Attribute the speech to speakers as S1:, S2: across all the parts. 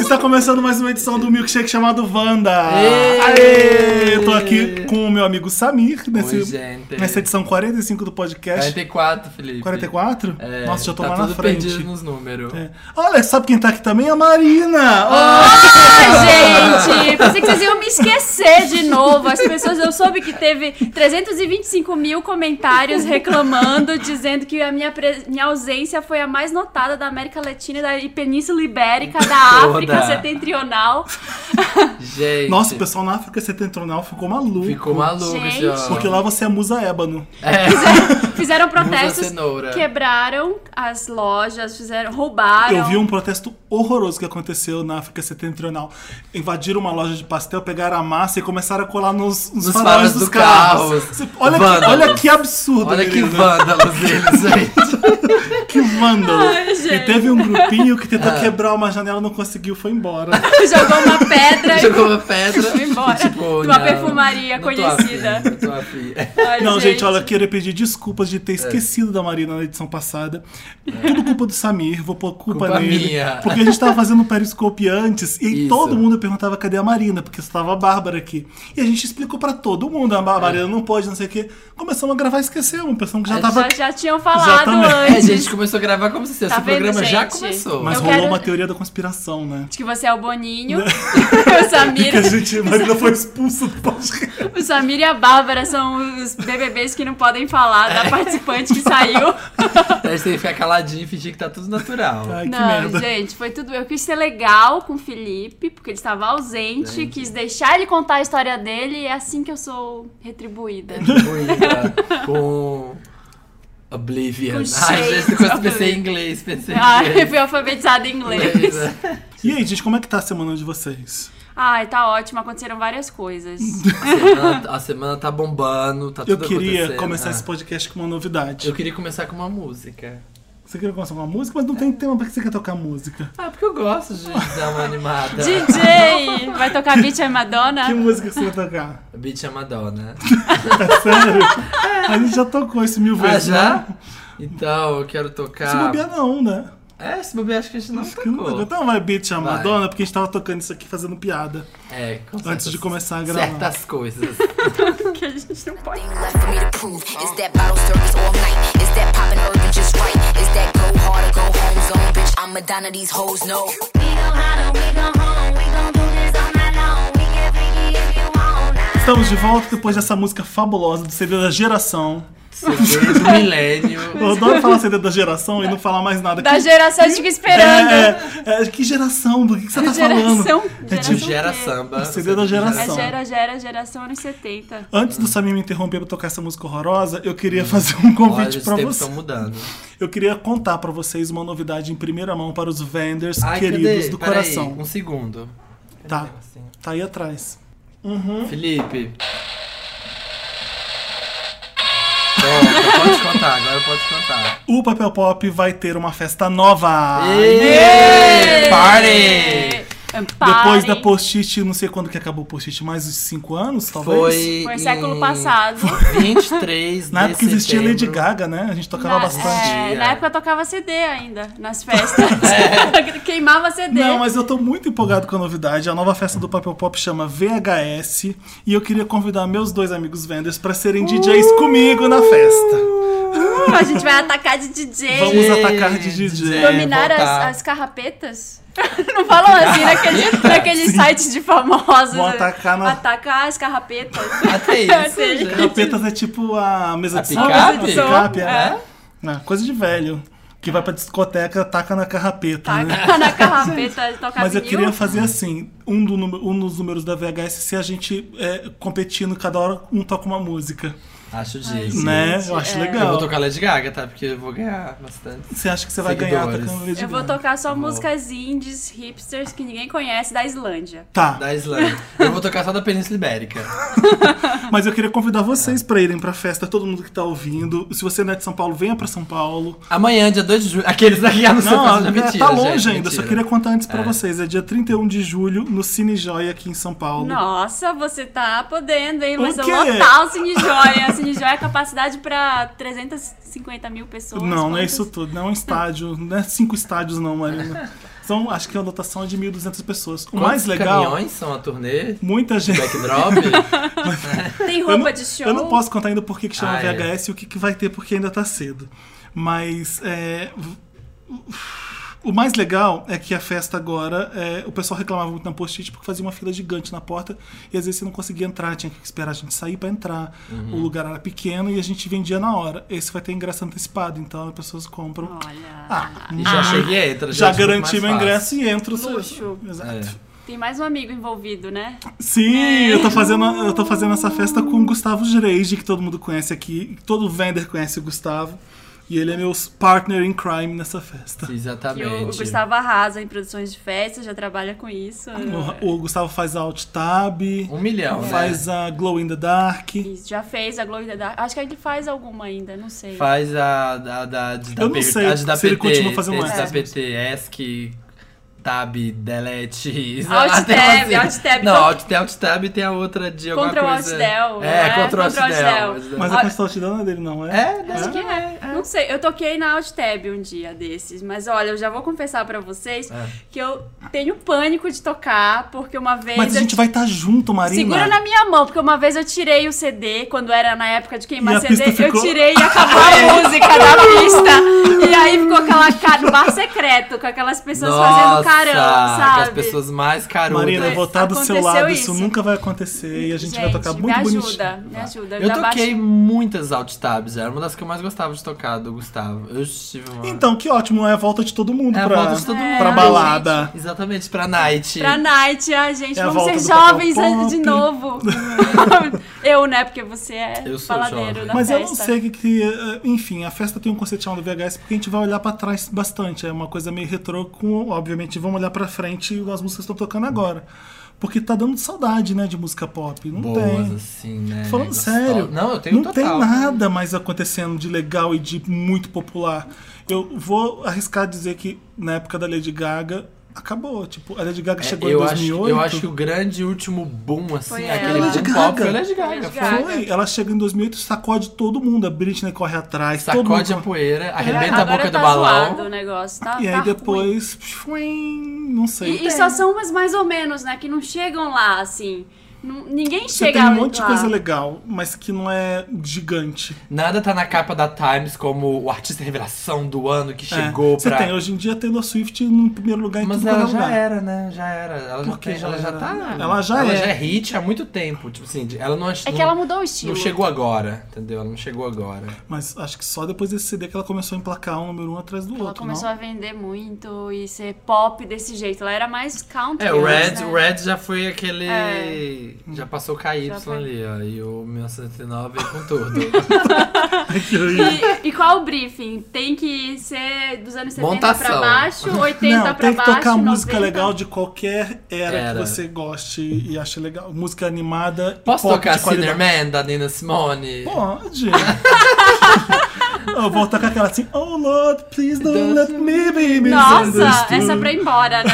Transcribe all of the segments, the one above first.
S1: está começando mais uma edição do Milkshake chamado Wanda.
S2: Ê!
S1: Aê! Eu tô aqui com o meu amigo Samir nesse,
S2: Oi, gente.
S1: nessa edição 45 do podcast.
S2: 44, Felipe.
S1: 44?
S2: É,
S1: Nossa, já tô
S2: tá
S1: lá na
S2: tudo
S1: frente.
S2: perdido nos números.
S1: É. Olha, sabe quem tá aqui também? A Marina!
S3: Ai, gente! Pensei que vocês iam me esquecer de novo. As pessoas, eu soube que teve 325 mil comentários reclamando, dizendo que a minha, pre- minha ausência foi a mais notada da América Latina e da e Península Ibérica, da
S2: Toda.
S3: África Setentrional.
S1: Oh!
S2: Gente.
S1: Nossa, o pessoal na África Setentrional ficou maluco.
S2: Ficou maluco
S3: Gente.
S2: já.
S1: Porque lá você é musa ébano.
S2: É,
S3: Fizeram
S2: musa
S3: protestos,
S2: cenoura.
S3: quebraram as lojas, fizeram, roubaram.
S1: Eu vi um protesto horroroso que aconteceu na África Setentrional. Invadiram uma loja de pastel, pegaram a massa e começaram a colar nos, nos
S2: Nos
S1: faróis
S2: faróis
S1: dos
S2: do
S1: carros.
S2: carro.
S1: Você- Olha, que,
S2: Vândalos.
S1: olha que absurdo,
S2: Olha que
S1: menina.
S2: vândalos eles, gente.
S1: Que vândalo.
S3: Ai,
S1: e
S3: gente.
S1: teve um grupinho que
S2: Ah.
S1: tentou quebrar uma janela, não conseguiu, foi embora.
S3: Jogou uma pedra e
S2: Jogou uma pedra.
S3: foi embora.
S2: Tipo,
S3: de uma
S2: não,
S3: perfumaria
S2: não tô
S3: conhecida.
S2: afim, Não tô afim.
S3: Ai,
S1: Não, gente, olha, eu queria pedir desculpas
S2: É.
S1: de ter esquecido da Marina na edição passada. Tudo culpa do Samir, vou pôr culpa,
S2: Culpa
S1: nele.
S2: minha.
S1: Porque a gente tava fazendo um periscope antes e aí
S2: Isso.
S1: todo mundo perguntava cadê a Marina, porque estava a Bárbara aqui. E a gente explicou pra todo mundo, "Ah, a Marina não pode, não sei o quê. Começamos a gravar e esquecemos, pensando que já
S2: É,
S1: tava
S3: Já, já tinham falado
S1: Exatamente.
S2: É, a
S3: antes.
S2: gente começou a gravar como se fosse.
S3: Tá
S2: o programa
S3: vendo,
S2: já
S3: gente?
S2: começou.
S1: Mas
S3: eu
S1: rolou
S3: quero-
S1: uma teoria da conspiração, né?
S3: De que você é o Boninho, o Samir,
S1: Que a gente, a Marina foi expulsa do podcast.
S3: o Samir e a Bárbara são os BBBs que não podem falar
S1: É.
S3: da participante que saiu.
S2: Aí você tem que ficar caladinho e fingir que tá tudo natural.
S1: Ai, que
S3: Não,
S1: merda.
S3: gente, foi tudo. Eu quis ser legal com o Felipe, porque ele estava ausente, quis deixar ele contar a história dele e é assim que eu sou retribuída.
S2: Bonita. tá? Com. Oblivion.
S3: Com
S2: Ai, gente,
S3: shades,
S2: quando pensei em inglês, pensei em
S3: Ah, eu
S2: inglês.
S3: fui alfabetizada em inglês.
S1: E aí, gente, como é que tá a semana de vocês?
S3: Ai, tá ótimo, aconteceram várias coisas.
S2: semana- a semana tá bombando, tá
S1: Eu
S2: tudo
S1: queria
S2: acontecendo.
S1: começar
S2: Ah,
S1: esse podcast com uma novidade.
S2: Eu queria começar com uma música.
S1: Você queria começar com uma música, mas não
S2: É.
S1: tem tema. Pra que você quer tocar música?
S2: Ah, porque eu gosto de dar uma animada.
S3: DJ! Vai tocar Beat é Madonna?
S1: Que música você vai tocar?
S2: A Beat é Madonna.
S1: Sério? A gente já tocou esse mil
S2: Ah,
S1: vezes.
S2: já?
S1: né?
S2: Então, eu quero tocar...
S1: Se bobear, não, né?
S2: É, se bobear, acho que a gente não
S1: Acho que não tocou.
S2: tocou.
S1: Então vai, bitch, a
S2: Vai.
S1: Madonna, porque a gente tava tocando isso aqui fazendo piada
S2: É, com
S1: antes de
S2: certas-
S1: começar a gravar.
S2: Certas coisas.
S3: Que a gente
S1: um
S3: não pode.
S4: left for me to prove. Is that bottle service all night? Is that poppin' urban just right? Is that go hard or go home zone, bitch? I'm Madonna, these hoes know.
S5: We go hollow, we go home, we gon' do this all night long. We get freaky if you want. I
S1: Estamos de volta depois dessa música fabulosa do CD da geração.
S2: CD do milênio.
S1: Eu adoro falar CD da geração e não falar mais nada.
S3: Da
S1: Que-
S3: geração a gente fica esperando.
S1: É, é, que geração? Do que, que você tá
S3: geração.
S1: falando? É,
S2: Do
S1: tipo,
S3: geração o quê?
S2: Gera Samba.
S1: CD da
S3: É
S1: geração.
S3: gera, gera, geração anos 70.
S1: Antes do Samir me interromper pra tocar essa música horrorosa, eu queria fazer um
S2: Olha,
S1: convite
S2: os
S1: pra
S2: tempos
S1: você.
S2: estão mudando.
S1: Eu queria contar pra vocês uma novidade em primeira mão para os vendors
S2: Ai,
S1: queridos
S2: cadê?
S1: do
S2: Peraí,
S1: coração.
S2: um segundo.
S1: Tá, tá aí atrás.
S2: Felipe. Pronto, pode contar, agora pode contar.
S1: O Papel Pop vai ter uma festa nova.
S2: Ê, Party!
S1: Depois da
S3: porra.
S1: post-it, não sei quando que acabou o post-it, mais uns 5 anos, talvez?
S2: Foi.
S3: Foi
S2: em
S3: século passado.
S2: 23
S1: Na época
S2: de
S1: existia
S2: setembro.
S1: Lady Gaga, né? A gente tocava
S3: Na,
S1: bastante.
S3: é, na época eu tocava CD ainda, nas festas. Queimava CD.
S1: Não, mas eu tô muito empolgado com a novidade. A nova festa do Papel Pop chama VHS. E eu queria convidar meus dois amigos vendors pra serem DJs comigo na festa.
S3: Uh, a gente vai atacar de DJ.
S1: Vamos atacar de DJ.
S3: dominar as,
S2: voltar.
S3: as carrapetas. Não falam assim naquele, naquele site de famosos.
S1: Vão atacar na-
S3: Atacar as carrapetas.
S2: Até isso,
S3: Sim.
S2: gente.
S1: Carpetas é tipo a mesa
S2: A
S1: de som.
S2: picape?
S1: A picape, é.
S3: É.
S1: É, Coisa de velho. Que vai pra discoteca, taca na carrapeta, né?
S3: Atacar na carrapeta, tocar
S1: Mas eu
S3: vinil.
S1: queria fazer assim, um, do número- um dos números da VHS se a gente é, competindo, cada hora um toca uma música.
S2: Acho disso.
S1: né? Eu
S3: é.
S1: acho
S2: Eu vou
S1: legal.
S2: tocar Lady Gaga, tá? Porque eu vou ganhar bastante.
S1: Você acha que você vai ganhar
S2: Seguidores.
S1: tocando Lady
S3: Eu vou
S1: Gaga?
S3: tocar só músicas indies, hipsters que ninguém conhece da Islândia.
S1: Tá,
S2: Da Islândia. Eu vou tocar só da Península Ibérica.
S1: mas eu queria convidar vocês pra irem pra festa, todo mundo que tá ouvindo. Se você não é de São Paulo, venha pra São Paulo.
S2: Amanhã, dia 2 de julho. Aqueles daqui já não sei
S1: Não,
S2: fazer
S1: é,
S2: mentira.
S1: tá longe
S2: gente,
S1: ainda, eu só
S2: mentira.
S1: queria contar antes pra
S2: É.
S1: vocês. É dia 31 de julho no Cine Joia aqui em São Paulo.
S3: Nossa, você tá podendo, hein? Mas
S1: O
S3: eu
S1: quê?
S3: lotar o Cine Joia. Cine Joia é capacidade pra 350 mil pessoas.
S1: Não, não é
S3: quantas?
S1: isso tudo. Não é um estádio. Não é cinco estádios, não, Marina. São, acho que a lotação é de 1.200 pessoas. O
S2: Quantos
S1: mais legal,
S2: caminhões são a turnê?
S1: muita gente.
S2: Backdrop?
S3: Tem
S1: Eu
S3: roupa
S1: não,
S3: de show.
S1: eu não posso contar ainda por que, que chama
S2: Ah, é.
S1: VHS e o que, que vai ter, porque ainda tá cedo. Mas é, v- o mais legal é que a festa agora, é, o pessoal reclamava muito na post-it porque fazia uma fila gigante na porta e às vezes você não conseguia entrar, tinha que esperar a gente sair pra entrar.
S2: Uhum.
S1: O lugar era pequeno e a gente vendia na hora. Esse vai ter ingresso antecipado, então as pessoas compram.
S3: Olha.
S1: Ah,
S2: E já cheguei a entra.
S1: já
S2: gente, muito
S1: garanti
S2: mais
S1: meu
S2: fácil. É.
S1: ingresso e entro.
S3: Luxo.
S1: Exato.
S3: Tem mais um amigo envolvido, né?
S1: Sim, eu, tô fazendo, eu tô fazendo essa festa com o Gustavo Gireide, que todo mundo conhece aqui. Todo vender conhece o Gustavo. E ele é meu partner in crime nessa festa.
S2: É,
S3: Que o, o
S2: exatamente.
S3: Gustavo arrasa em produções de festa, já trabalha com isso.
S1: O, o Gustavo faz a Alt Tab,
S2: Um milhão, né?
S1: faz a Glow in the Dark.
S3: Isso, já fez a Globo da Acho que ele faz alguma ainda, não sei.
S2: Faz a da, da, de- da
S1: Eu não
S2: P-
S1: sei
S2: a de da
S1: se ele
S2: PT,
S1: continua fazendo
S2: esse da
S1: mais.
S2: PT, ESC, Tab, Delete. sei
S3: Alt
S2: lá, tem uma
S3: Tab,
S2: assim.
S3: Alt Tab.
S2: Não, Alt Tab, Alt Tab tem a outra de alguma
S3: Contra o Alt
S2: coisa. É,
S3: Del, né?
S2: contra o Alt
S3: Contra o Alt Del.
S2: Del.
S1: Mas a
S3: Olha-
S1: Castelo te dando é dele, não é?
S2: É,
S3: Acho que é. Não sei, eu toquei na Alt-Tab um dia desses, mas olha, eu já vou confessar pra vocês
S2: É.
S3: que eu tenho pânico de tocar, porque uma vez.
S1: Mas a
S3: eu
S1: gente vai estar junto, Marina.
S3: É? Segura na minha mão, porque uma vez eu tirei o CD, quando era na época de
S1: E
S3: queimar
S1: a
S3: CD,
S1: pista ficou-
S3: eu tirei e acabou a música da pista. E aí ficou aquela cara no bar secreto, com aquelas pessoas fazendo carão,
S2: que
S3: sabe?
S2: as pessoas mais
S1: Marina, eu
S2: carudas.
S1: vou estar do seu
S3: Aconteceu
S1: lado,
S3: isso.
S1: isso nunca vai acontecer. E a gente, vai tocar
S3: me
S1: muito
S3: ajuda,
S1: bonitinho. Tá.
S3: Me ajuda,
S2: Eu
S3: já bati-
S2: toquei muitas alt tabs, era uma das que eu mais gostava de tocar do Gustavo. Eu estive uma...
S1: Então, que ótimo, é a volta de todo mundo
S2: É a
S1: pra,
S2: volta de todo mundo,
S1: pra
S2: né,
S1: balada.
S2: Exatamente, pra Night.
S3: Pra Night, a gente.
S1: É a
S3: Vamos
S1: volta
S3: ser
S1: do papel
S3: jovens
S1: pop.
S3: de novo. eu, né? Porque você é
S2: Eu sou
S3: faladeiro
S2: jovem.
S3: da
S1: Mas
S3: festa.
S1: eu não sei o que, que. eh, Enfim, a festa tem um conceito chamado VHS porque a gente vai olhar pra trás bastante. É uma coisa meio retrô, com, obviamente, vamos olhar pra frente e as músicas que estão tocando agora. Porque tá dando saudade, né, de música pop. Não
S2: Boas,
S1: tem.
S2: assim, né?
S1: Tô Falando
S2: Gostosa.
S1: sério.
S2: Não, eu tenho
S1: Não
S2: total.
S1: tem nada mais acontecendo de legal e de muito popular. Eu vou arriscar dizer que na época da Lady Gaga. Acabou, tipo, a Lady Gaga
S2: É,
S1: chegou em
S2: eu, acho,
S1: 2008.
S2: eu acho que o grande último boom, assim,
S3: Foi
S2: aquele boom
S3: ela.
S1: Lady
S2: pop
S1: Gaga.
S2: foi a Lady Gaga.
S3: Lady
S2: foi.
S3: Gaga.
S1: Foi, ela chega em 2008 sacode todo mundo. A Britney corre atrás, todo mundo
S2: Sacode a
S1: corre-
S2: poeira, arrebenta
S3: Agora
S2: a boca
S3: tá
S2: do balão.
S3: zoado o negócio, tá?
S1: E
S3: tá
S1: aí
S3: ruim.
S1: depois. fuim, não sei.
S3: E, e só são umas mais ou menos, né? Que não chegam lá, assim. Não- ninguém
S1: Você
S3: chega
S1: tem
S3: lá.
S1: um monte de coisa legal, mas que não é gigante.
S2: Nada tá na capa da Times como o artista revelação do ano que
S1: É,
S2: chegou
S1: Você
S2: pra.
S1: tem, hoje em dia Taylor Swift no primeiro lugar em
S2: Mas
S1: tudo
S2: ela
S1: quanto é
S2: já
S1: lugar.
S2: era, né? Já era. Ela já,
S1: Por que
S2: tem-
S1: já
S2: ela já
S1: era?
S2: tá.
S1: Ela já
S2: ela
S1: é.
S2: já é hit há muito tempo. Tipo assim, ela não
S3: É que ela mudou o estilo.
S2: Não chegou agora, entendeu? Ela não chegou agora.
S1: Mas acho que só depois desse CD que ela começou a emplacar um número um atrás do
S3: Ela
S1: outro.
S3: começou
S1: não?
S3: a vender muito e ser pop desse jeito. Ela era mais country.
S2: É, o
S3: né?
S2: Red, o Red já foi aquele.
S3: É.
S2: Já passou o KY
S3: Já foi.
S2: ali, ó. E o 1979 veio com tudo.
S3: E, e qual o briefing? Tem que ser dos anos 70 pra
S2: Montação.
S3: baixo, 80
S1: não,
S3: pra
S1: tem que
S3: baixo,
S1: tocar música
S3: 90?
S1: legal de qualquer era,
S2: Era.
S1: que você goste e ache legal. Música animada.
S2: Posso
S1: pop
S2: tocar
S1: de qualidade.
S2: Ciderman da Nina Simone?
S1: Pode. Eu vou tocar aquela assim, oh Lord, please don't let me be
S3: Nossa,
S1: misunderstood."
S3: essa é pra ir embora, né?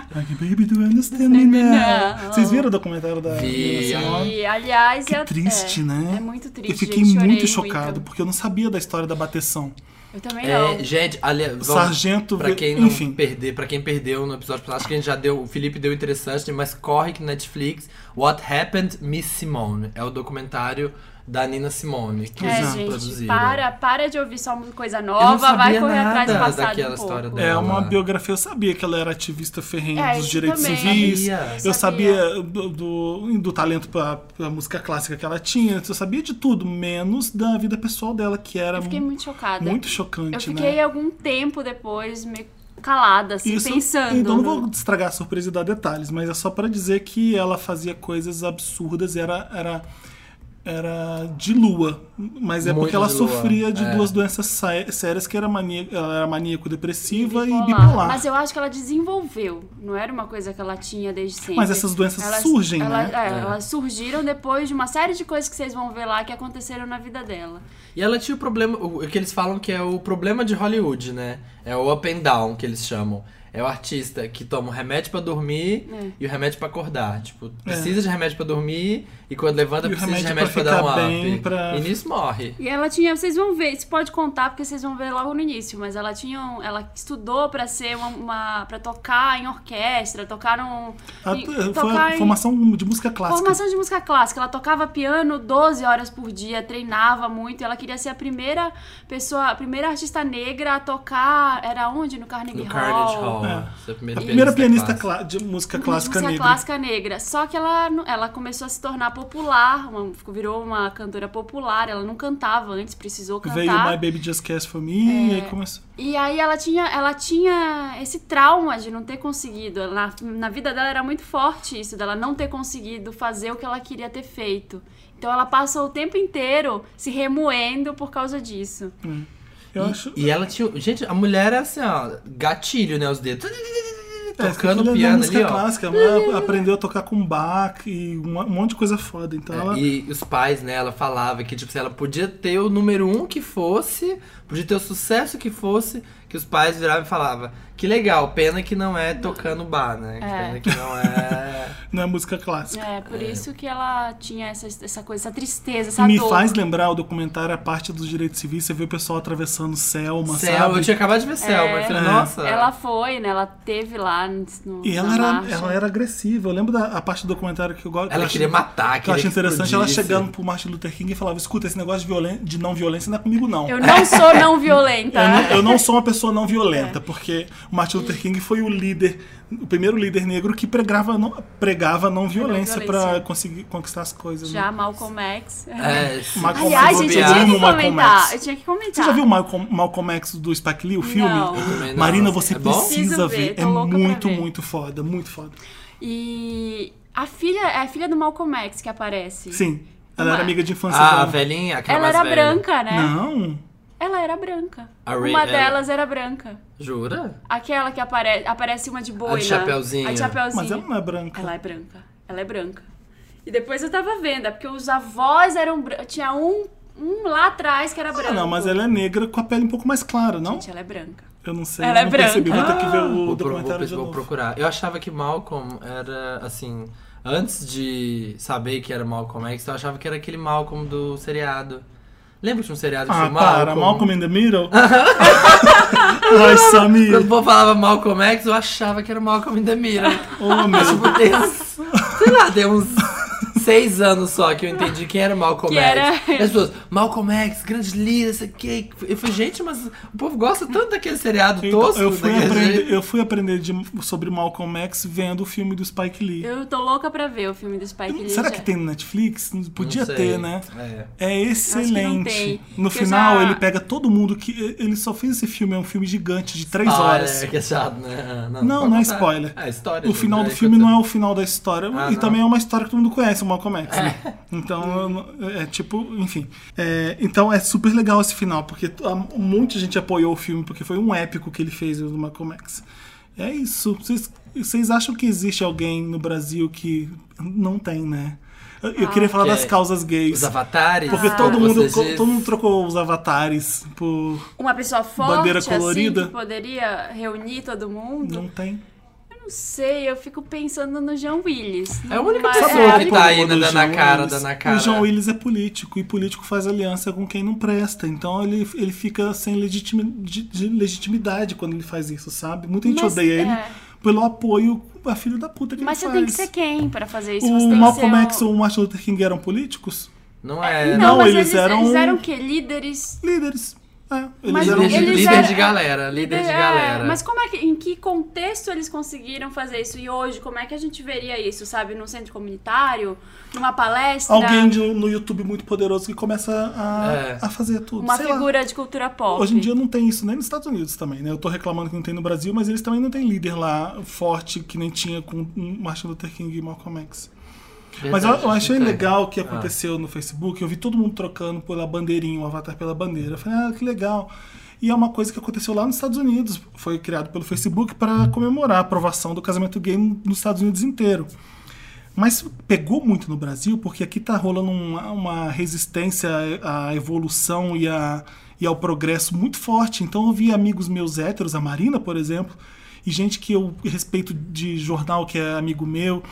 S1: Like, baby, do you understand me now?
S3: Não.
S1: Vocês viram o documentário da
S2: Vi.
S1: Nina Simone?
S3: E, aliás,
S1: Que
S3: é,
S1: triste,
S3: é,
S1: né?
S3: É muito triste.
S1: Eu fiquei
S3: gente, chorei
S1: muito chocado,
S3: muito.
S1: porque eu não sabia da história da bateção.
S3: Eu também não.
S2: É, gente, ali, vamos,
S1: sargento
S2: pra
S1: vê-
S2: quem não
S1: enfim.
S2: perder, para quem perdeu no episódio passado, acho que a gente já deu, o Felipe deu interessante, né? mas corre que Netflix, What Happened Miss Simone, é o documentário da Nina Simone que
S3: É,
S2: eles
S1: Exato.
S3: gente,
S2: produziram.
S3: para, para de ouvir só uma coisa
S2: Eu não
S3: nova,
S2: sabia
S3: vai correr atrás do
S2: nada
S3: passado
S2: daquela
S3: um pouco.
S2: história dela.
S1: É
S2: Ela-
S1: uma biografia, eu sabia que ela era ativista ferrenha
S3: É,
S1: dos
S3: isso
S1: direitos
S3: também.
S1: civis.
S2: Sabia.
S1: Eu
S3: Sabia.
S1: sabia do, do, do talento pra, pra música clássica que ela tinha. Eu sabia de tudo, menos da vida pessoal dela, que era
S3: Eu fiquei muito chocada.
S1: muito
S3: Eu
S1: chocante,
S3: fiquei
S1: né?
S3: algum tempo depois me calada, assim, pensando. né?
S1: Então não
S3: no-
S1: vou estragar a surpresa e dar detalhes, mas é só pra dizer que ela fazia coisas absurdas e era. era era de lua, mas é
S2: Muito
S1: porque ela
S2: de lua,
S1: sofria de
S2: é.
S1: duas doenças sé- sérias que era mania, ela era maníaco depressiva e
S3: Bipolar.
S1: bipolar.
S3: Mas eu acho que ela desenvolveu. Não era uma coisa que ela tinha desde sempre.
S1: Mas essas doenças surgem,
S3: ela-
S1: né?
S3: é, Elas surgiram depois de uma série de coisas que vocês vão ver lá que aconteceram na vida dela.
S2: E ela tinha o problema, o o que eles falam que é o problema de Hollywood, né? É o up and down que eles chamam. É o artista que toma o remédio pra dormir
S3: É.
S2: e o remédio pra acordar. Tipo, precisa de remédio pra dormir e quando levanta
S1: É. E o
S2: precisa de
S1: remédio
S2: remédio
S1: pra
S2: pra, dar um
S1: ficar
S2: up.
S1: bem, pra-
S2: E nisso morre.
S3: E ela tinha, vocês vão ver, isso pode contar porque vocês vão ver logo no início, mas ela tinha, um- ela estudou pra ser uma, uma para tocar em orquestra, tocar num
S1: A-
S3: em-
S1: Ah, foi
S3: tocar em-
S1: formação de música clássica.
S3: Formação de música clássica. Ela tocava piano 12 horas por dia, treinava muito. e Ela queria ser a primeira pessoa, a primeira artista negra a tocar. Era onde? No Carnegie
S2: No
S3: Hall.
S2: Carnage Hall.
S1: É.
S2: Essa
S1: A primeira pianista
S2: clássica.
S1: clá- de música
S3: Uma
S1: clássica
S3: música
S1: negra.
S3: clássica negra. Só que ela, não- ela começou a se tornar popular, uma- virou uma cantora popular. Ela não cantava antes, precisou cantar.
S1: Veio My Baby Just Cast For
S3: É.
S1: Me, e aí começou.
S3: E aí ela tinha, ela tinha esse trauma de não ter conseguido. Ela- na vida dela era muito forte isso, dela não ter conseguido fazer o que ela queria ter feito. Então ela passou o tempo inteiro se remoendo por causa disso.
S1: Eu
S2: E-
S1: acho.
S2: E, ela tinha. Gente, a mulher é assim, ó, gatilho, né? Os dedos.
S1: É,
S2: Tocando
S1: aquilo é
S2: piano
S1: música
S2: ali, ó.
S1: clássica, ela aprendeu a tocar com Bach e um um monte de coisa foda. Então ela.
S2: E os pais, né, ela falava que, tipo, se ela podia ter o número um que fosse, podia ter o sucesso que fosse, que os pais viravam e falavam, que legal, pena que não é tocando bar, né? Pena que não é.
S1: não é música clássica.
S3: É, por isso que ela tinha essa, essa coisa, essa tristeza, essa
S1: Me
S3: dor.
S1: faz lembrar o documentário A Parte dos Direitos Civis, você vê o pessoal atravessando Selma,
S2: Selma, eu
S1: sabe? É.
S2: tinha acabado de ver Selma, eu falei, nossa.
S3: Ela foi, né? Ela teve lá no,
S1: E ela
S3: na
S1: era,
S3: marcha.
S1: ela era agressiva. Eu lembro da a parte do documentário que eu gosto.
S2: Ela queria matar,
S1: Que eu
S2: queria
S1: acho
S2: que
S1: interessante ela
S2: explodisse.
S1: chegando pro Martin Luther King e falava: escuta, esse negócio de, violen- de não violência não é comigo, não.
S3: Eu não sou não É. violenta.
S1: Eu não, eu não sou uma pessoa não violenta, porque o Martin Luther King foi o líder, o primeiro líder negro que pregava não, pregava não violência para
S3: violência.
S1: conseguir conquistar as coisas. né?
S3: Já Malcolm X.
S2: É, se-
S1: Mas como
S3: Aliás,
S1: se
S3: gente, eu
S1: bobear,
S3: tinha que
S1: amo Malcolm X.
S3: comentar. Eu tinha que comentar.
S1: Você já viu o Malcolm, Malcolm X do Spike Lee, o filme?
S2: Também Tá. não.
S1: Marina, você
S2: É bom?
S1: precisa
S3: Preciso ver,
S1: ver.
S3: tô
S1: É
S3: louca pra
S1: muito,
S3: ver.
S1: muito foda, muito foda.
S3: E a filha é a filha do Malcolm X que aparece.
S1: Sim. Ela era
S3: Uma-
S1: amiga de infância
S2: Ah, a
S1: dela.
S2: velhinha, aquela
S3: Ela
S2: mais
S3: era
S2: velha.
S3: branca, né?
S1: Não.
S3: Ela era branca.
S2: A Ray- é.
S3: uma
S2: ela-
S3: delas era branca.
S2: Jura?
S3: Aquela que apare... aparece uma de boina.
S2: chapeuzinho.
S3: A de chapeuzinho.
S1: Mas ela não é branca.
S3: Ela é branca. Ela é branca. E depois eu tava vendo, é porque os avós eram bran... Tinha um, um lá atrás que era branco.
S1: Ah, não, mas ela é negra com a pele um pouco mais clara, não?
S3: Gente, ela é branca.
S1: Eu não sei.
S3: Ela é
S1: eu não percebi.
S3: branca.
S1: Vou ter que ver o
S2: Vou, pro- vou,
S1: documentário
S2: pes-
S1: de
S2: vou
S1: novo.
S2: procurar. Eu achava que Malcolm era, assim... Antes de saber que era Malcolm X, eu achava que era aquele Malcolm do seriado. Lembra que tinha um seriado que
S1: Ah,
S2: tinha o
S1: para,
S2: Malcolm?
S1: Malcolm in the Middle? Ai,
S2: Quando o
S1: Samir.
S2: povo falava Malcolm X, eu achava que era o Malcolm in the Middle.
S1: Oh, meu.
S2: tipo, tem uns, sei lá, tem uns seis anos só que eu entendi quem era o Malcolm
S3: Que
S2: X.
S3: era-
S2: E As pessoas, Malcolm X, grandes líderes, sei o quê. Eu falei, gente, mas o povo gosta tanto daquele seriado
S1: Então,
S2: tosco.
S1: eu, fui
S2: daquele
S1: aprender,
S2: jeito.
S1: eu fui aprender de- sobre Malcolm X vendo o filme do Spike Lee.
S3: Eu tô louca pra ver o filme do Spike Lee.
S1: Será
S3: já-
S1: que tem no Netflix? Podia
S2: Não sei.
S1: ter, né?
S2: É.
S1: É excelente.
S3: tem.
S1: No
S3: Eu
S1: final,
S3: já-
S1: ele pega todo mundo que. Ele só fez esse filme, é um filme gigigante de três
S2: Ah,
S1: horas.
S2: É, que é chato, né?
S1: Não,
S2: pode
S1: não é
S2: contar.
S1: spoiler.
S2: É história.
S1: O
S2: gente,
S1: final
S2: né?
S1: do filme não é o final da história.
S2: Ah,
S1: e
S2: não. É.
S1: também é uma história que todo mundo conhece, o Malcolm X. né? Então, eu não- é tipo, enfim. É, então é super legal esse final, porque t- a- um monte de gente apoiou o filme, porque foi um épico que ele fez o do Malcolm X. É isso. Vocês, vocês acham que existe alguém no Brasil que não tem, né? Eu, eu queria falar
S2: Que
S1: das
S2: é
S1: causas gays.
S2: Os avatares.
S1: um Porque
S2: como
S1: todo, mundo,
S2: vocês
S1: co-
S2: dizem.
S1: todo mundo trocou os avatares por.
S3: Uma pessoa forte,
S1: Bandeira
S3: assim,
S1: colorida?
S3: que poderia reunir todo mundo?
S1: Não tem.
S3: Não sei, eu fico pensando no Jean Willis.
S2: É a única
S3: Mas-
S2: pessoa
S3: é,
S2: que
S1: O
S2: tá aí,
S1: problema
S2: né,
S1: do
S2: dando a
S1: Jean
S2: cara,
S1: Willis-
S2: dando a cara.
S1: O João Willis é político e político faz aliança com quem não presta. Então ele, ele fica sem legitimi- de- de legitimidade quando ele faz isso, sabe? Muita gente
S3: Mas,
S1: odeia ele
S3: é.
S1: pelo apoio a filho da puta que
S3: Mas
S1: ele
S3: você
S1: faz.
S3: tem que ser quem pra fazer isso? Você
S1: o
S3: tem
S1: Um Malcolm
S3: que
S1: X
S3: ser um-
S1: ou o Martin Luther King eram políticos?
S2: Não é.
S3: Não,
S1: Não,
S3: mas
S1: eles
S3: eles,
S1: eram- um-
S3: eles eram o quê? Líderes?
S1: Líderes. É, eles
S3: Mas
S1: eram
S2: Líder, de,
S3: eles
S2: líder
S3: eram-
S2: de galera, líder de
S3: É,
S2: galera.
S3: Mas como é que, em que contexto eles conseguiram fazer isso? E hoje, como é que a gente veria isso, sabe? Num centro comunitário? Numa palestra?
S1: alguém de- no YouTube muito poderoso que começa a,
S2: É.
S1: a fazer tudo.
S3: Uma
S1: Sei lá.
S3: figura de cultura pop.
S1: Hoje em dia não tem isso nem nos Estados Unidos também, né? Eu tô reclamando que não tem no Brasil, mas eles também não têm líder lá forte que nem tinha com um Martin Luther King e Malcolm X. Mas eu,
S2: Verdade, Ah.
S1: eu achei
S2: não tem.
S1: legal o que aconteceu no Facebook. Eu vi todo mundo trocando pela bandeirinha, o avatar pela bandeira. Eu falei, ah, que legal. E é uma coisa que aconteceu lá nos Estados Unidos. Foi criado pelo Facebook para comemorar a aprovação do casamento gay nos Estados Unidos inteiro. Mas pegou muito no Brasil, porque aqui tá rolando uma, uma resistência à evolução e, a, e ao progresso muito forte. Então eu vi amigos meus héteros, a Marina, por exemplo, e gente que eu respeito de jornal, que é amigo meu,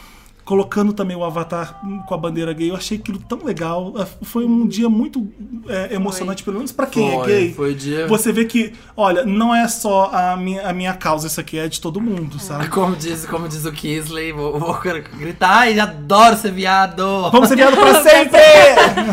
S1: colocando também o avatar com a bandeira gay. Eu achei aquilo tão legal. Foi um dia muito é, emocionante, pelo menos pra quem
S2: Foi,
S1: é gay.
S2: foi o dia-
S1: Você vê que, olha, não é só a minha, a minha causa, isso aqui é de todo mundo, sabe?
S2: Como diz, como diz o Kisley, vou, vou gritar, ai, adoro ser viado!
S1: Vamos ser viado pra sempre!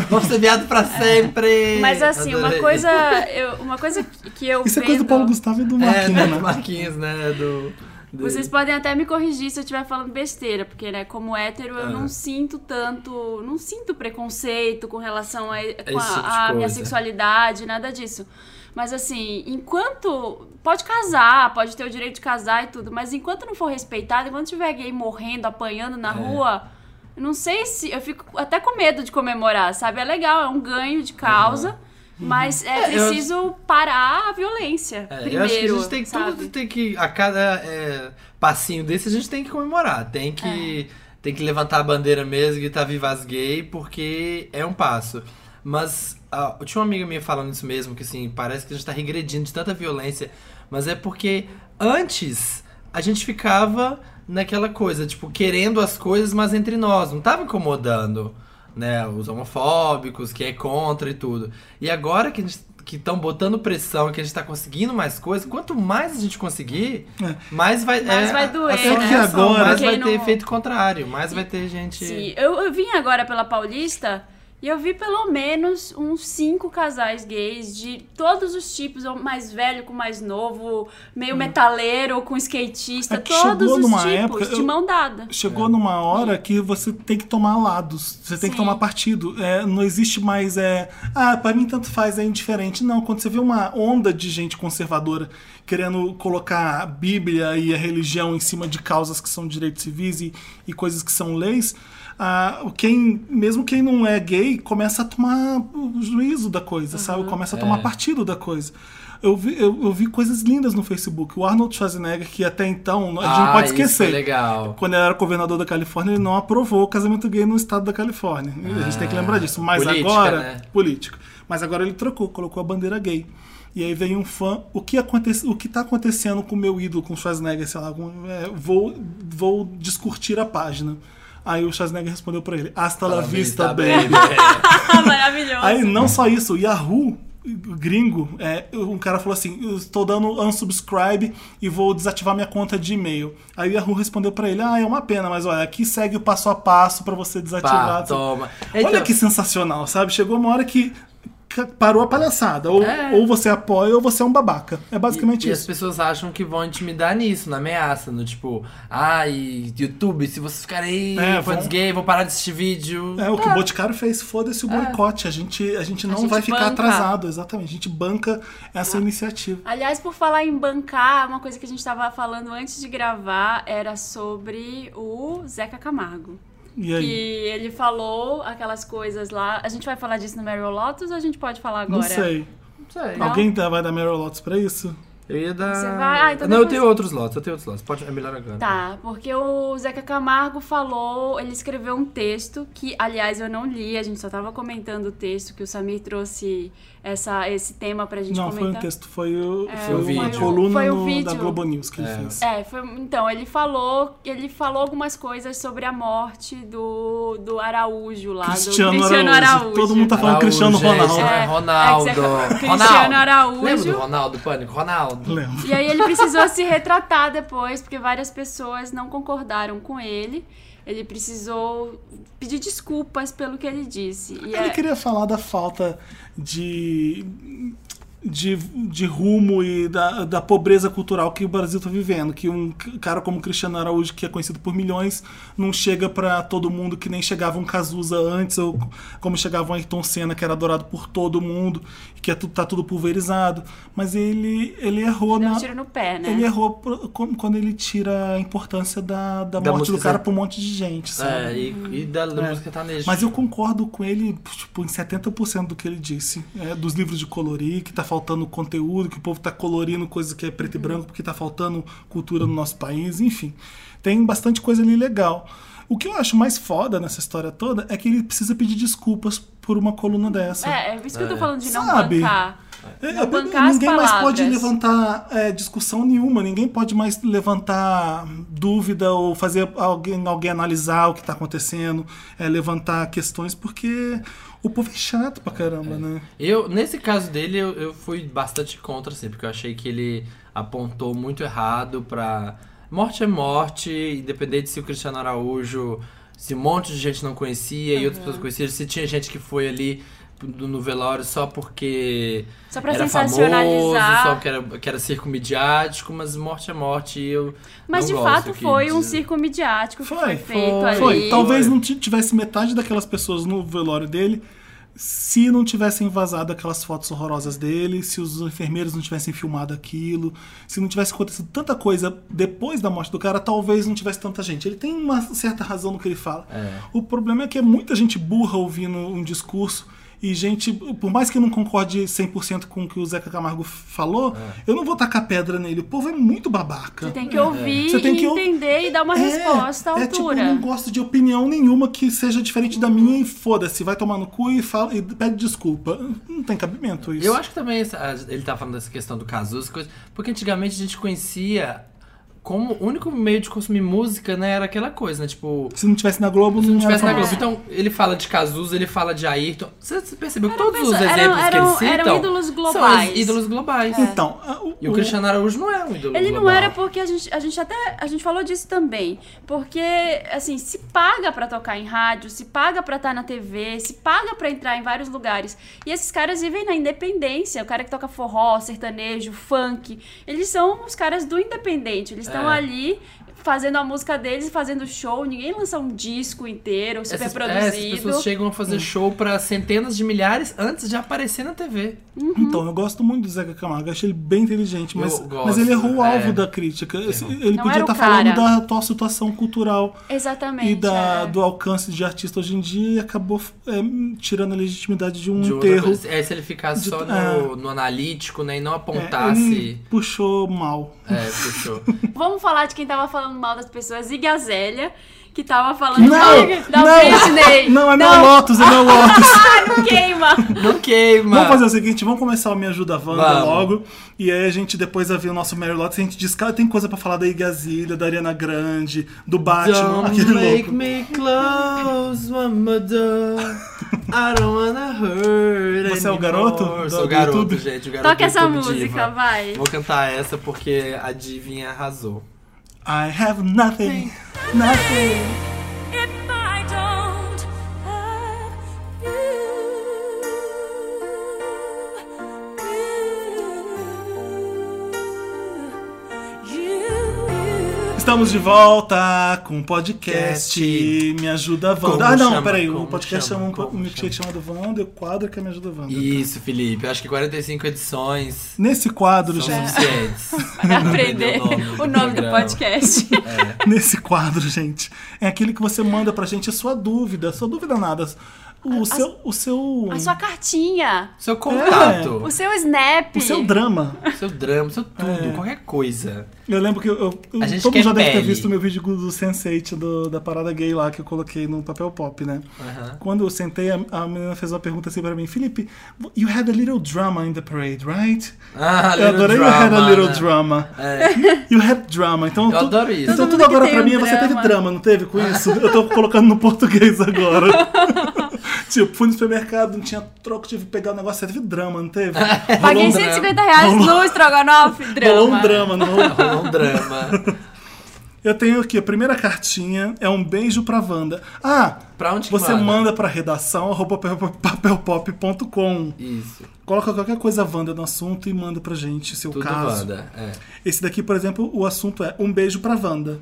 S2: Vamos ser viado pra sempre!
S3: Mas assim, uma
S2: Adorei.
S3: coisa, eu- uma coisa que eu
S1: Isso é
S3: vendo...
S1: coisa do Paulo Gustavo e do
S2: É,
S1: Marquinhos,
S2: né,
S1: né?
S2: do Marquinhos, né? Do, do-
S3: Vocês podem até me corrigir se eu estiver falando besteira, porque, né, como hétero,
S2: Ah.
S3: eu não sinto tanto. Não sinto preconceito com relação a, com
S2: tipo de
S3: a, a minha
S2: coisa.
S3: sexualidade, nada disso. Mas assim, enquanto. Pode casar, pode ter o direito de casar e tudo, mas enquanto não for respeitado, enquanto tiver gay morrendo, apanhando
S2: É.
S3: na rua. eu Não sei se. Eu fico até com medo de comemorar, sabe? É legal, é um ganho de causa, mas é
S2: eu-
S3: preciso parar a violência.
S2: É,
S3: primeiro,
S2: eu acho que a gente tem que
S3: sabe?
S2: tudo tem que a cada é, passinho desse a gente tem que comemorar, tem que
S3: É.
S2: tem que levantar a bandeira mesmo, gritar vivas gay, porque é um passo. Mas ah, eu tinha uma amiga minha falando isso mesmo que assim, parece que a gente tá regredindo de tanta violência, mas é porque antes a gente ficava naquela coisa, tipo, querendo as coisas, mas entre nós, não tava incomodando, né, os homofóbicos, que é contra e tudo. E agora que a gente que estão botando pressão, que a gente tá conseguindo mais coisas, quanto mais a gente conseguir, mais vai
S3: Mais
S2: é,
S3: vai
S2: a
S3: doer,
S2: sua
S1: né?
S2: reação,
S1: Porque agora-
S2: mais vai
S3: Quem
S2: ter
S3: não-
S2: efeito contrário, mais vai ter gente
S3: Sim, eu, eu vim agora pela Paulista e eu vi pelo menos uns cinco casais gays de todos os tipos, o mais velho com o mais novo, meio metaleiro com skatista,
S1: É Hum. que
S3: todos
S1: chegou
S3: os
S1: numa
S3: tipos,
S1: época,
S3: de
S1: eu-
S3: mão dada.
S2: É.
S1: Chegou numa hora que você tem que tomar lados, você tem que
S3: Sim.
S1: tomar partido. É, não existe mais, é, ah, pra mim tanto faz, é indiferente. Não, quando você vê uma onda de gente conservadora querendo colocar a Bíblia e a religião em cima de causas que são direitos civis e, e coisas que são leis, ah, quem, mesmo quem não é gay começa a tomar o juízo da coisa, sabe? Começa a
S2: É.
S1: tomar partido da coisa. Eu vi, eu, eu vi coisas lindas no Facebook. O Arnold Schwarzenegger, que até então, a gente não
S2: Ah,
S1: pode
S2: isso é
S1: esquecer
S2: legal.
S1: quando ele era governador da Califórnia, ele não aprovou o casamento gay no estado da Califórnia. a gente tem que lembrar disso. Mas
S2: Ah, política,
S1: agora.
S2: né?
S1: Político. Mas agora ele trocou, colocou a bandeira gay. E aí veio um fã. O que, aconte... o que tá acontecendo com o meu ídolo, com o Schwarzenegger, sei lá, com- é, vou, vou descurtir a página. Aí o Schwarzenegger respondeu pra ele: Hasta la vista,
S2: tá é
S1: né? baby.
S2: né?
S3: Ah, maravilhoso.
S1: Aí não só isso, o Yahoo o gringo, é, um cara falou assim, eu estou dando unsubscribe e vou desativar minha conta de e-mail. Aí o Yahoo respondeu pra ele, ah, é uma pena, mas olha, aqui segue o passo a passo pra você
S2: Pá,
S1: desativar.
S2: toma.
S1: Olha
S2: Então-
S1: que sensacional, sabe? Chegou uma hora que ca- parou a palhaçada. Ou, ou você apoia ou você é um babaca. É basicamente
S2: E as
S1: isso.
S2: pessoas acham que vão intimidar nisso, na ameaça, no tipo, ai, YouTube, se vocês ficarem aí,
S1: É,
S2: fãs
S1: vão-
S2: gay, vou parar de assistir vídeo.
S1: É, o que o Boticário fez, foda-se o boicote. A gente, a gente não
S3: gente
S1: vai ficar
S3: banca.
S1: atrasado, exatamente. A gente banca essa iniciativa.
S3: Aliás, por falar em bancar, uma coisa que a gente tava falando antes de gravar era sobre o Zeca Camargo.
S1: E aí?
S3: Que ele falou aquelas coisas lá. A gente vai falar disso no Meryl Lotus ou a gente pode falar agora?
S1: Não sei.
S2: Não sei.
S3: Não.
S1: Alguém dá- vai dar Meryl Lotus pra isso?
S2: Eu ia dar.
S3: Você vai- ah, então
S2: Não, eu
S3: depois-
S2: tenho outros lotes, eu tenho outros lotes. Pode... É melhor agora.
S3: Tá, porque o Zeca Camargo falou, ele escreveu um texto que, aliás, eu não li, a gente só tava comentando o texto que o Samir trouxe essa, esse tema pra gente
S1: Não,
S3: comentar.
S1: foi um texto, foi, o, foi
S2: um
S1: uma
S2: vídeo.
S1: coluna
S3: Foi um
S1: no-
S3: vídeo.
S1: da Globo News que ele fez.
S3: É, foi, então, ele falou, ele falou algumas coisas sobre a morte do, do Araújo lá, do Cristiano Araújo.
S1: Todo mundo tá falando
S2: Araújo,
S1: Cristiano
S2: gente,
S1: Ronaldo.
S2: né?
S3: É,
S2: Ronaldo.
S3: é que você-
S2: Ronaldo.
S3: Cristiano Araújo.
S2: Lembra do Ronaldo Pânico? Ronaldo.
S1: Lembro.
S3: E aí ele precisou se retratar depois, porque várias pessoas não concordaram com ele. Ele precisou pedir desculpas pelo que ele disse. E
S1: Ele
S3: é-
S1: queria falar da falta de. De, de rumo e da, da pobreza cultural que o Brasil tá vivendo. Que um c- cara como Cristiano Araújo, que é conhecido por milhões, não chega pra todo mundo que nem chegava um Cazuza antes, ou como chegava um Ayrton Senna, que era adorado por todo mundo, que é tu- tá tudo pulverizado. Mas ele, ele errou
S3: Deu um
S1: na,
S3: tiro no pé, né?
S1: Ele errou pro- com- quando ele tira a importância da, da,
S2: Da
S1: morte do
S2: música,
S1: cara
S2: né?
S1: pra um monte de gente, sabe?
S2: É, e, e da música tá nele.
S1: Mas eu concordo com ele, tipo, em 70% do que ele disse. É, dos livros de colorir, que tá faltando conteúdo, que o povo tá colorindo coisa que é preto e branco, porque tá faltando cultura no nosso país, enfim. Tem bastante coisa ali legal. O que eu acho mais foda nessa história toda é que ele precisa pedir desculpas por uma coluna dessa.
S3: É, é isso que eu tô falando de não
S1: Sabe?
S3: bancar.
S1: É,
S3: Não
S1: a-
S3: bancar as
S1: ninguém mais pode
S3: palavras.
S1: levantar é, discussão nenhuma, ninguém pode mais levantar dúvida ou fazer alguém, alguém analisar o que está acontecendo, é, levantar questões, porque o povo é chato pra caramba, né?
S2: Eu, nesse caso dele, eu, eu fui bastante contra, assim, porque eu achei que ele apontou muito errado pra. Morte é morte, independente se o Cristiano Araújo, se um monte de gente não conhecia e outras
S3: Uhum.
S2: pessoas conheciam, se tinha gente que foi ali no no velório só porque
S3: Só pra
S2: era famoso,
S3: sensacionalizar.
S2: só que era, que era circo midiático, mas morte é morte e eu.
S3: Mas
S2: não
S3: de
S2: gosto
S3: fato
S2: que
S3: foi um
S2: diz-
S3: circo midiático que
S1: Foi,
S3: foi, feito ali.
S1: Foi, talvez
S2: Foi.
S1: não ti- tivesse metade daquelas pessoas no velório dele se não tivessem vazado aquelas fotos horrorosas dele, se os enfermeiros não tivessem filmado aquilo, se não tivesse acontecido tanta coisa depois da morte do cara, talvez não tivesse tanta gente. Ele tem uma certa razão no que ele fala. O problema é que é muita gente burra ouvindo um discurso e gente, por mais que eu não concorde 100% com o que o Zeca Camargo falou, eu não vou tacar pedra nele. O povo é muito babaca.
S3: Você tem que ouvir
S1: Você tem
S3: e
S1: que ou-
S3: entender e dar uma
S1: É,
S3: resposta à
S1: É tipo,
S3: altura.
S1: eu não gosto de opinião nenhuma que seja diferente da minha e foda-se, vai tomar no cu e, fala, e pede desculpa. Não tem cabimento isso.
S2: Eu acho que também essa- ele tá falando dessa questão do Cazuza, coisa, porque antigamente a gente conhecia como o único meio de consumir música, né, era aquela coisa, né, tipo...
S1: Se não tivesse na Globo,
S2: Se não
S1: era
S2: tivesse na Globo.
S1: famoso.
S2: Então, ele fala de Cazuza, ele fala de Ayrton. Você você percebeu que
S3: Eram
S2: todos os
S3: pessoas-
S2: exemplos
S3: eram-
S2: que ele
S3: eram-
S2: cita
S3: eram ídolos
S2: São
S3: globais. É.
S2: os ídolos globais.
S1: Então, a- o,
S2: É. E o Cristiano Araújo não é um ídolo
S3: Ele
S2: global.
S3: não era porque a gente, a gente até a gente falou disso também, porque assim se paga pra tocar em rádio, se paga pra estar na TV, se paga pra entrar em vários lugares. E esses caras vivem na independência. O cara que toca forró, sertanejo, funk, eles são os caras do independente. Eles estão
S2: É.
S3: ali fazendo a música deles, fazendo show. Ninguém lança um disco inteiro super
S2: Essas, é, essas
S3: produzido.
S2: pessoas chegam a fazer show pra centenas de milhares antes de aparecer na TV.
S1: Então, eu gosto muito do Zeca Camargo, acho ele bem inteligente, mas,
S2: Eu gosto,
S1: mas ele errou o
S2: é.
S1: alvo da crítica. Esse- Ele
S3: Não
S1: podia
S3: era o
S1: estar falando
S3: cara.
S1: da atual situação cultural
S3: Exatamente.
S1: e da,
S3: é.
S1: do alcance de artista hoje em dia e acabou é, tirando a legitimidade de um
S2: De outra
S1: enterro.
S2: coisa. É, se ele ficasse
S1: De-
S2: só
S1: é.
S2: no, no analítico, né, e não
S1: É,
S2: apontasse...
S1: ele puxou mal.
S2: É, puxou.
S3: Vamos falar de quem tava falando mal das pessoas e Gazélia, que tava falando
S1: Não,
S3: mal da
S1: não,
S3: um Britney.
S1: Não, é meu Lotus, é meu Lotus.
S3: Ai, não queima.
S2: Não queima.
S1: Vamos fazer o seguinte, vamos começar o Me Ajuda Wanda
S2: Vamos.
S1: logo. E aí a gente depois vai ver o nosso Mary Lotus e a gente diz, cara, tem coisa pra falar da Igazilha, da Ariana Grande, do um Batman,
S2: Don't
S1: aquele
S2: make
S1: louco.
S2: me close one more door. I don't wanna hurt
S1: Você é o
S2: anymore.
S1: garoto do-
S2: Sou
S1: do
S2: o garoto,
S1: YouTube?
S2: gente. O garoto
S3: Toca
S2: do
S3: essa
S2: YouTube
S3: música,
S2: Diva.
S3: vai.
S2: Vou cantar essa porque a divinha arrasou.
S1: I have nothing, nothing.
S5: If I don't have you, you, you.
S1: Estamos de volta com o podcast
S2: Cast.
S1: Me Ajuda Wanda.
S2: Como
S1: Ah, não,
S2: chama?
S1: peraí, o
S2: Como
S1: podcast
S2: chama?
S1: chama, um,
S2: Como
S1: o milkshake chama do Wanda e o quadro que é Me Ajuda Wanda.
S2: Isso, Felipe. Eu acho que 45 edições
S1: Nesse quadro,
S2: são
S1: gente,
S2: suficientes.
S3: Pra
S2: Pra
S3: aprender o nome do
S2: programa.
S3: podcast.
S2: um-
S1: nesse quadro, gente, é aquele que você manda pra gente a sua dúvida, a sua dúvida nada. O seu. O seu...
S3: A sua cartinha,
S1: É.
S2: Seu contato,
S3: o seu snap.
S1: O seu drama.
S2: seu drama, seu tudo,
S1: É.
S2: qualquer coisa.
S1: Eu lembro que eu, eu-
S2: A gente
S1: todo mundo
S2: quer
S1: já deve ter
S2: pele.
S1: visto meu vídeo do Sense8 do- da parada gay lá que eu coloquei no papel pop, né?
S2: Aham.
S1: Quando eu sentei, a, a menina fez uma pergunta assim pra mim: Felipe, you had a little drama in the parade, right?
S2: Ah,
S1: eu
S2: little
S1: adorei
S2: drama,
S1: you had a little
S2: né?
S1: drama.
S2: É.
S1: You had drama. Então,
S2: Eu adoro isso.
S1: Então
S3: Todo
S1: tudo
S3: mundo que
S1: agora
S3: tem
S1: pra mim
S3: um
S1: é você teve
S3: drama.
S1: drama, não teve com isso? Eu tô colocando no português agora. tipo, fui no supermercado, não tinha troco, tive que pegar o negócio, você teve drama, não teve?
S3: Paguei
S2: Rolou um
S3: 150 reais
S1: Rolou-
S3: no estrogonofe,
S1: Rolou
S3: drama.
S1: um drama, não rolou?
S2: Rolou um drama.
S1: Eu tenho aqui a primeira cartinha, é um beijo pra Wanda. Ah,
S2: Pra onde que
S1: você
S2: manda?
S1: manda pra redação arroba papel- papelpop.com.
S2: Isso.
S1: Coloca qualquer coisa Wanda no assunto e manda pra gente seu
S2: Tudo
S1: caso.
S2: Wanda. É.
S1: Esse daqui, por exemplo, o assunto é um beijo pra Wanda.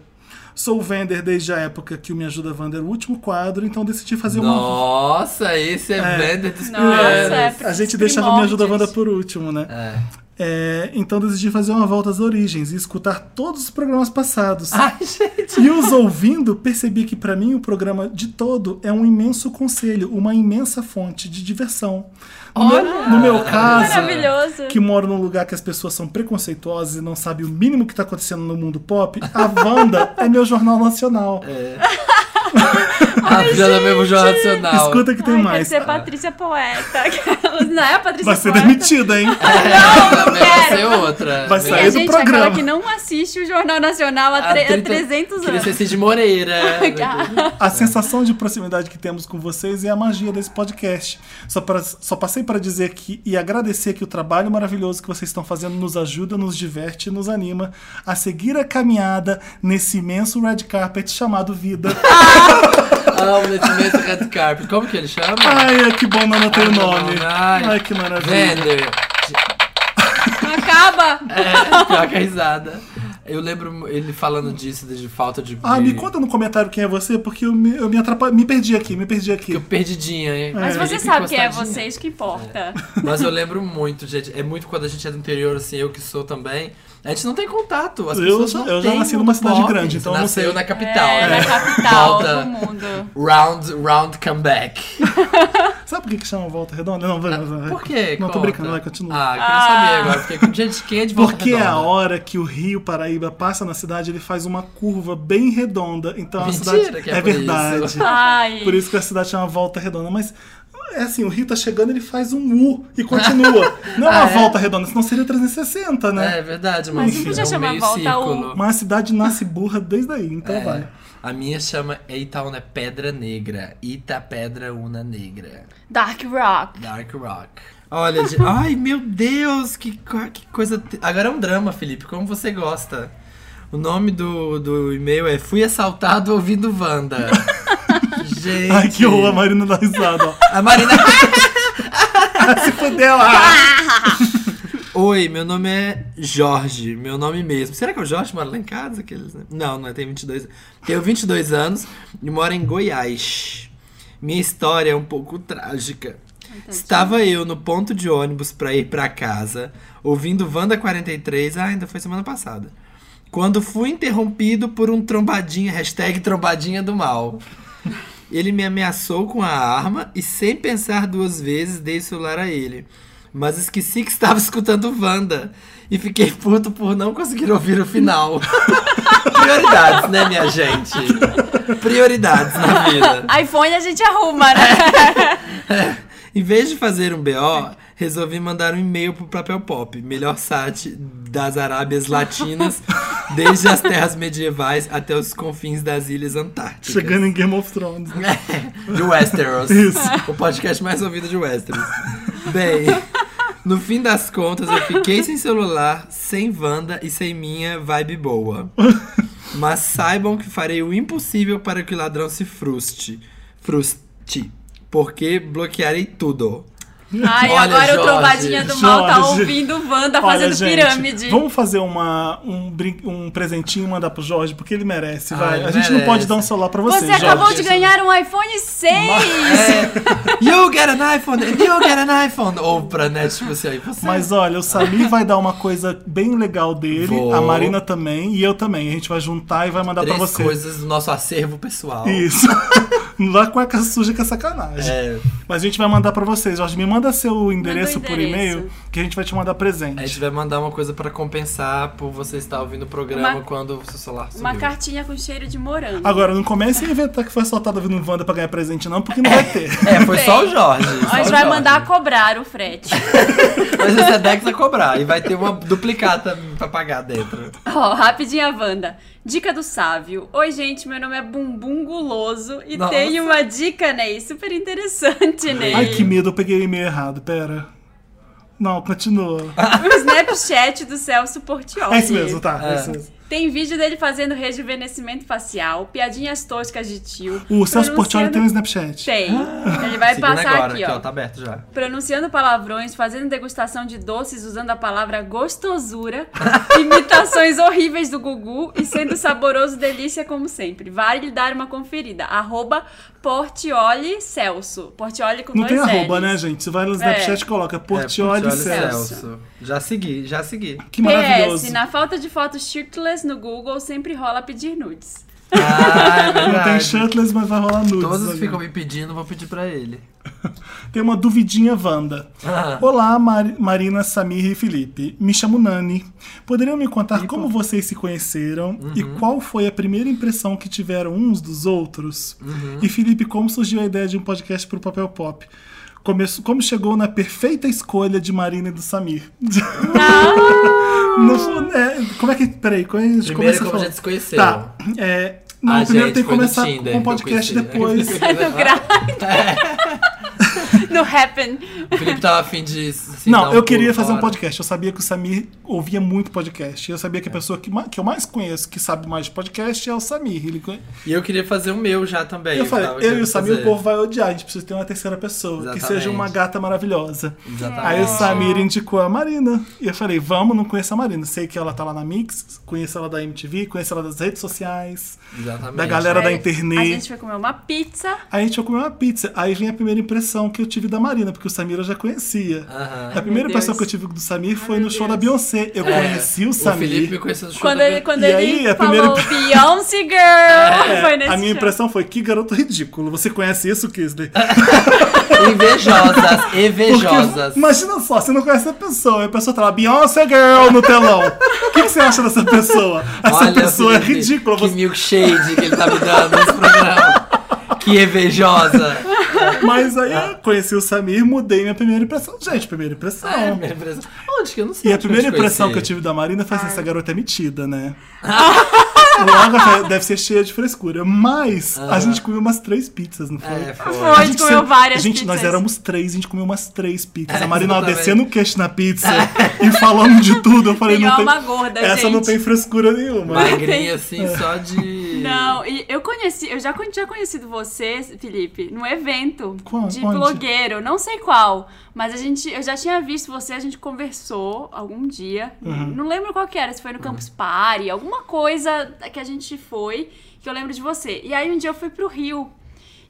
S1: Sou vender desde a época que o Me Ajuda Wanda era o último quadro, então decidi fazer uma.
S2: Nossa, esse é, vender dos
S3: Nossa, é
S2: primeiros.
S1: A gente deixava o Me Ajuda Wanda
S3: primórdios.
S1: por último, né?
S2: É.
S1: É, então decidi fazer uma volta às origens e escutar todos os programas passados.
S2: Ai, gente.
S1: E os ouvindo, percebi que pra mim o programa de todo é um imenso conselho, uma imensa fonte de diversão. No, meu, no meu caso,
S3: Maravilhoso.
S1: que moro num lugar que as pessoas são preconceituosas e não sabem o mínimo que tá acontecendo no mundo pop, a Wanda é meu jornal nacional.
S2: A filha da mesmo jornal nacional.
S1: Escuta que tem
S3: Tá Ai,
S1: mais.
S3: Quer ser Patrícia Poeta. Aquelas- Não é a Patrícia
S1: Vai ser
S3: Poeta.
S1: demitida, hein?
S2: Ela mesmo É, vai
S3: quero.
S2: ser outra.
S1: Vai
S3: E
S1: sair
S3: a
S1: do
S3: gente, é
S1: programa.
S3: aquela que não assiste o Jornal Nacional há,
S2: Há
S3: tre-
S2: 30
S3: há 300
S2: Queria
S3: anos.
S2: ser Cid Moreira.
S1: A sensação de proximidade que temos com vocês é a magia desse podcast. Só, pra- só passei para dizer que e agradecer que o trabalho maravilhoso que vocês estão fazendo nos ajuda, nos diverte e nos anima a seguir a caminhada nesse imenso red carpet chamado vida.
S2: Amo Nascimento Red Carpet. Como que ele chama?
S1: Ai, que bom, não anotei o nome.
S2: Ai.
S1: Ai, que maravilha.
S2: Vender.
S3: Não acaba!
S2: É, pior que a risada. Eu lembro ele falando disso, de falta de.
S1: Ah, me
S2: de-
S1: conta no comentário quem é você, porque eu me, eu me atrapa- me perdi aqui, me perdi
S2: que eu
S1: aqui.
S2: perdidinha, hein?
S3: Mas
S2: É.
S3: você
S2: Felipe
S3: sabe quem é
S2: encostadinha.
S3: você, isso que importa.
S2: Mas eu lembro muito, gente. É muito quando a gente é do interior, assim, eu que sou também. A gente não tem contato. As
S1: Eu
S2: pessoas
S1: já-
S2: não
S1: eu já
S2: têm
S1: nasci
S2: um
S1: numa cidade
S2: nome.
S1: grande, então eu não
S2: Nasceu
S1: sei.
S2: na capital.
S3: é,
S2: né?
S3: na capital
S2: Volta.
S3: do mundo.
S2: Round, round comeback.
S1: Sabe por que, que chama Volta Redonda? Não, vai, vai, vai.
S2: Ah, Por quê?
S1: Não,
S2: Conta.
S1: tô brincando, vai, continua.
S2: Ah, queria saber agora. Fiquei com gente que é de volta
S1: Porque a
S2: redonda.
S1: hora que o Rio Paraíba passa na cidade, ele faz uma curva bem redonda. Então
S2: Mentira
S1: a cidade
S2: que é por
S1: verdade.
S2: isso.
S3: Ai.
S1: Por isso que a cidade chama Volta Redonda, mas é assim, o Rio tá chegando, ele faz um U e continua. Não é
S2: Ah,
S1: uma
S2: é?
S1: volta redonda, senão seria 360, né?
S2: É verdade,
S3: Mas
S2: mas
S3: não podia
S2: é um
S3: chamar
S2: meio
S3: volta
S2: círculo.
S1: Mas a cidade nasce burra desde aí, então
S2: É.
S1: vai.
S2: A minha chama Eitaúna Pedra Negra. Ita Pedra Una Negra.
S3: Dark Rock.
S2: Dark Rock. Olha, gente. Ai, meu Deus, que, co- que coisa. te- Agora é um drama, Felipe, como você gosta. O nome do, do e-mail é Fui Assaltado Ouvindo Wanda. gente.
S1: Ai, que horror, a Marina dá risada, ó.
S2: A Marina.
S1: Se fudeu! ah!
S2: Oi, meu nome é Jorge, meu nome mesmo. Será que é o Jorge mora lá em casa? Aqueles, né? Não, não é, tem 22 Tenho 22 anos e moro em Goiás. Minha história é um pouco trágica. Estava eu no ponto de ônibus para ir para casa, ouvindo Wanda 43, ah, ainda foi semana passada. Quando fui interrompido por um trombadinha, hashtag trombadinha do mal. Ele me ameaçou com a arma e, sem pensar duas vezes, dei o celular a ele. Mas esqueci que estava escutando Wanda. E fiquei puto por não conseguir ouvir o final. Prioridades, né, minha gente? Prioridades na vida.
S3: iPhone a gente arruma,
S2: É.
S3: né?
S2: Em vez de fazer um BO, resolvi mandar um e-mail pro Papel Pop, melhor site das Arábias Latinas, desde as terras medievais até os confins das Ilhas Antárticas.
S1: Chegando em Game of Thrones.
S2: De Westeros.
S1: Isso.
S2: O podcast mais ouvido de Westeros. Bem, no fim das contas, eu fiquei sem celular, sem Wanda e sem minha vibe boa. Mas saibam que farei o impossível para que o ladrão se fruste. Fruste. Porque bloquearei tudo.
S3: Ai,
S2: Olha,
S3: agora o
S2: Jorge,
S3: trombadinha do mal tá
S1: Jorge.
S3: ouvindo Wanda
S1: Olha,
S3: fazendo
S1: gente,
S3: pirâmide.
S1: Vamos fazer uma, um, brin- um presentinho e mandar pro Jorge, porque ele merece, vai.
S2: Ah, ele
S1: a gente não
S2: merece. é
S1: pode dar um celular pra você,
S3: Você
S1: Jorge.
S3: acabou de ganhar um iPhone 6!
S2: You get an iPhone! You get an iPhone! Ou pra né, tipo assim, aí você.
S1: Mas olha, o Samir vai dar uma coisa bem legal dele,
S2: Vou.
S1: a Marina também e eu também. A gente vai juntar e vai mandar pra
S2: três
S1: você.
S2: coisas do nosso acervo pessoal.
S1: Isso. Não dá cueca suja que é sacanagem.
S2: É,
S1: Mas a gente vai mandar pra vocês. Jorge, me manda seu endereço, por
S3: endereço.
S1: e-mail que a gente vai te mandar
S2: a gente
S1: presente.
S2: vai mandar uma coisa pra compensar por você estar ouvindo o programa
S3: Uma-
S2: quando o seu celular subiu.
S3: Uma cartinha com cheiro de
S2: É.
S3: morango.
S1: Agora, não comece a inventar que foi assaltado vindo um Wanda pra ganhar presente, não, porque não vai ter.
S2: É, foi
S3: Tem.
S2: só o Jorge. só
S3: a gente
S2: o
S3: vai
S2: Jorge.
S3: mandar cobrar o frete.
S2: Mas esse é Dex a cobrar. E vai ter uma duplicata pra pagar dentro.
S3: Ó, rapidinho a Wanda. Dica do Sávio. Oi, gente, meu nome é Bumbum Guloso e
S2: Nossa.
S3: tem uma dica, Ney, super interessante, Ney.
S1: Ai, que medo, eu peguei o e-mail errado, pera. Não, continua.
S2: Ah,
S3: O Snapchat do Celso Portioli.
S1: É isso mesmo, tá. é
S2: É.
S1: isso mesmo.
S3: Tem vídeo dele fazendo rejuvenescimento facial, piadinhas toscas de tio.
S1: O Celso Portioli tem um
S3: pronunciando-
S1: Snapchat. Ah,
S3: Tem. Ele vai
S2: Seguindo
S3: passar
S2: agora,
S3: aqui, ó.
S2: Tá aberto
S1: É,
S2: já.
S3: Pronunciando palavrões, fazendo degustação de doces usando a palavra gostosura, imitações horríveis do Gugu e sendo saboroso delícia como sempre. Vale dar uma conferida. Arroba Portioli Celso. Portioli com
S1: Não tem
S3: dois
S1: arroba,
S3: L's.
S1: né, gente? Você vai no Snapchat e coloca Portioli
S2: É,
S1: Celso.
S2: Já segui, já segui.
S3: É,
S1: Que maravilhoso.
S3: PS, na falta de fotos shirtless no Google, sempre rola pedir nudes.
S2: Ah, é
S1: Não tem
S2: verdade.
S1: shirtless, mas vai rolar nudes.
S2: Todos
S1: ali.
S2: ficam me pedindo, vou pedir pra ele.
S1: Tem uma duvidinha Wanda.
S2: Ah.
S1: Olá, Mar- Marina, Samir e Felipe. Me chamo Nani. Poderiam me contar como vocês se conheceram e
S2: Uhum.
S1: qual foi a primeira impressão que tiveram uns dos outros?
S2: Uhum.
S1: E Felipe, como surgiu a ideia de um podcast pro Papel Pop? Começo- como chegou na perfeita escolha de Marina e do Samir? No fu- é, como é que. Peraí, como é que a gente
S2: Primeiro,
S1: começa a
S2: como a
S1: falar?
S2: gente se conheceu.
S1: Tá. é, não,
S2: Ah,
S1: primeiro
S2: gente, foi
S1: tem que
S2: do
S1: começar
S2: Tinder
S1: com o
S2: que eu
S1: podcast
S2: conheci.
S1: depois.
S3: No grind. No happen.
S2: O Felipe tava afim de. assim, dar
S1: Não,
S2: um
S1: eu queria
S2: pulo
S1: fazer um
S2: fora.
S1: podcast. Eu sabia que o Samir ouvia muito podcast. Eu sabia que a
S2: É.
S1: pessoa que, ma- que eu mais conheço, que sabe mais de podcast, é o Samir. Ele conhe-
S2: E eu queria fazer o meu já também.
S1: eu falei,
S2: tava
S1: eu e
S2: querendo
S1: o Samir,
S2: fazer.
S1: o povo vai odiar. A gente precisa ter uma terceira pessoa, que seja
S2: Exatamente.
S1: uma gata maravilhosa.
S2: Exatamente.
S1: Aí o Samir indicou a Marina. E eu falei, vamos, não conheço a Marina. Sei que ela tá lá na Mix, conheço ela da MTV, conheço ela das redes sociais,
S2: Exatamente.
S1: da galera da internet.
S3: É, A gente foi comer uma pizza.
S1: Aí a gente foi comer uma pizza. Aí vem a primeira impressão que eu tive da Marina, porque o Samir eu já conhecia.
S2: Aham.
S1: A primeira
S3: Meu
S1: impressão
S3: Deus.
S1: que eu tive do Samir foi no show da Beyoncé. Eu conheci o
S2: É, O Felipe me
S1: Samir.
S2: conheceu do show
S3: Quando
S2: da
S3: ele,
S2: Beyoncé.
S3: quando
S1: E
S3: ele
S1: aí, a É,
S3: falou Beyoncé Girl. foi nesse
S1: a minha
S3: show.
S1: impressão foi, que garoto ridículo. Você conhece isso, Kisley?
S2: Invejosas, invejosas.
S1: Porque, imagina só, você não conhece a pessoa. E a pessoa tá lá, Beyoncé Girl no telão. O que, que você acha dessa pessoa? Essa
S2: Olha,
S1: pessoa é
S2: Felipe,
S1: ridícula.
S2: Que
S1: Você-
S2: milkshade que ele tá me dando nesse programa. Que invejosa.
S1: Mas aí
S2: Ah.
S1: eu conheci o Samir, mudei minha primeira impressão. Gente, primeira impressão.
S2: É, a primeira impressão. Onde que eu não sei?
S1: E a
S2: onde
S1: primeira
S2: eu te
S1: impressão que eu
S2: conheci.
S1: tive da Marina foi assim, essa garota é metida, né? Logo, ela deve ser cheia de frescura. Mas a gente comeu umas três pizzas, não foi?
S2: É, foi.
S3: Foi, a gente comeu
S1: sempre-
S3: várias
S1: Gente, nós
S3: pizzas.
S1: éramos três, a gente comeu umas três pizzas.
S2: É,
S1: a Marina ela
S2: exatamente.
S1: descendo o queixo na pizza e falando de tudo. Eu falei,
S3: Melhor
S1: não tem.
S3: uma gorda,
S1: essa
S3: gente.
S1: não tem frescura nenhuma.
S2: Magrinha assim, só de.
S3: Não, e eu conheci, eu já con- tinha conhecido você, Felipe, num evento
S1: Qual?
S3: de
S1: Onde?
S3: blogueiro, não sei qual, mas a gente, eu já tinha visto você, a gente conversou algum dia, não lembro qual que era, se foi no Campus Party, alguma coisa que a gente foi, que eu lembro de você. E aí um dia eu fui pro Rio.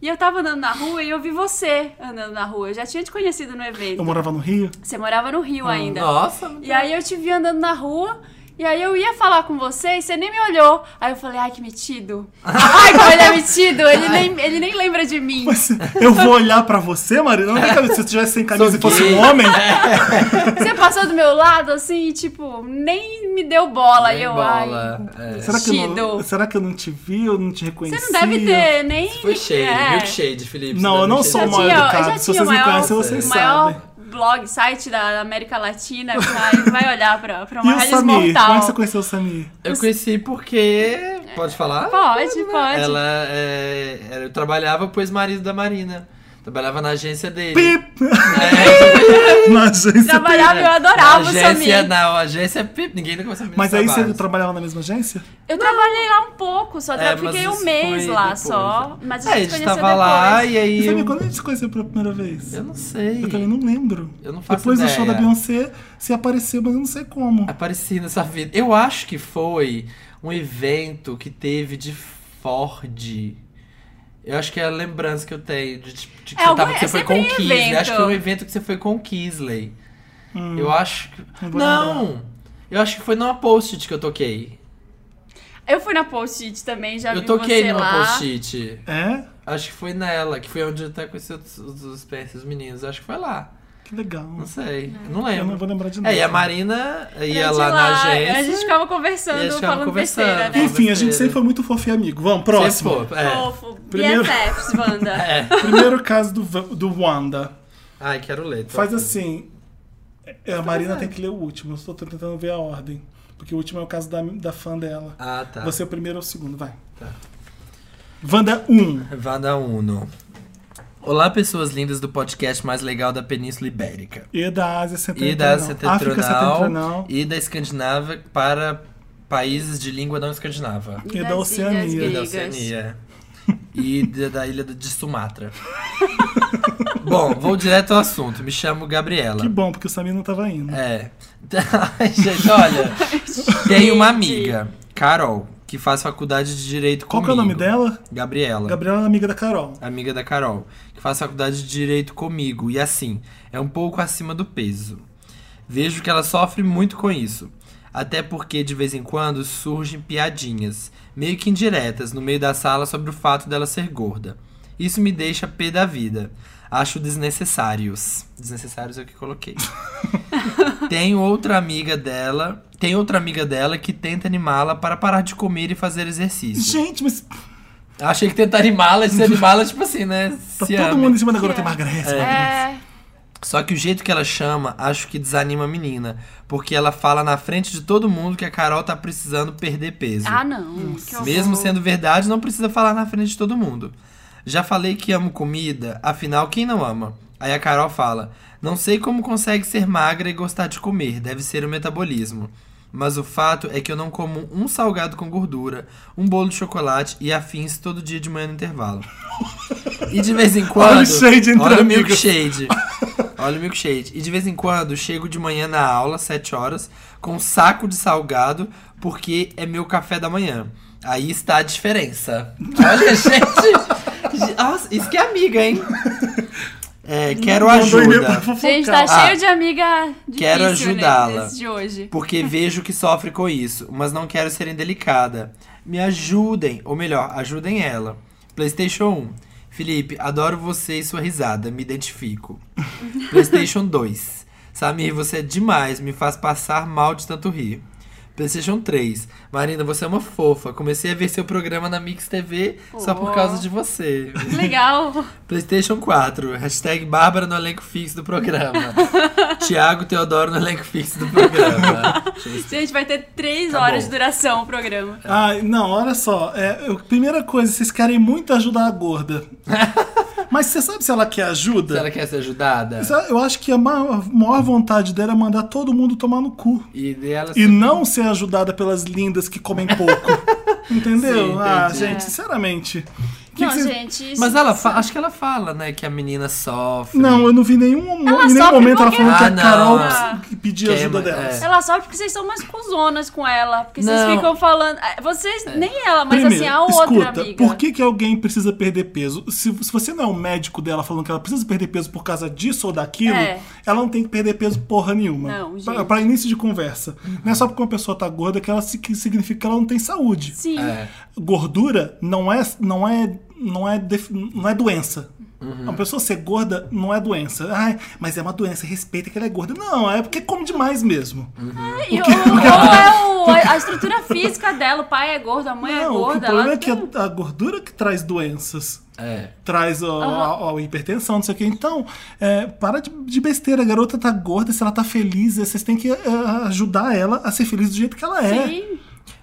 S3: E eu tava andando na rua e eu vi você andando na rua. Eu já tinha te conhecido no evento.
S1: Eu morava no Rio.
S3: Você morava no Rio ainda.
S2: Nossa,
S3: E aí eu te vi andando na rua. E aí eu ia falar com você e você nem me olhou. Aí eu falei, ai, que metido. ai, como ele é metido. Ele nem, ele nem lembra de mim.
S1: Mas eu vou olhar pra você, Marina? Não tem cabeça. Se você estivesse sem camisa
S2: Sou
S1: e fosse
S2: gay.
S1: um homem, é.
S3: Você passou do meu lado, assim, e, tipo, nem me deu bola.
S2: nem
S3: e eu, ai...
S2: bola. É.
S1: será que, eu não,
S3: Metido.
S1: será que eu não te vi? Eu não te reconheci?
S3: Você não deve ter nem...
S2: Foi shade,
S3: é.
S2: milkshade, Felipe. você
S1: Não,
S2: deu
S1: eu não
S2: milkshade.
S1: sou
S3: Já
S1: mal
S3: tinha- já
S1: educado. Se
S3: tinha
S1: vocês
S3: o maior-
S1: me conhecem, vocês
S3: O maior
S1: sabem.
S3: blog, site da América Latina, vai, vai olhar pra, pra
S1: E
S3: uma
S1: o
S3: raiz
S1: Samir?
S3: mortal.
S1: Como é que você conheceu o Samir?
S2: Eu conheci porque. Pode falar?
S3: Pode, pode.
S2: Ela, é, ela- eu trabalhava pro ex-marido da Marina. Trabalhava na agência dele.
S1: Pip!
S2: É,
S1: Na agência.
S3: Trabalhava e eu
S2: na
S3: adorava o
S2: agência,
S3: Samir.
S2: não, agência Pip. Ninguém nunca sabe
S1: Mas aí você
S2: trabalho.
S1: trabalhava na mesma agência?
S3: Eu trabalhei lá um pouco, só tra-
S2: É, mas
S3: fiquei
S2: isso
S3: um mês
S2: foi
S3: lá
S2: depois,
S3: só. Mas
S2: É,
S3: a
S2: a
S3: gente
S2: gente
S3: conheceu
S2: tava
S3: depois.
S2: lá e
S1: E
S2: aí.
S1: Samir,
S2: Eu,
S1: quando a gente se conheceu pela primeira vez?
S2: eu não sei.
S1: Eu também não lembro.
S2: Eu não faço
S1: Depois do show da
S2: ideia.
S1: Beyoncé, você apareceu, mas eu não sei como.
S2: Apareci nessa vida. Eu acho que foi um evento que teve de Ford. Eu acho que é a lembrança que eu tenho de, de- de que
S3: É,
S2: você,
S3: algum-
S2: tava, que você
S3: é
S2: foi
S3: sempre
S2: com
S3: um
S2: o Kisley.
S3: evento.
S2: Acho que foi um evento que você foi com o Kisley.
S1: Hum.
S2: Eu acho que.
S1: Não vou
S2: Não! Eu acho que foi numa post-it que eu toquei.
S3: Eu fui na Post-it também, já
S2: eu
S3: vi
S2: toquei
S3: você
S2: numa
S3: lá.
S2: post-it.
S1: É?
S2: Acho que foi nela, que foi onde eu até conheci os, os, os, esses meninos. Acho que foi lá.
S1: Que legal.
S2: Não sei.
S3: Ah.
S2: Não
S1: Eu não vou
S2: lembro.
S1: lembrar de nada.
S2: É, e a Marina ia
S3: Gente,
S2: lá, na agência.
S3: A gente ficava
S2: e a gente
S3: conversando,
S2: ficava
S3: falando
S2: conversando.
S3: besteira, né?
S1: Enfim, a gente sempre foi muito fofo e amigo. Vamos, próximo.
S2: Sempre foi, é.
S3: Fofo.
S1: Primeiro-
S3: BFFs, Wanda.
S2: É.
S1: Primeiro caso do, Va- do Wanda.
S2: Ai, quero ler. tô
S1: Faz
S2: aqui.
S1: assim. é, A Marina tem que ler o último. Eu só tô tentando ver a ordem. Porque o último é o caso da, da fã dela.
S2: Ah, tá.
S1: Você é o primeiro ou o segundo, vai.
S2: Tá.
S1: Wanda 1.
S2: Vanda Uno. Olá, pessoas lindas do podcast mais legal da Península Ibérica.
S1: E da Ásia Setentrional.
S2: E da Ásia
S1: Então, África
S2: Setentrional
S1: Setentrional.
S2: e da Escandinávia para países de língua não escandinava.
S1: E
S3: das
S1: da Oceania.
S3: Ilhas
S2: E da
S1: E da
S3: Gregas.
S2: Oceania. E da, da ilha de Sumatra. Bom, vou direto ao assunto. Me chamo Gabriela.
S1: Que bom, porque o Samir não tava indo.
S2: É. Ai, gente, olha. Tem uma amiga, Carol, que faz faculdade de Direito
S1: Qual que é o
S2: comigo.
S1: nome dela?
S2: Gabriela.
S1: Gabriela é amiga da Carol.
S2: amiga da Carol, que faz faculdade de direito comigo e assim, é um pouco acima do peso. Vejo que ela sofre muito com isso. Até porque de vez em quando surgem piadinhas, meio que indiretas, no meio da sala sobre o fato dela ser gorda. Isso me deixa pé da vida. Acho desnecessários. Desnecessários é o que coloquei. tem outra amiga dela, tem outra amiga dela que tenta animá-la para parar de comer e fazer exercício.
S1: Gente, mas tá
S2: Achei que tentar animá-la, se animá-la, tipo assim, né? Se
S1: Tá todo
S2: ame.
S1: mundo em cima da garota emagrece.
S3: É.
S2: Só que o jeito que ela chama, acho que desanima a menina. Porque ela fala na frente de todo mundo que a Carol tá precisando perder peso.
S3: Ah, não. que horror.
S2: Mesmo sendo verdade, não precisa falar na frente de todo mundo. Já falei que amo comida, afinal, quem não ama? Aí a Carol fala: Não sei como consegue ser magra e gostar de comer, deve ser o metabolismo. Mas o fato é que eu não como um salgado com gordura, um bolo de chocolate e afins todo dia de manhã no intervalo. E de vez em quando.
S1: Olha o shade entre
S2: Olha o
S1: amigos.
S2: milkshade. Olha o milkshade. E de vez em quando chego de manhã na aula, 7 horas, com um saco de salgado, porque é meu café da manhã. Aí está a diferença. Olha, gente! Nossa, isso que é amiga, hein? É, quero
S1: Mandou e-mail pra
S2: ajuda.
S1: fofocar.
S3: Gente, tá
S2: Ah,
S3: cheio de amiga difícil,
S2: quero
S3: né,
S2: ajudá-la.
S3: nesse de hoje.
S2: Porque vejo que sofre com isso, mas não quero ser indelicada. Me ajudem, ou melhor, ajudem ela. PlayStation 1. Felipe, adoro você e sua risada, me identifico. PlayStation 2. Samir, você é demais, me faz passar mal de tanto rir. PlayStation 3. Marina, você é uma fofa. Comecei a ver seu programa na Mix TV só por
S3: Oh.
S2: causa de você.
S3: Legal.
S2: PlayStation 4, hashtag Bárbara no elenco fixo do programa. Tiago Teodoro no elenco fixo do programa. Deixa eu ver se-
S3: Gente, vai ter três
S2: Tá
S3: horas
S2: bom.
S3: de duração o programa.
S1: Ah, não, olha só. É, eu- primeira coisa, vocês querem muito ajudar a gorda. Mas você sabe se ela quer ajuda?
S2: Se ela quer ser ajudada.
S1: Sabe, Eu acho que a ma- a maior vontade dela é mandar todo mundo tomar no cu.
S2: E dela
S1: E não ser ajudada pelas lindas que comem pouco. Entendeu?
S2: Sim,
S1: ah,
S2: entendi. É.
S1: gente, sinceramente. Que
S3: não,
S1: que vocês-
S3: gente.
S2: Mas ela fa- acho que ela fala, né, que a menina sofre.
S1: Não, eu não vi nenhum,
S3: Ela
S1: em nenhum
S3: sofre
S1: momento ela
S3: porque-
S1: falando que
S2: Ah,
S1: a
S2: não.
S1: Carol
S3: Ah.
S1: que pedia
S2: Quem é
S1: ajuda
S2: ma-
S1: dela.
S2: é.
S3: Ela sofre porque vocês são umas cuzonas com ela. Porque vocês
S2: Não. É.
S3: ficam falando. ah, Vocês, nem ela, mas
S1: Primeiro,
S3: assim, a outra
S1: escuta,
S3: amiga.
S1: por que, que alguém precisa perder peso? Se, se você não é o médico dela falando que ela precisa perder peso por causa disso ou daquilo,
S3: É.
S1: ela não tem que perder peso porra nenhuma.
S3: Não, gente.
S1: Pra- pra início de conversa. Não é só porque uma pessoa tá gorda que ela se- que significa que ela não tem saúde.
S3: Sim.
S2: É.
S1: Gordura não é, não é, não é, def- não é doença. Uma pessoa ser gorda não é doença. Ai, mas é uma doença, respeita que ela é gorda. Não, é porque come demais mesmo.
S3: E ou, ou é o- a- a estrutura física dela, o pai é gordo, a mãe é
S1: não, o
S3: gorda.
S1: problema
S3: ela
S1: é que
S3: tem-
S1: a- a gordura que traz doenças.
S2: É.
S1: traz ó, ó, ó, hipertensão, não sei o que. Então, é, para de, de besteira. A garota tá gorda, se ela tá feliz, é, vocês têm que é, ajudar ela a ser feliz do jeito que ela é.
S3: Sim.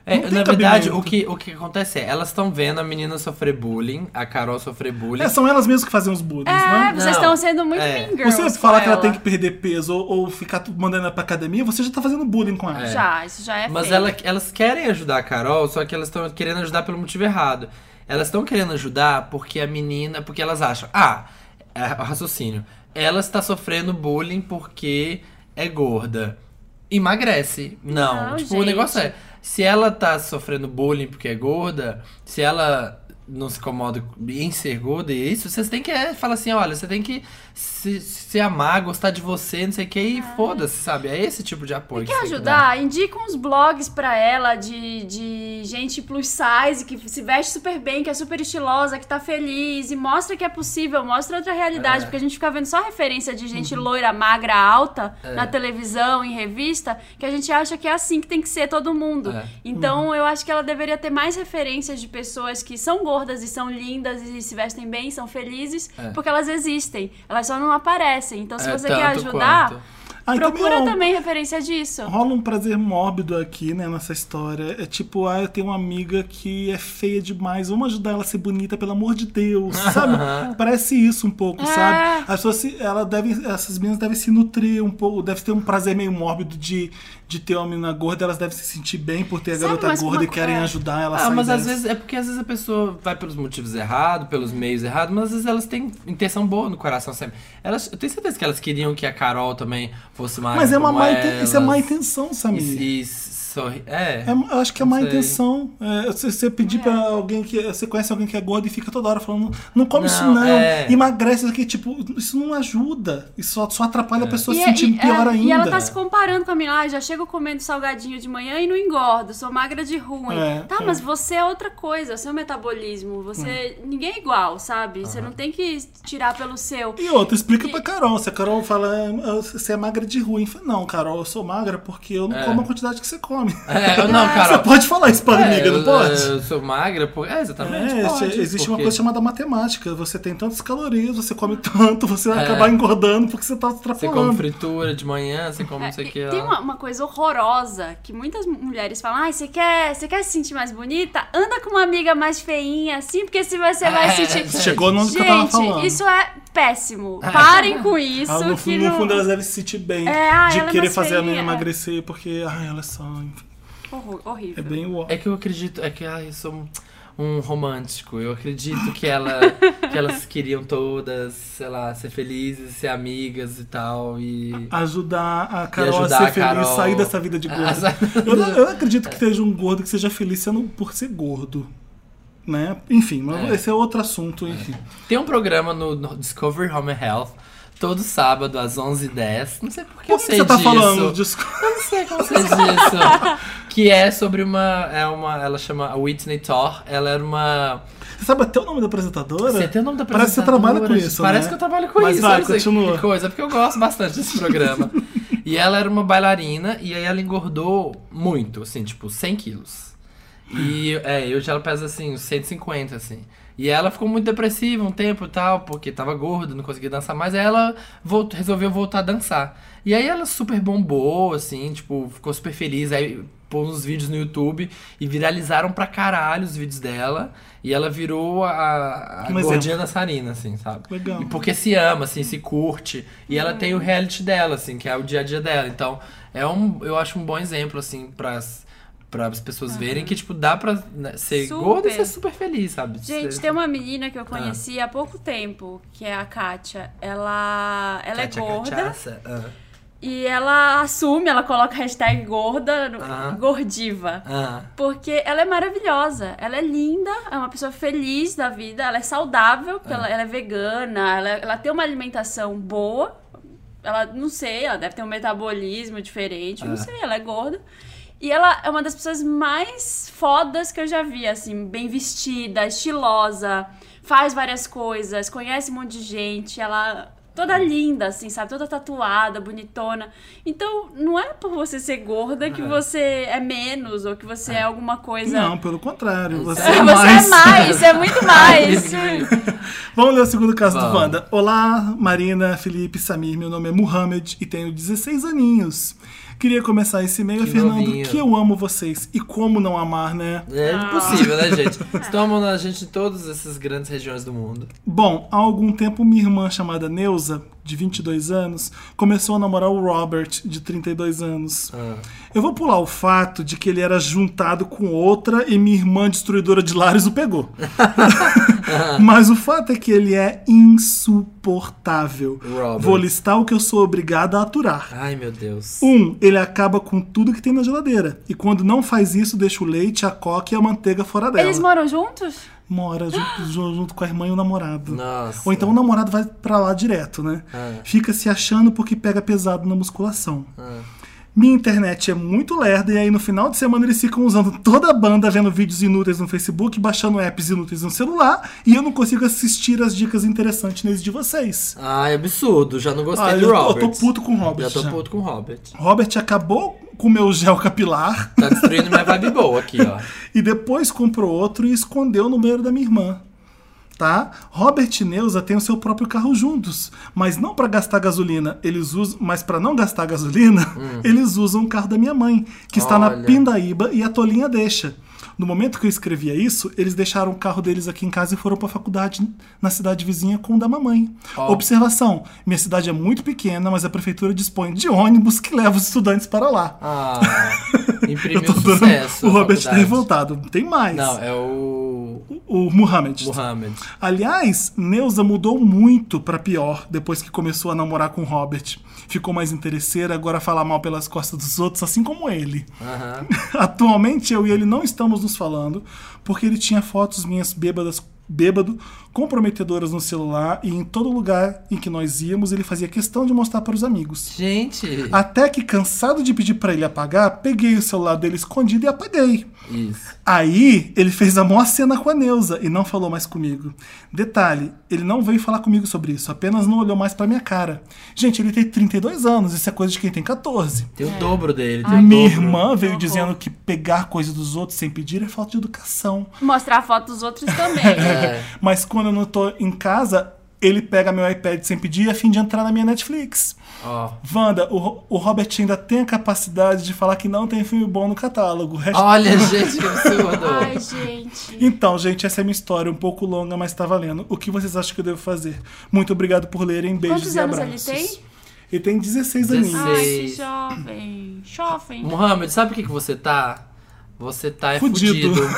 S2: É,
S1: Não tem
S2: na verdade,
S1: cabimento.
S2: o que, o que acontece é, elas estão vendo a menina sofrer bullying, a Carol sofrer bullying.
S1: É, são elas mesmas que fazem os bullies,
S3: É,
S1: né?
S3: vocês
S2: Não,
S3: estão sendo muito
S2: é.
S3: mean girls.
S1: Você
S3: com
S1: falar que ela tem que perder peso ou, ou ficar tu- mandando ela pra academia, você já tá fazendo bullying com ela.
S3: Já, isso já é
S2: Mas
S3: feio.
S2: ela- elas querem ajudar a Carol, só que elas estão querendo ajudar pelo motivo errado. Elas estão querendo ajudar porque a menina. Porque elas acham. Ah, é, o raciocínio. Ela está sofrendo bullying porque é gorda. Emagrece. Não.
S3: Não,
S2: tipo, o
S3: gente.
S2: negócio é. Se ela tá sofrendo bullying porque é gorda, se ela não se incomoda em ser gorda e isso, vocês têm que é, falar assim, olha, você tem que se, se amar, gostar de você, não sei o que, e foda-se, sabe? É esse tipo de apoio.
S3: Ah. Quer
S2: você dá.
S3: ajudar? Indica uns blogs pra ela de, de gente plus size que se veste super bem, que é super estilosa, que tá feliz e mostra que é possível, mostra outra
S2: É.
S3: realidade,
S2: Uhum.
S3: porque a gente fica vendo só referência de gente loira, magra, alta
S2: É.
S3: na televisão, em revista, que a gente acha que é assim que tem que ser todo mundo.
S2: É.
S3: Então eu acho que ela deveria ter mais referências de pessoas que são gordas e são lindas e se vestem bem, são felizes,
S2: É.
S3: porque elas existem, elas só não aparecem. Então se
S2: É,
S3: você quer
S2: tanto
S3: ajudar,
S2: quanto.
S1: Ah, e
S3: procura
S1: é um-
S3: também referência disso.
S1: Rola um prazer mórbido aqui, né, nessa história. É tipo, ah, eu tenho uma amiga que é feia demais, vamos ajudar ela a ser bonita, pelo amor de Deus, sabe? Parece isso um pouco, sabe? As pessoas, se- ela deve, essas meninas devem se nutrir um pouco, deve ter um prazer meio mórbido de, de ter uma menina gorda, elas devem se sentir bem por ter a
S3: Sabe,
S1: garota
S3: mas
S1: gorda
S3: uma
S1: e querem
S3: co- é.
S1: ajudar ela a
S2: Ah,
S1: sair
S2: mas às
S1: dessa.
S2: vezes é porque às vezes a pessoa vai pelos motivos errados, pelos meios errados, mas às vezes elas têm intenção boa no coração sempre. Elas, eu tenho certeza que elas queriam que a Carol também fosse mais.
S1: Mas é uma má, inten-
S2: intenção.
S1: isso é má intenção, Samir.
S2: E, e s- Sorri... É.
S1: É, eu acho que é má
S2: Sei.
S1: intenção. É, você, você pedir pra alguém que. Você conhece alguém que é gordo e fica toda hora falando, não come isso
S2: Não,
S1: não,
S2: é.
S1: emagrece isso aqui. Tipo, isso não ajuda. Isso só, só atrapalha a pessoa se
S3: é-
S1: sentindo pior
S3: é,
S1: ainda.
S3: e ela tá se comparando com a menina. Ah, já chego comendo salgadinho de manhã e não engordo, sou magra de ruim.
S1: É,
S3: tá,
S1: é.
S3: mas você é outra coisa, seu metabolismo. Você.
S1: Hum.
S3: Ninguém é igual, sabe? Você não tem que tirar pelo seu.
S1: E outra, explica
S3: E-
S1: pra Carol. Se a Carol fala, "Ah, você é magra de ruim. Fala, não, Carol, eu sou magra porque eu não
S2: É.
S1: como a quantidade que você come.
S2: É, eu- não, Carol.
S1: Você pode falar isso pra amiga,
S2: é,
S1: não
S2: eu-
S1: pode?
S2: Eu sou magra, por... é, exatamente.
S1: É,
S2: pode,
S1: existe uma
S2: porque-
S1: coisa chamada matemática. Você tem tantas calorias, você come tanto, você vai acabar engordando porque você tá
S2: É. Você come
S1: extrapolando.
S2: fritura de manhã, você come não sei o
S3: É, E
S2: que.
S3: Tem
S2: lá.
S3: uma, uma coisa horrorosa que muitas mulheres falam: ai, você quer, você quer se sentir mais bonita? Anda com uma amiga mais feinha, assim, porque se você vai
S2: É,
S3: se sentir.
S1: Chegou no que eu tava falando.
S3: É. Gente, isso é péssimo. Parem com isso.
S1: Ah, no,
S3: que
S1: fundo, no
S3: não-
S1: fundo elas devem se sentir bem
S3: É, ah, ela
S1: de
S3: é
S1: querer
S3: mais
S1: fazer a menina
S3: feinha, é.
S1: emagrecer porque, ai, ela é só. enfim,
S3: Horror- horrível.
S1: É bem uó.
S2: É que eu acredito, é que ai, eu sou um- um romântico. Eu acredito que ela que elas queriam todas, sei lá, ser felizes, ser amigas e tal e
S1: Ajudar a Carol
S2: ajudar
S1: a
S2: a
S1: ser feliz,
S2: Carol-
S1: sair dessa vida de gordo.
S2: Ah, sabe?
S1: Eu, não- eu acredito que seja um gordo que seja feliz sendo por ser gordo. Né? Enfim, mas
S2: É.
S1: esse é outro assunto, enfim.
S2: Tem um programa no, no Discovery Home and Health todo sábado às 11h10. Não sei por que eu
S1: Por que
S2: sei
S1: você tá
S2: disso.
S1: falando disso?
S2: Não sei como você diz isso. Que é sobre uma. É uma. Ela chama a Whitney Thor. Ela era uma.
S1: Você sabe até o nome da apresentadora?
S2: Você tem o nome da
S1: Parece que você
S2: apresentadora,
S1: trabalha com
S2: gente.
S1: isso,
S2: Parece
S1: né?
S2: que eu trabalho com
S1: Mas
S2: isso.
S1: vai,
S2: olha só
S1: continua.
S2: Que coisa, porque eu gosto bastante desse programa. e ela era uma bailarina e aí ela engordou muito, assim, tipo, 100 quilos. E é, e hoje ela pesa assim, uns 150, assim. E ela ficou muito depressiva um tempo e tal, porque tava gorda, não conseguia dançar mais. Aí ela voltou, resolveu voltar a dançar. E aí ela super bombou, assim, tipo, ficou super feliz. Aí pôs uns vídeos no YouTube e viralizaram pra caralho os vídeos dela. E ela virou a, a
S1: Um exemplo.
S2: gordinha dançarina, assim, sabe?
S1: Legal.
S2: E porque se ama, assim, se curte. E ela tem o reality dela, assim, que é o dia a dia dela. Então, é um, eu acho um bom exemplo, assim, pras, pras pessoas verem que, tipo, dá pra né, ser
S3: Super.
S2: gorda e ser super feliz, sabe?
S3: Gente,
S2: Ser-
S3: tem uma menina que
S2: Ah.
S3: eu conheci há pouco tempo, que é a Kátia. Ela, ela
S2: Kátia
S3: é gorda
S2: Cachaça, ah,
S3: e ela assume, ela coloca a hashtag gorda, no-
S2: Aham.
S3: gordiva.
S2: ah.
S3: Porque ela é maravilhosa, ela é linda, é uma pessoa feliz da vida, ela é saudável,
S2: Ah.
S3: porque ela, ela é vegana, ela, ela tem uma alimentação boa, ela não sei, ela deve ter um metabolismo diferente, eu não
S2: É.
S3: sei, ela é gorda. E ela é uma das pessoas mais fodas que eu já vi, assim, bem vestida, estilosa, faz várias coisas, conhece um monte de gente, ela toda linda, assim, sabe? Toda tatuada, bonitona. Então, não é por você ser gorda que você é menos ou que você é, alguma coisa.
S1: Não, pelo contrário. Você,
S3: Você
S1: é, mais.
S3: é mais, é muito mais.
S1: Vamos ler o segundo caso do
S2: Vamos.
S1: Wanda. Olá, Marina, Felipe, Samir. Meu nome é Muhammad e tenho 16 aninhos. Queria começar esse e-mail,
S2: Que
S1: Fernando,
S2: novinho.
S1: que eu amo vocês. E como não amar, né?
S2: É
S3: Ah.
S2: impossível, né, gente? Estão amando a gente em todas essas grandes regiões do mundo.
S1: Bom, há algum tempo minha irmã chamada Neuza, de 22 anos, começou a namorar o Robert, de 32 anos. Eu vou pular o fato de que ele era juntado com outra e minha irmã destruidora de lares o pegou. Mas o fato é que ele é insuportável.
S2: Robert.
S1: Vou listar o que eu sou obrigada a aturar.
S2: Ai, meu Deus.
S1: Um, ele acaba com tudo que tem na geladeira. E quando não faz isso, deixa o leite, a coca e a manteiga fora dela.
S3: Eles moram juntos?
S1: Mora junto, ju- junto com a irmã e o namorado.
S2: Nossa.
S1: Ou então o namorado vai pra lá direto, né? Fica se achando porque pega pesado na musculação. Minha internet é muito lerda e aí no final de semana eles ficam usando toda a banda, vendo vídeos inúteis no Facebook, baixando apps inúteis no celular e eu não consigo assistir as dicas interessantes nesse de vocês.
S2: Ai, absurdo. Já não gostei
S1: Ah,
S2: do
S1: eu tô- eu
S2: Robert.
S1: tô puto com o Robert,
S2: Já tô
S1: já.
S2: puto com o Robert.
S1: Robert acabou com o meu gel capilar
S2: Tá destruindo minha vibe boa aqui, ó.
S1: e depois comprou outro e escondeu no número da minha irmã. Tá? Robert e Neuza têm o seu próprio carro juntos, mas não para gastar gasolina, eles usam, mas para não gastar gasolina, eles usam o carro da minha mãe, que está na
S2: Hum. Olha.
S1: Pindaíba e a Tolinha deixa. No momento que eu escrevia isso, eles deixaram o carro deles aqui em casa e foram para a faculdade na cidade vizinha com o da mamãe. Observação: minha cidade é muito pequena, mas a prefeitura dispõe de ônibus que leva os estudantes para lá.
S2: Ah,
S1: Eu
S2: imprimiu
S1: tô dando
S2: sucesso.
S1: o
S2: a
S1: Robert tá
S2: faculdade.
S1: revoltado. Não tem mais.
S2: Não, é o.
S1: o Muhammad.
S2: Mohamed.
S1: Aliás, Neuza mudou muito pra pior depois que começou a namorar com Robert. Ficou mais interesseira, agora fala mal pelas costas dos outros, assim como ele.
S2: Aham.
S1: Atualmente eu e ele não estamos nos falando, porque ele tinha fotos minhas bêbadas, bêbado, comprometedoras no celular e em todo lugar em que nós íamos ele fazia questão de mostrar para os amigos.
S2: Gente.
S1: Até que cansado de pedir para ele apagar, peguei o celular dele escondido e apaguei.
S2: Isso.
S1: Aí ele fez a maior cena com a Neuza e não falou mais comigo. Detalhe, ele não veio falar comigo sobre isso, apenas não olhou mais pra minha cara. Gente, ele tem 32 anos, isso é coisa de quem tem 14.
S2: Tem
S3: É.
S2: o dobro dele. Tem o
S1: Minha
S2: dobro.
S1: irmã veio dizendo que pegar coisa dos outros sem pedir é falta de educação.
S3: Mostrar a foto dos outros também.
S2: É.
S1: Mas quando eu não tô em casa, ele pega meu iPad sem pedir a fim de entrar na minha Netflix.
S2: Ó.
S1: Wanda, o, Ro- o Robert ainda tem a capacidade de falar que não tem filme bom no catálogo. Hashtag-
S2: Olha, gente, que absurdo.
S3: Ai, gente.
S1: Então, gente, essa é minha história, um pouco longa, mas tá valendo. O que vocês acham que eu devo fazer? Muito obrigado por lerem. Beijos
S3: Quantos
S1: e
S3: anos
S1: abraços.
S3: ele tem?
S1: Ele tem 16,
S2: 16.
S1: aninhos.
S3: Ai, que
S2: Vocês-
S3: jovem. Jovem.
S2: Mohamed, sabe o que, que você tá? Você tá é
S1: Fudido.
S2: fudido.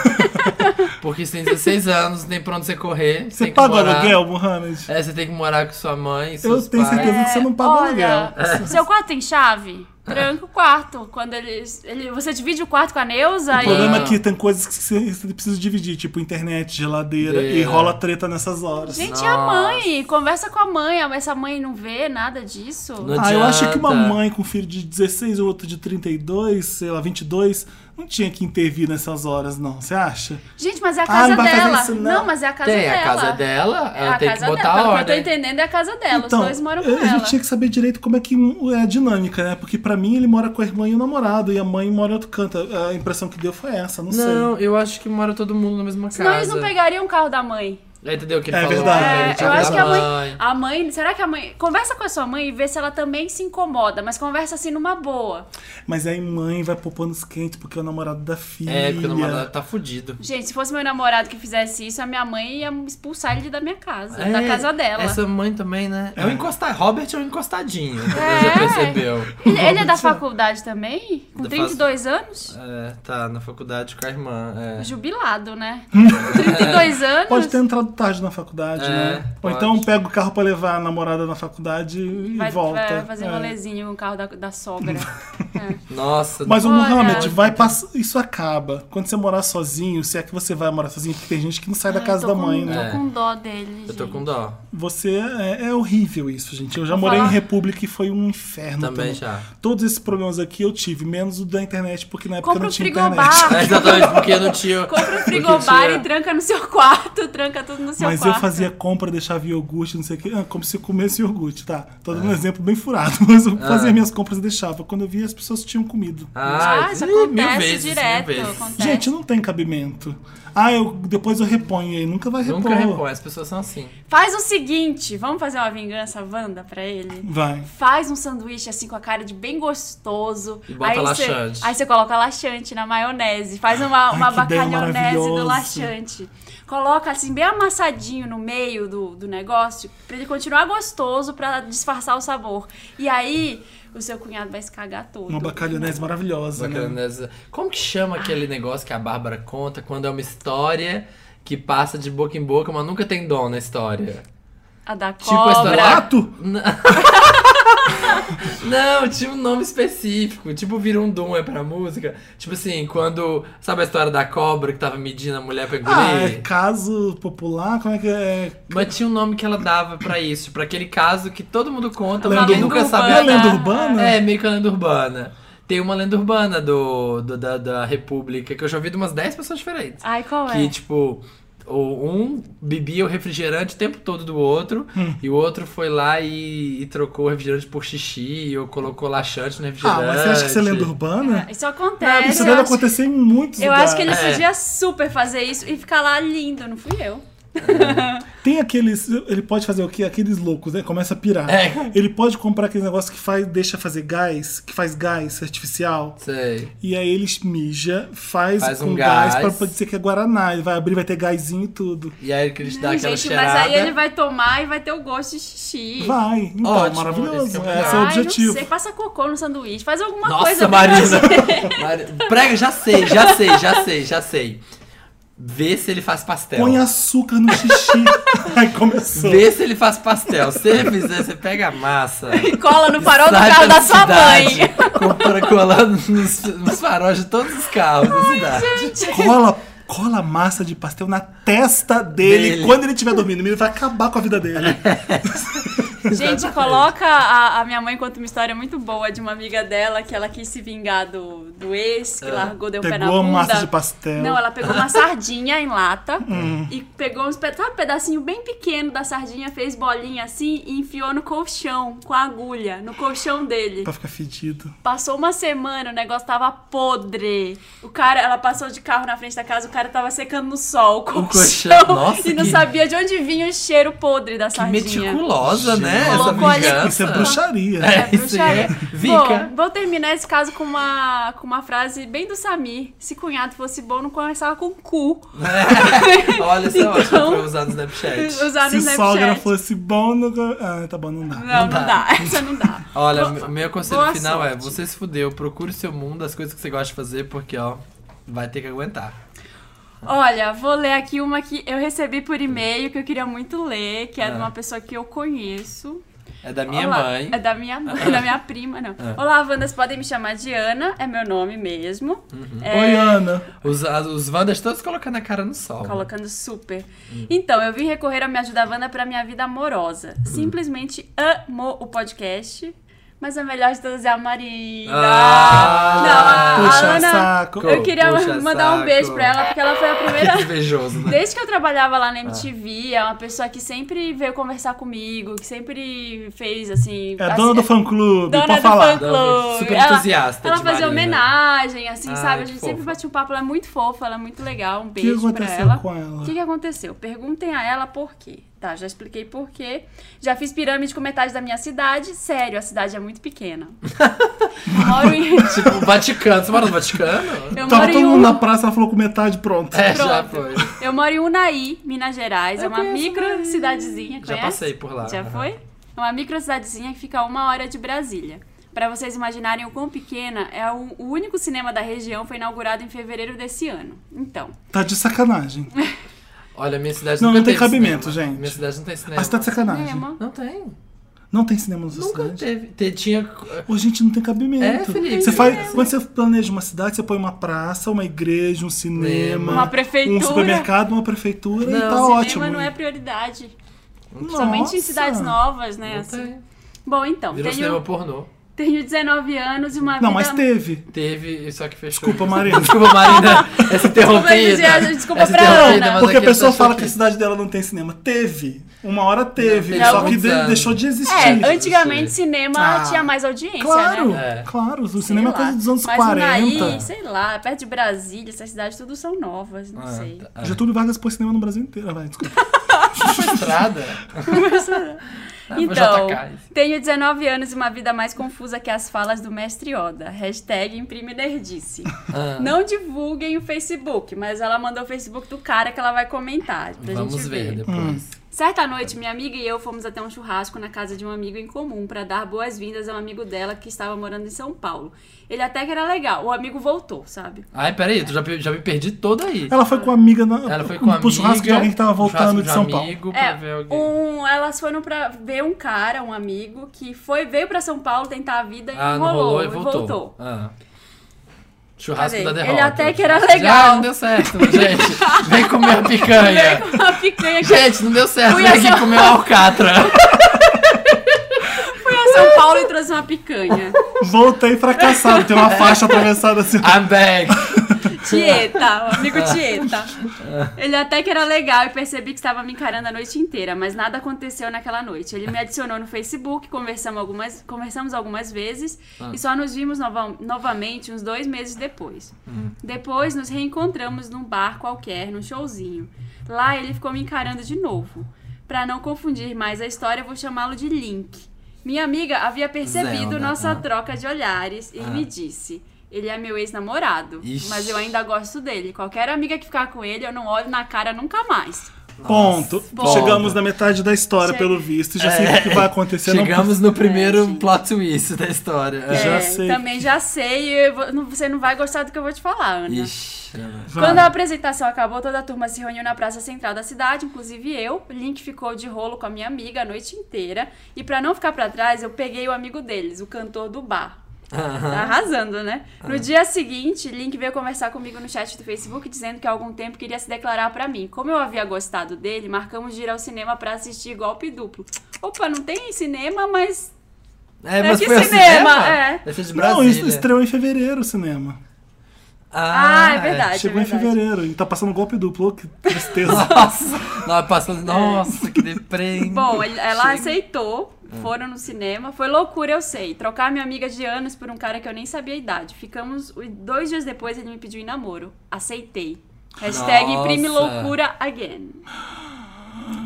S2: Porque você tem 16 anos, nem pra onde você correr.
S1: Você
S2: tem que
S1: paga o
S2: morar-
S1: aluguel, Mohamed?
S2: É, você tem que morar com sua mãe,
S1: Eu
S2: seus
S1: tenho
S2: pais. É.
S1: certeza que você não paga o aluguel.
S3: É, Olha, seu quarto tem chave? Tranca o quarto. Quando ele, ele- você divide o quarto com a Neuza
S1: O problema é
S2: Ah.
S1: que tem coisas que você você precisa dividir, tipo internet, geladeira, e
S2: Geladeira.
S1: rola treta nessas horas.
S3: Gente, e a mãe, conversa com a mãe, mas a mãe não vê nada disso.
S2: Não é-
S1: ah, eu acho que uma
S2: adianta.
S1: mãe com um filho de 16 ou outro de 32, sei lá, 22, não tinha que intervir nessas horas, não. Você acha?
S3: Gente, mas é a
S1: Ah, não
S3: casa
S1: vai fazer
S3: dela.
S1: isso, não.
S3: não. mas é a casa
S2: Tem
S3: dela.
S2: a casa dela,
S3: É
S2: ela
S3: a
S2: tem que
S3: casa
S2: botar
S3: dela.
S2: a
S3: Pelo que eu
S2: ordem.
S3: tô entendendo, é a casa dela. Os dois moram com
S1: eu- Então, é, a
S3: ela.
S1: gente tinha que saber direito como é que um- é a dinâmica, né? Porque pra mim ele mora com a irmã e o namorado, e a mãe mora em outro canto. A impressão que deu foi essa, não,
S2: Não,
S1: sei.
S2: eu acho que mora todo mundo na mesma casa.
S3: Senão eles não pegariam o carro da mãe.
S2: É, entendeu o que ele
S1: É
S2: falou?
S1: verdade.
S2: né?
S1: É,
S2: Ele
S3: É,
S2: tinha
S3: eu acho que a
S2: da
S3: mãe, a mãe. Será que a mãe. Conversa com a sua mãe e vê se ela também se incomoda, mas conversa assim numa boa.
S1: Mas aí mãe vai pôr panos quentes porque é o namorado da filha.
S2: É, porque o namorado tá fudido.
S3: Gente, se fosse meu namorado que fizesse isso, a minha mãe ia expulsar ele da minha casa, da
S2: É,
S3: casa dela.
S2: Essa mãe também, né? É o encostadinho. Robert é o encostadinho.
S3: É.
S2: Já percebeu.
S3: Ele, ele é da faculdade também? Com
S2: Da
S3: 32 anos?
S2: É, tá na faculdade com a irmã. É.
S3: Jubilado, né? 32 anos?
S1: Pode ter entrado tarde na faculdade,
S2: É,
S1: né? Ou
S2: pode.
S1: então pega o carro pra levar a namorada na faculdade e
S3: Vai,
S1: volta.
S3: vai fazer
S1: É.
S3: um rolezinho com o carro da, da sogra.
S2: Nossa,
S1: Mas um o
S3: Olha.
S1: Mohamed vai passar. Isso acaba. Quando você morar sozinho, se é que você vai morar sozinho, porque tem gente que não sai da
S3: Ai,
S1: casa
S3: tô
S1: da
S3: com-
S1: mãe, né? É
S3: Tô com dó dele,
S2: eu tô
S3: gente.
S2: com dó.
S1: Você é, é horrível isso, gente. Eu já
S3: Vou
S1: morei
S3: falar.
S1: em República e foi um inferno também.
S2: Também já.
S1: Todos esses problemas aqui eu tive, menos o da internet, porque na época
S3: Compra
S1: não
S3: um
S1: tinha
S3: frigobar.
S1: internet. né?
S2: É, exatamente, porque não tinha.
S3: Compra um
S2: porque
S3: frigobar
S2: tinha-
S3: e tranca no seu quarto, tranca tudo no seu
S1: Mas
S3: quarto.
S1: eu fazia compra, deixava iogurte, não sei o que. Ah, como se eu comesse iogurte, tá? Tô
S2: É.
S1: dando um exemplo bem furado, mas eu fazia minhas compras e deixava. Quando eu via, as pessoas tinham comido.
S2: Ah,
S3: Ah, isso
S2: ih, mil
S3: acontece
S2: vezes,
S3: direto.
S2: mil vezes.
S3: acontece.
S1: Gente, não tem cabimento. Ah, eu, depois eu reponho aí. Nunca vai repor.
S2: Nunca repõe, as pessoas são assim.
S3: Faz o seguinte, vamos fazer uma vingança Wanda pra ele?
S1: Vai.
S3: Faz um sanduíche assim com a cara de bem gostoso.
S2: E bota
S3: aí você-
S2: laxante.
S3: aí você coloca laxante na maionese. Faz uma, uma
S1: que ideia
S3: bacalhonese
S1: maravilhosa.
S3: do laxante. Coloca assim, bem amassadinho no meio do, do negócio, pra ele continuar gostoso, pra disfarçar o sabor. E aí, o seu cunhado vai se cagar todo.
S1: Uma bacalhonese maravilhosa. né?
S2: Bacanesa. Como que chama aquele negócio que a Bárbara conta quando é uma história que passa de boca em boca, mas nunca tem dono na história?
S3: A da
S2: Tipo a história-
S3: cobra.
S1: Lato?
S2: Não, tinha um nome específico, tipo Virundum é pra música. Tipo assim, quando. Sabe a história da cobra que tava medindo a mulher pra engolir?
S1: Ah, é caso popular? Como é que é?
S2: Mas tinha um nome que ela dava pra isso, pra aquele caso que todo mundo conta,
S1: Lenda
S2: mas ninguém
S1: urbana.
S2: nunca sabe.
S1: Não é lenda urbana?
S2: É, meio que uma lenda urbana. Tem uma lenda urbana do, do- da, da República que eu já ouvi de umas 10 pessoas diferentes.
S3: Ai, qual é?
S2: Que, tipo, o- um bebia o refrigerante o tempo todo do outro,
S1: Hum.
S2: e o outro foi lá e, e trocou o refrigerante por xixi, ou colocou laxante no
S1: Ah,
S2: refrigerante.
S1: mas você acha que isso é lenda urbana?
S3: Isso acontece.
S1: Isso
S3: eu
S1: deve
S3: acho-
S1: acontecer em muitos
S3: Eu
S1: lugares.
S3: acho que ele
S2: É.
S3: podia super fazer isso e ficar lá lindo, não fui eu.
S1: Tem aqueles. Ele pode fazer o quê? Aqueles loucos, né? Começa a pirar.
S2: É.
S1: Ele pode comprar aquele negócio que faz, deixa fazer gás, que faz gás artificial.
S2: Sei.
S1: E aí ele mija, faz,
S2: Faz
S1: com
S2: um
S1: gás,
S2: gás.
S1: pra poder dizer que é Guaraná. Ele vai abrir, vai ter gásinho e tudo.
S2: E aí que eles dão
S3: Não,
S2: aquela
S3: gente,
S2: cheirada.
S3: mas aí ele vai tomar e vai ter o gosto de xixi.
S1: Vai, então,
S2: Ótimo, esse
S1: maravilhoso.
S2: é o
S1: Esse é o
S3: Ai,
S1: objetivo.
S3: não sei, passa cocô no sanduíche, faz alguma
S2: Nossa,
S3: coisa.
S2: Marina. Mari- Prega, já sei, já sei, já sei, já sei. Vê se ele faz pastel.
S1: Põe açúcar no xixi. Aí começou.
S2: é Vê se ele faz pastel. Se ele fizer, você pega a massa.
S3: Cola no farol do
S2: sai
S3: carro
S2: pra
S3: da sua
S2: cidade,
S3: mãe.
S2: compra- colando nos, nos faróis de todos os carros da cidade.
S1: Cola, cola a massa de pastel na testa dele.
S2: Dele.
S1: Quando ele estiver dormindo, ele vai acabar com a vida dele.
S3: Gente, coloca a, a minha mãe conta uma história muito boa de uma amiga dela que ela quis se vingar do, do ex, que largou, deu um pé na
S1: Pegou a
S3: bunda.
S1: massa de pastel. Hum.
S3: Não, ela pegou uma sardinha em lata e pegou uns pe- sabe, um pedacinho bem pequeno da sardinha, fez bolinha assim e enfiou no colchão com a agulha, no colchão dele.
S1: Pra ficar fedido.
S3: Passou uma semana, o negócio tava podre. O cara, ela passou de carro na frente da casa, o cara tava secando no sol o colchão,
S2: colchão, nossa,
S3: e não
S2: que-
S3: sabia de onde vinha o cheiro podre da
S2: Que
S3: sardinha.
S2: meticulosa, né? Essa
S3: Colocou ali-
S2: vingança.
S1: Isso é bruxaria.
S2: É,
S3: É
S2: isso aí.
S3: bruxaria.
S2: É. Vica.
S3: Bom, vou terminar esse caso com uma, com uma frase bem do Samir. Se cunhado fosse bom, não começava com cu.
S2: Olha, isso é
S3: Então-
S2: ótimo pra usar no Snapchat.
S3: Usar no
S1: Se sogra
S3: Snapchat.
S1: fosse bom, não... Ah, tá bom, não dá.
S3: Não, é. não
S2: dá.
S3: dá. Essa não dá.
S2: Olha,
S3: Boa-
S2: o meu conselho
S3: boa
S2: final é:
S3: sorte.
S2: você se fudeu, procure seu mundo, as coisas que você gosta de fazer, porque, ó, vai ter que aguentar.
S3: Olha, vou ler aqui uma que eu recebi por e-mail, que eu queria muito ler, que é de uma
S2: Ah.
S3: pessoa que eu conheço.
S2: É da minha
S3: Olá,
S2: mãe. É.
S3: É da minha mãe, da minha prima, não. Olá, Wandas, podem me chamar de Ana, é meu nome mesmo.
S2: Uhum.
S3: É,
S1: Oi, Ana.
S2: Os, as- os Wanders todos colocando a cara no sol.
S3: Colocando super.
S2: Uhum.
S3: Então, eu vim recorrer à Me Ajuda Wanda pra minha vida amorosa. Simplesmente amo o podcast, mas a melhor de todas é a Marina.
S2: Ah!
S3: não, a,
S1: Puxa
S3: a Ana,
S1: saco.
S3: eu queria
S2: Puxa
S3: mandar um
S2: saco.
S3: beijo pra ela, porque ela foi a primeira...
S2: Que invejoso, né?
S3: Desde que eu trabalhava lá na MTV, é uma pessoa que sempre veio conversar comigo, que sempre fez assim.
S1: É
S3: assim,
S1: dona do fã-clube,
S3: dona
S1: pode
S3: do
S1: falar.
S3: fã-clube. Clube.
S2: Super
S3: Ela-
S2: entusiasta.
S3: Ela
S2: de
S3: fazia
S2: Marina.
S3: homenagem, assim,
S2: Ai,
S3: sabe? A
S2: que
S3: gente
S2: fofa.
S3: sempre bate um papo, ela é muito fofa, ela é muito legal. Um
S1: O que
S3: beijo pra
S1: aconteceu
S3: ela.
S1: com ela?
S3: O que, que aconteceu? Perguntem a ela por quê. Tá, já expliquei por quê. Já fiz pirâmide com metade da minha cidade. Sério, a cidade é muito pequena. moro em.
S2: Tipo, o Vaticano. Você mora no Vaticano?
S3: Eu
S1: Tava
S3: moro
S1: todo
S3: em
S1: mundo
S3: um...
S1: na praça, ela falou com metade, pronto.
S2: É, já
S3: Pronto.
S2: foi.
S3: Eu moro em Unai, Minas Gerais. é uma micro cidadezinha.
S2: Já
S3: conhece?
S2: passei por lá.
S3: Já
S2: Aham.
S3: foi? É uma micro cidadezinha que fica a uma hora de Brasília. Pra vocês imaginarem o quão pequena é, o, o único cinema da região foi inaugurado em fevereiro desse ano. Então,
S1: Tá de sacanagem.
S2: Olha, minha cidade
S1: Não,
S2: nunca
S1: não tem
S2: teve
S1: cabimento,
S2: cinema.
S1: gente.
S2: Minha cidade não tem cinema.
S1: Ah, você tá de sacanagem.
S3: cinema.
S2: Não tem.
S1: Não tem cinema na sua
S2: Nunca
S1: cidade?
S2: teve. Te- tinha. eh,
S1: Ô, gente, não tem cabimento.
S2: É, Felipe,
S1: você
S2: não
S1: faz,
S2: tem
S1: quando você planeja uma cidade, você põe uma praça, uma igreja, um cinema,
S3: uma
S1: um
S3: prefeitura.
S1: supermercado, uma prefeitura e
S2: Não,
S1: tá
S2: cinema
S3: cinema
S1: ótimo.
S3: não é prioridade.
S1: Nossa.
S3: Somente em cidades novas, né?
S2: Não
S3: assim.
S2: tem.
S3: Bom, então,
S2: Virou
S3: tenho,
S2: cinema pornô.
S3: tenho 19 anos e uma
S1: Não,
S3: vida.
S1: mas teve.
S2: Teve, só que fechou.
S1: Desculpa, Marina.
S2: Desculpa, Marina. Essa interrompida.
S3: Gisele, desculpa
S2: Essa
S3: pra
S2: interrompida,
S3: Ana.
S2: mas
S1: Porque a
S2: aqui eu
S1: pessoa
S2: tô
S1: fala
S2: aqui. né?
S1: que a cidade dela não tem cinema. Teve. Uma hora teve,
S2: Não,
S1: só que
S2: muitos
S1: de-
S2: anos.
S1: deixou de existir.
S3: É,
S2: antes-
S3: antigamente cinema
S1: Ah,
S3: tinha mais audiência, né?
S1: Claro,
S2: É.
S1: claro. O
S3: Sei
S1: cinema é
S3: lá.
S1: coisa dos anos
S3: Mas
S1: 40.
S3: Unaí, sei lá, perto de Brasília, essas cidades tudo são novas, não sei.
S2: Ah, tá.
S1: Getúlio Vargas pôs cinema no Brasil inteiro. Ah, Vai, desculpa.
S2: Estrada? Ah, vou
S3: Então,
S2: JK.
S3: tenho 19 anos e uma vida mais confusa que as falas do mestre Oda. Hashtag imprime nerdice.
S2: Ah,
S3: Não divulguem o Facebook, mas ela mandou o Facebook do cara que ela vai comentar. Pra
S2: Vamos
S3: Então gente
S2: ver
S3: ver.
S1: Hum.
S2: depois.
S3: Certa noite, minha amiga e eu fomos até um churrasco na casa de um amigo em comum para dar boas-vindas a um amigo dela que estava morando em São Paulo. Ele até que era legal, o amigo voltou, sabe?
S2: Ai, peraí, tu já, pe- já me perdi toda aí.
S1: Ela foi com a amiga na,
S2: Ela foi com a um
S1: pro churrasco um de alguém que tava voltando de São Paulo.
S2: amigo, pra
S3: É,
S2: ver alguém.
S3: um, elas foram pra ver um cara, um amigo, que foi, veio pra São Paulo tentar a vida e
S2: Ah, não
S3: enrolou,
S2: rolou e
S3: e
S2: voltou.
S3: voltou.
S2: Ah. Churrasco
S3: Olha
S2: da
S3: aí,
S2: derrota.
S3: ele até que era
S2: Ah,
S3: legal.
S2: não deu certo, gente. Vem comer a picanha.
S3: Uma picanha que
S2: Gente, não deu certo.
S3: Fui
S2: Vem aqui
S3: achar-
S2: comer uma alcatra.
S3: foi a São Paulo e trouxe uma picanha.
S1: Voltei fracassado, tem uma faixa atravessada assim.
S2: I'm back.
S3: Tieta, o amigo Tieta. Ele até que era legal e percebi que estava me encarando a noite inteira, mas nada aconteceu naquela noite. Ele me adicionou no Facebook, conversamos algumas, conversamos algumas vezes e só nos vimos nova- novamente uns dois meses depois. Depois nos reencontramos num bar qualquer, num showzinho. Lá ele ficou me encarando de novo. Pra não confundir mais a história, eu vou chamá-lo de Link. Minha amiga havia percebido
S2: Zelda,
S3: nossa
S2: ah.
S3: troca de olhares e me disse: Ele é meu ex-namorado.
S2: Ixi.
S3: Mas eu ainda gosto dele. Qualquer amiga que ficar com ele, eu não olho na cara nunca mais.
S1: Ponto.
S3: Ponto.
S1: Chegamos na metade da história,
S3: Chega.
S1: pelo visto. Já sei o que vai acontecer. não
S2: É. Chegamos no primeiro
S3: gente.
S2: plot twist da história. É.
S1: Já
S3: É,
S1: sei.
S3: Também já sei. e eu vou- não- você não vai gostar do que eu vou te falar, Ana.
S2: É. Ixi, Ana.
S1: Vai.
S3: Quando a apresentação acabou, toda a turma se reuniu na praça central da cidade, inclusive eu. Link ficou de rolo com a minha amiga a noite inteira. E pra não ficar pra trás, eu peguei o amigo deles, o cantor do bar. Tá arrasando, né? No dia seguinte, Link veio conversar comigo no chat do Facebook dizendo que há algum tempo queria se declarar pra mim. Como eu havia gostado dele, marcamos de ir ao cinema pra assistir Golpe Duplo. Opa, não tem cinema, mas
S2: É,
S3: que
S2: foi ao
S3: cinema,
S2: cinema?
S3: é.
S2: Deve ser de
S1: Não,
S2: Brasília.
S1: isso estreou em fevereiro o cinema.
S3: Ah, é verdade.
S1: Chegou em
S3: verdade.
S1: fevereiro. E tá passando golpe duplo. Que tristeza.
S2: Nossa, nós
S3: É.
S2: passando. Nossa, que deprê. hein?
S3: Bom, ele- ela aceitou,
S2: É.
S3: foram no cinema. Foi loucura, eu sei. Trocar minha amiga de anos por um cara que eu nem sabia a idade. Ficamos. e Dois dias depois ele me pediu em namoro. Aceitei. Hashtag
S2: Nossa.
S3: imprime loucura again.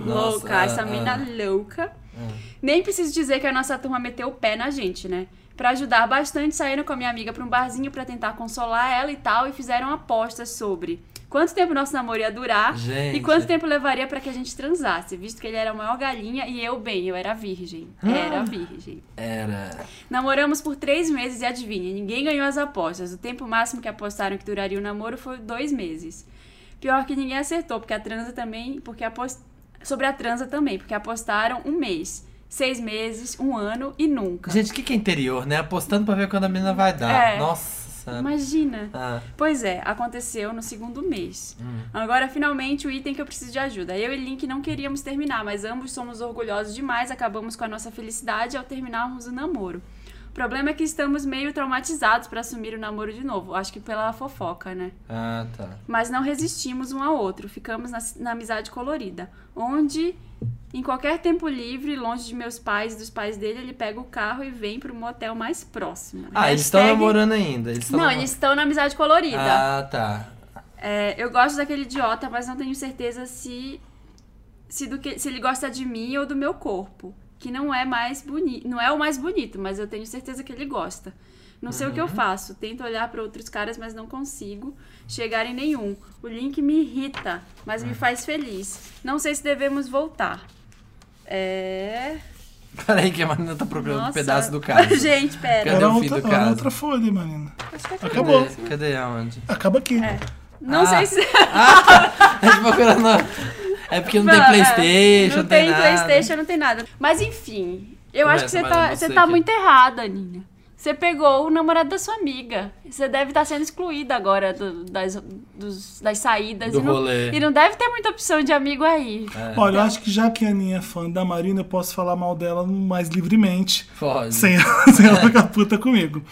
S2: Nossa,
S3: louca, essa
S2: ah,
S3: mina louca. Nem preciso dizer que a nossa turma meteu o pé na gente, né? Pra ajudar bastante, saíram com a minha amiga pra um barzinho pra tentar consolar ela e tal, e fizeram apostas sobre quanto tempo nosso namoro ia durar
S2: Gente.
S3: e quanto tempo levaria pra que a gente transasse, visto que ele era a maior galinha e eu, bem, eu era virgem. Era virgem.
S2: Era.
S3: Namoramos por três meses e adivinha, ninguém ganhou as apostas. O tempo máximo que apostaram que duraria o namoro foi dois meses. Pior que ninguém acertou, porque a transa também. Porque apos- Sobre a transa também, porque apostaram um mês, seis meses, um ano e nunca.
S2: Gente, o que, que é interior, né? Apostando pra ver quando a mina vai dar.
S3: É.
S2: Nossa. sabe?
S3: Imagina.
S2: Ah,
S3: Pois é, aconteceu no segundo mês.
S2: Hum.
S3: Agora, finalmente, o item que eu preciso de ajuda. Eu e Link não queríamos terminar, mas ambos somos orgulhosos demais, acabamos com a nossa felicidade ao terminarmos o namoro. O problema é que estamos meio traumatizados pra assumir o namoro de novo. Acho que pela fofoca, né?
S2: ah, tá.
S3: Mas não resistimos um ao outro, ficamos na, na amizade colorida, onde em qualquer tempo livre, longe de meus pais e dos pais dele, ele pega o carro e vem pro motel mais próximo.
S2: Ah, eles estão
S3: Hashtag-
S2: namorando ainda. Eles tão
S3: Não,
S2: namorando.
S3: eles estão na amizade colorida.
S2: Ah, tá.
S3: É, eu gosto daquele idiota, mas não tenho certeza se se, do que- se ele gosta de mim ou do meu corpo, que não é mais bonito, não é o mais bonito, mas eu tenho certeza que ele gosta. Não sei o que eu
S2: Uhum.
S3: faço, tento olhar para outros caras, mas não consigo chegar em nenhum. O link me irrita, mas
S2: Uhum.
S3: me faz feliz. Não sei se devemos voltar. É.
S2: Peraí que a Marina tá procurando um
S3: Nossa.
S2: pedaço do caso.
S3: Gente, pera.
S2: Cadê
S1: Era
S2: o fim
S1: outra,
S2: do
S1: era
S2: caso?
S1: outra folha, menina.
S3: Acho que é acabou.
S1: Acabou.
S2: Cadê? Cadê aonde?
S1: Acaba aqui.
S3: Não
S2: Ah.
S3: sei se.
S2: A gente Tá procurando. É porque não tem
S3: Não, é.
S2: Playstation,
S3: Não,
S2: não
S3: tem,
S2: nada.
S3: Playstation, não tem nada. Mas enfim, eu
S2: Começa,
S3: acho que você
S2: mas
S3: tá,
S2: eu
S3: você
S2: sei
S3: tá
S2: que-
S3: muito errada, Aninha. Você pegou o namorado da sua amiga. Você deve estar sendo excluída agora do- das, dos- das saídas.
S2: Do
S3: e, não,
S2: rolê. É.
S3: e não deve ter muita opção de amigo aí.
S1: Olha, eu acho que já que a Aninha é fã da Marina, eu posso falar mal dela mais livremente.
S2: Pode.
S1: Sem, sem ela ficar puta comigo.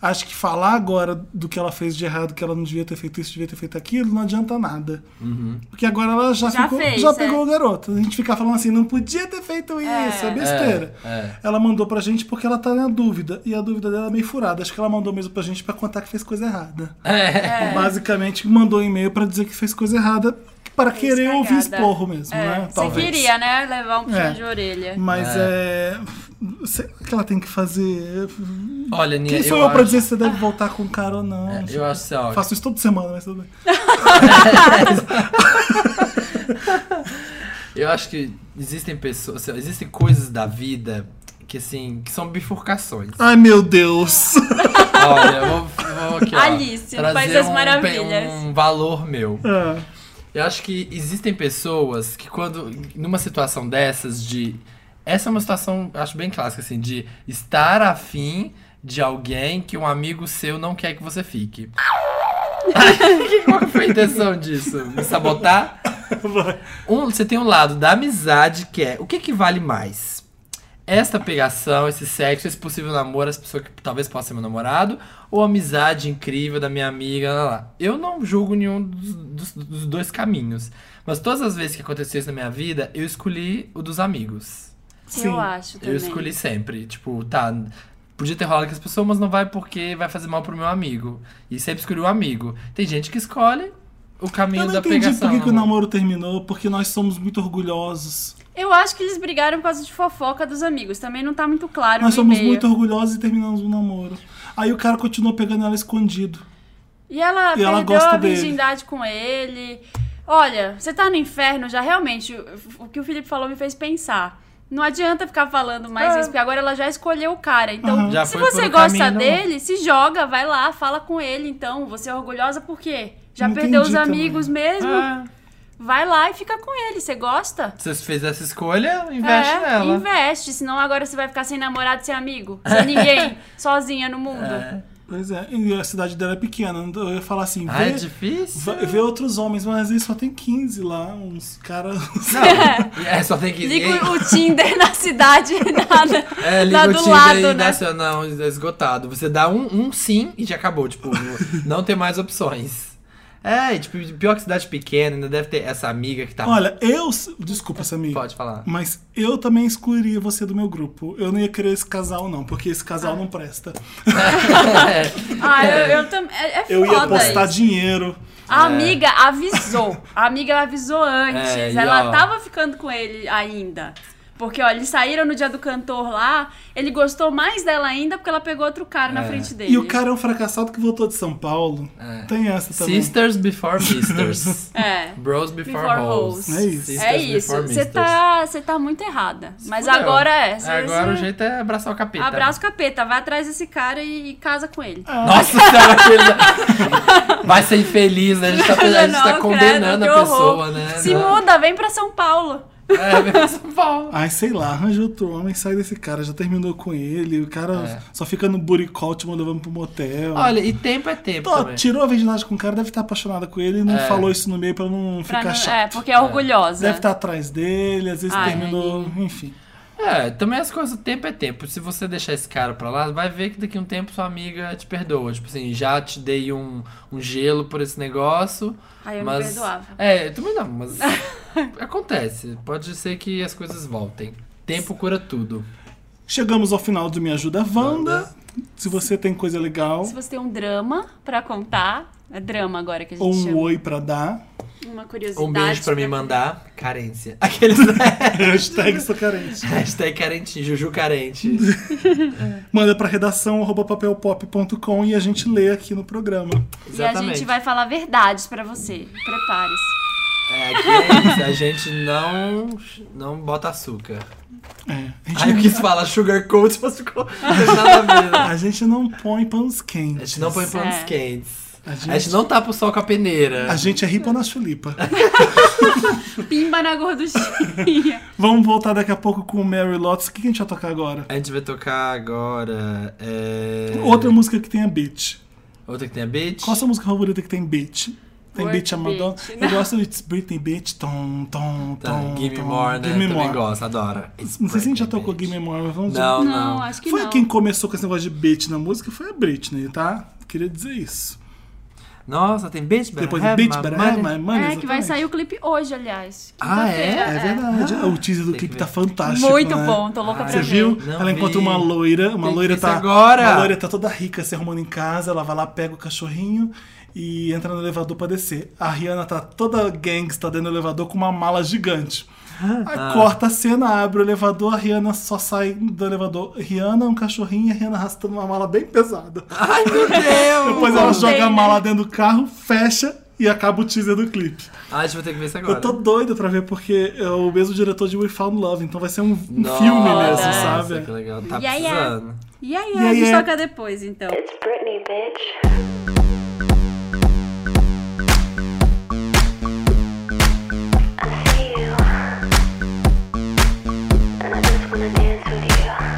S1: Acho que falar agora do que ela fez de errado, que ela não devia ter feito isso, devia ter feito aquilo, não adianta nada. Porque agora ela já,
S3: Já
S1: ficou-
S3: fez,
S1: já
S3: é.
S1: pegou o garoto. A gente ficar falando assim, não podia ter feito isso, é, besteira.
S2: É, é.
S1: Ela mandou pra gente porque ela tá na dúvida. E a dúvida dela é meio furada. Acho que ela mandou mesmo pra gente pra contar que fez coisa errada.
S2: É.
S1: Basicamente, mandou um e-mail pra dizer que fez coisa errada para
S3: Fez
S1: querer ouvir
S3: cagada.
S1: esporro mesmo, né?
S3: É, Você
S1: Talvez.
S3: queria, né? Levar um puxão
S1: É.
S3: de orelha.
S1: Mas é. Será que ela tem que fazer?
S2: Olha, Aninha,
S1: Quem
S2: É, eu
S1: sou eu,
S2: acho-
S1: pra
S2: É,
S1: dizer se você deve voltar com o cara ou não?
S2: Eu acho que ó,
S1: Faço isso toda semana, mas tudo bem.
S2: Eu acho que existem pessoas, assim, existem coisas da vida que assim, que são bifurcações.
S1: Ai, meu Deus!
S2: Olha, eu vou, vou aqui, ó,
S3: Alice, no País das
S2: um pe-
S3: Maravilhas.
S2: um valor meu.
S1: É.
S2: Eu acho que existem pessoas que quando numa situação dessas de essa é uma situação, eu acho bem clássica assim, de estar afim de alguém que um amigo seu não quer que você fique. Qual que foi a intenção disso? Me sabotar? Um, você tem um lado da amizade que é o que que vale mais? Esta pegação, esse sexo, esse possível namoro, essa pessoa que talvez possa ser meu namorado, ou a amizade incrível da minha amiga, lá, lá, lá. Eu não julgo nenhum dos, dos- dos dois caminhos. Mas todas as vezes que aconteceu isso na minha vida, eu escolhi o dos amigos.
S1: Sim.
S3: eu acho também.
S2: Eu escolhi sempre. Tipo, tá. Podia ter rolado com as pessoas, mas não vai porque vai fazer mal pro meu amigo. E sempre escolhi o amigo. Tem gente que escolhe o caminho
S1: Eu não
S2: da
S1: entendi
S2: pegação. né?
S1: por que, que o
S2: amor.
S1: namoro terminou, porque nós somos muito orgulhosos.
S3: Eu acho que eles brigaram por causa de fofoca dos amigos. Também não tá muito claro
S1: Nós
S3: no
S1: somos
S3: e-mail.
S1: muito orgulhosos e terminamos o namoro. Aí o cara continuou pegando ela escondido.
S3: E ela
S1: E ela
S3: perdeu
S1: gosta
S3: a
S1: dele.
S3: virgindade com ele. Olha, você tá no inferno já, realmente, o, o que o Felipe falou me fez pensar. Não adianta ficar falando mais isso, porque agora ela já escolheu o cara. Então,
S2: Já
S3: se
S2: foi
S3: você
S2: por um
S3: gosta
S2: caminho,
S3: dele, se joga, vai lá, fala com ele, então. Você é orgulhosa por quê? Já
S1: Não
S3: perdeu os
S1: entendi também.
S3: amigos mesmo?
S2: Ah,
S3: Vai lá e fica com ele, você gosta?
S2: se você fez essa escolha, investe
S3: é,
S2: nela.
S3: investe, senão agora você vai ficar sem namorado, sem amigo, sem ninguém, sozinha no mundo.
S2: É.
S1: Pois é, e a cidade dela é pequena. Eu ia falar assim,
S2: Ah, é
S1: vê,
S2: difícil.
S1: va- vê outros homens, mas aí só tem 15 lá, uns caras.
S2: Não, é, só tem que
S3: Liga o Tinder na cidade, na,
S2: É,
S3: na
S2: liga o
S3: do
S2: Tinder
S3: lado,
S2: e
S3: né?
S2: nacional esgotado. Você dá um, um sim e já acabou, tipo, não tem mais opções. É, e, tipo, pior que cidade pequena, ainda deve ter essa amiga que tá.
S1: Olha, eu. s- Desculpa, Samir.
S2: Pode falar.
S1: Mas eu também excluiria você do meu grupo. Eu não ia querer esse casal, não, porque esse casal não presta.
S3: Ah, eu, eu também. É, é
S1: Eu ia
S3: foda
S1: apostar
S3: isso.
S1: dinheiro.
S3: A amiga avisou. A amiga avisou antes.
S2: É, e
S3: Ela
S2: ó.
S3: tava ficando com ele ainda. Porque, ó, eles saíram no dia do cantor lá. Ele gostou mais dela ainda porque ela pegou outro cara na frente dele.
S1: E o cara é um fracassado que voltou de São Paulo. Tem essa também.
S2: Sisters before misters.
S3: É.
S2: Bros before,
S3: Before
S2: hoes.
S3: hoes.
S1: É isso.
S2: Sisters
S3: É
S2: before
S3: isso. Você
S2: misters.
S3: tá, você tá muito errada. Mas
S2: Fudeu.
S3: agora é. Cê-
S2: Agora o
S3: cê-
S2: jeito é abraçar o capeta.
S3: Abraça o capeta, vai atrás desse cara e, e casa com ele.
S2: Nossa senhora, aquele- vai ser infeliz, né? A gente tá, a gente tá
S3: Não,
S2: condenando a
S3: credo, que
S2: pessoa,
S3: horror.
S2: né?
S3: Se muda, vem pra São Paulo.
S2: É, vem pra São Paulo.
S1: Ai, sei lá, arranja outro homem, sai desse cara, já terminou com ele, o cara
S2: É.
S1: só fica no buricol te levando pro motel.
S2: Olha, e tempo é tempo
S1: Pô,
S2: também.
S1: tirou a virgindade com o cara, deve estar apaixonada com ele e não
S2: É.
S1: falou isso no meio pra não
S3: Pra
S1: ficar
S3: não-
S1: chato.
S3: é, porque é orgulhosa.
S1: Deve
S2: tá
S1: estar atrás dele, às vezes
S3: Ai,
S1: terminou, enfim.
S2: É, também as coisas, tempo é tempo. Se você deixar esse cara pra lá, vai ver que daqui a um tempo sua amiga te perdoa. Tipo assim, já te dei um, um gelo por esse negócio.
S3: Ai, eu não
S2: mas...
S3: perdoava.
S2: É, eu também não, mas acontece. Pode ser que as coisas voltem. Tempo cura tudo.
S1: Chegamos ao final do Me Ajuda Wanda. Se você tem coisa legal
S3: Se você tem um drama pra contar, é drama agora que a gente
S1: ou um
S3: chama.
S1: oi pra dar,
S3: Uma curiosidade.
S2: Um beijo pra me mandar. Carência. Aqueles. né?
S1: hashtag sou carente.
S2: Hashtag carente, Juju carente.
S1: Manda pra redação arroba papelpop.com e a gente lê aqui no programa.
S3: E a gente vai falar verdades pra você. Prepare-se.
S2: É, aqui é isso. A gente não, não bota açúcar.
S1: É. A gente,
S2: Aí eu
S1: não,
S2: quis falar sugar coat, mas ficou. não tem nada a ver, né?
S1: a gente não põe panos
S2: A
S1: quentes.
S2: gente não põe panos
S3: É.
S2: quentes.
S1: A
S2: A
S1: gente-
S2: gente... não tapa o sol com a peneira.
S1: A gente é ripa na chulipa.
S3: Pimba na gorduchinha.
S1: Vamos voltar daqui a pouco com o Mary Lotus. O que a gente vai tocar agora?
S2: A gente vai tocar agora. é,
S1: Outra música que tenha beat.
S2: Outra que tem a Bitch.
S1: Qual a sua música favorita que tem beat? Tem
S3: Work
S1: beat a Madonna?
S3: beat, né?
S1: Eu gosto de It's Britney Beat. Tom, tom,
S2: Tá,
S1: tom.
S2: Give Me
S1: tom,
S2: More, né?
S1: Give Me
S2: Também
S1: More.
S2: gosto, adoro.
S1: Não sei se a gente já tocou Give Me More, mas vamos
S2: Não,
S3: Não,
S2: não.
S3: acho que
S1: Foi
S3: não.
S1: quem começou com esse negócio de beat na música, foi a Britney, tá? Queria dizer isso.
S2: Nossa, tem Bitch, Better
S1: Depois de
S2: Have
S1: Beat,
S2: My
S1: Better
S2: Money.
S1: Have My Money.
S3: É, que vai
S1: exatamente.
S3: sair o clipe hoje, aliás.
S2: Ah, é?
S3: Quinta-feira,
S1: É verdade. O teaser do
S2: Tem que
S1: clipe
S2: ver.
S1: tá fantástico.
S3: Muito
S1: né?
S3: bom, tô louca
S2: Ah,
S3: pra
S1: Você
S3: ver.
S1: viu?
S2: Não
S1: ela
S2: vi.
S1: encontra uma loira, uma
S2: Tem que
S1: loira
S2: ver
S1: tá.
S2: isso agora.
S1: Uma loira tá toda rica se arrumando em casa, ela vai lá, pega o cachorrinho e entra no elevador pra descer. A Rihanna tá toda gangsta dentro do elevador com uma mala gigante.
S2: Ah.
S1: Aí corta a cena, abre o elevador, a Rihanna só sai do elevador. Rihanna, um cachorrinho e a Rihanna arrastando uma mala bem pesada.
S2: Ai, meu Deus!
S1: Depois ela
S3: contei,
S1: joga a
S3: né?
S1: mala dentro do carro, fecha e acaba o teaser do clipe.
S2: Ah, a gente vai ter que ver isso agora.
S1: Eu tô doido pra ver porque é o mesmo diretor de We Found Love, então vai ser um, um
S2: Nossa,
S1: filme mesmo,
S3: Nossa,
S1: sabe?
S2: Que legal. Tá
S3: Yeah, yeah.
S2: precisando.
S3: E aí,
S1: E
S3: a
S1: aí,
S3: gente
S1: é?
S3: toca depois, então.
S5: It's Britney, bitch. I see you, and I just wanna dance with you.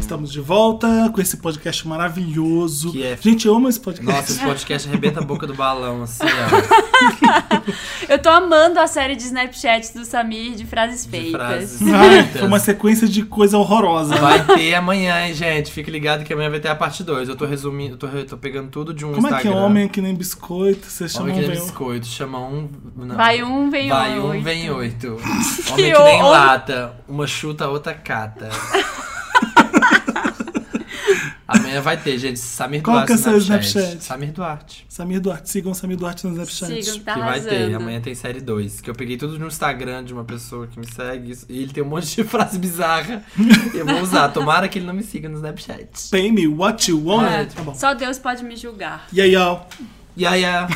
S1: Estamos de volta com esse podcast maravilhoso.
S2: Que é-
S1: Gente, eu amo esse podcast.
S2: Nossa, esse podcast arrebenta a boca do balão, assim, ó.
S3: Eu tô amando a série de Snapchat do Samir de frases
S2: De
S3: feitas.
S2: frases.
S1: Ai,
S2: feitas.
S1: foi uma sequência de coisa horrorosa.
S2: Vai ter amanhã, hein, gente. Fique ligado que amanhã vai ter a parte 2. Eu tô resumindo, eu tô, eu tô pegando tudo de um
S1: Como é que
S2: Instagram.
S1: é homem que nem biscoito? Você chama
S2: Homem
S1: um
S2: que nem
S1: velho?
S2: biscoito, chama um. não.
S3: Vai um, vem
S2: Vai
S3: oito.
S2: um, vem oito.
S3: Que
S2: Homem que nem
S3: horror.
S2: lata, uma chuta, a outra cata. Amanhã vai ter, gente. Samir
S1: Qual
S2: Duarte.
S1: que é seu
S2: no
S1: Snapchat?
S2: Samir Duarte.
S1: Samir Duarte, sigam Samir Duarte no Snapchat.
S3: Sigam, tá
S2: que vai
S3: arrasando.
S2: ter. Amanhã tem série 2. Que eu peguei tudo no Instagram de uma pessoa que me segue. isso- E ele tem um monte de frase bizarra. e eu vou usar. Tomara que ele não me siga no Snapchat.
S1: Pay me what you want.
S2: É.
S1: Tá bom.
S3: Só Deus pode me julgar.
S1: E aí, ó.
S2: Ya, ya.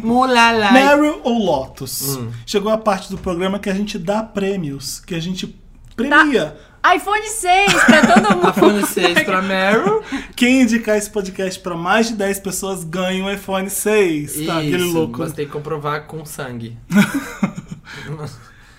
S2: Mulala.
S1: Meryl ou Lotus?
S2: Hum.
S1: Chegou a parte do programa que a gente dá prêmios, que a gente premia
S3: iPhone 6 pra todo mundo.
S2: iPhone 6 pra Meryl.
S1: Quem indicar esse podcast pra mais de 10 pessoas ganha um iPhone 6. Tá, aquele
S2: Isso,
S1: louco. Então
S2: Mas tem que comprovar com sangue.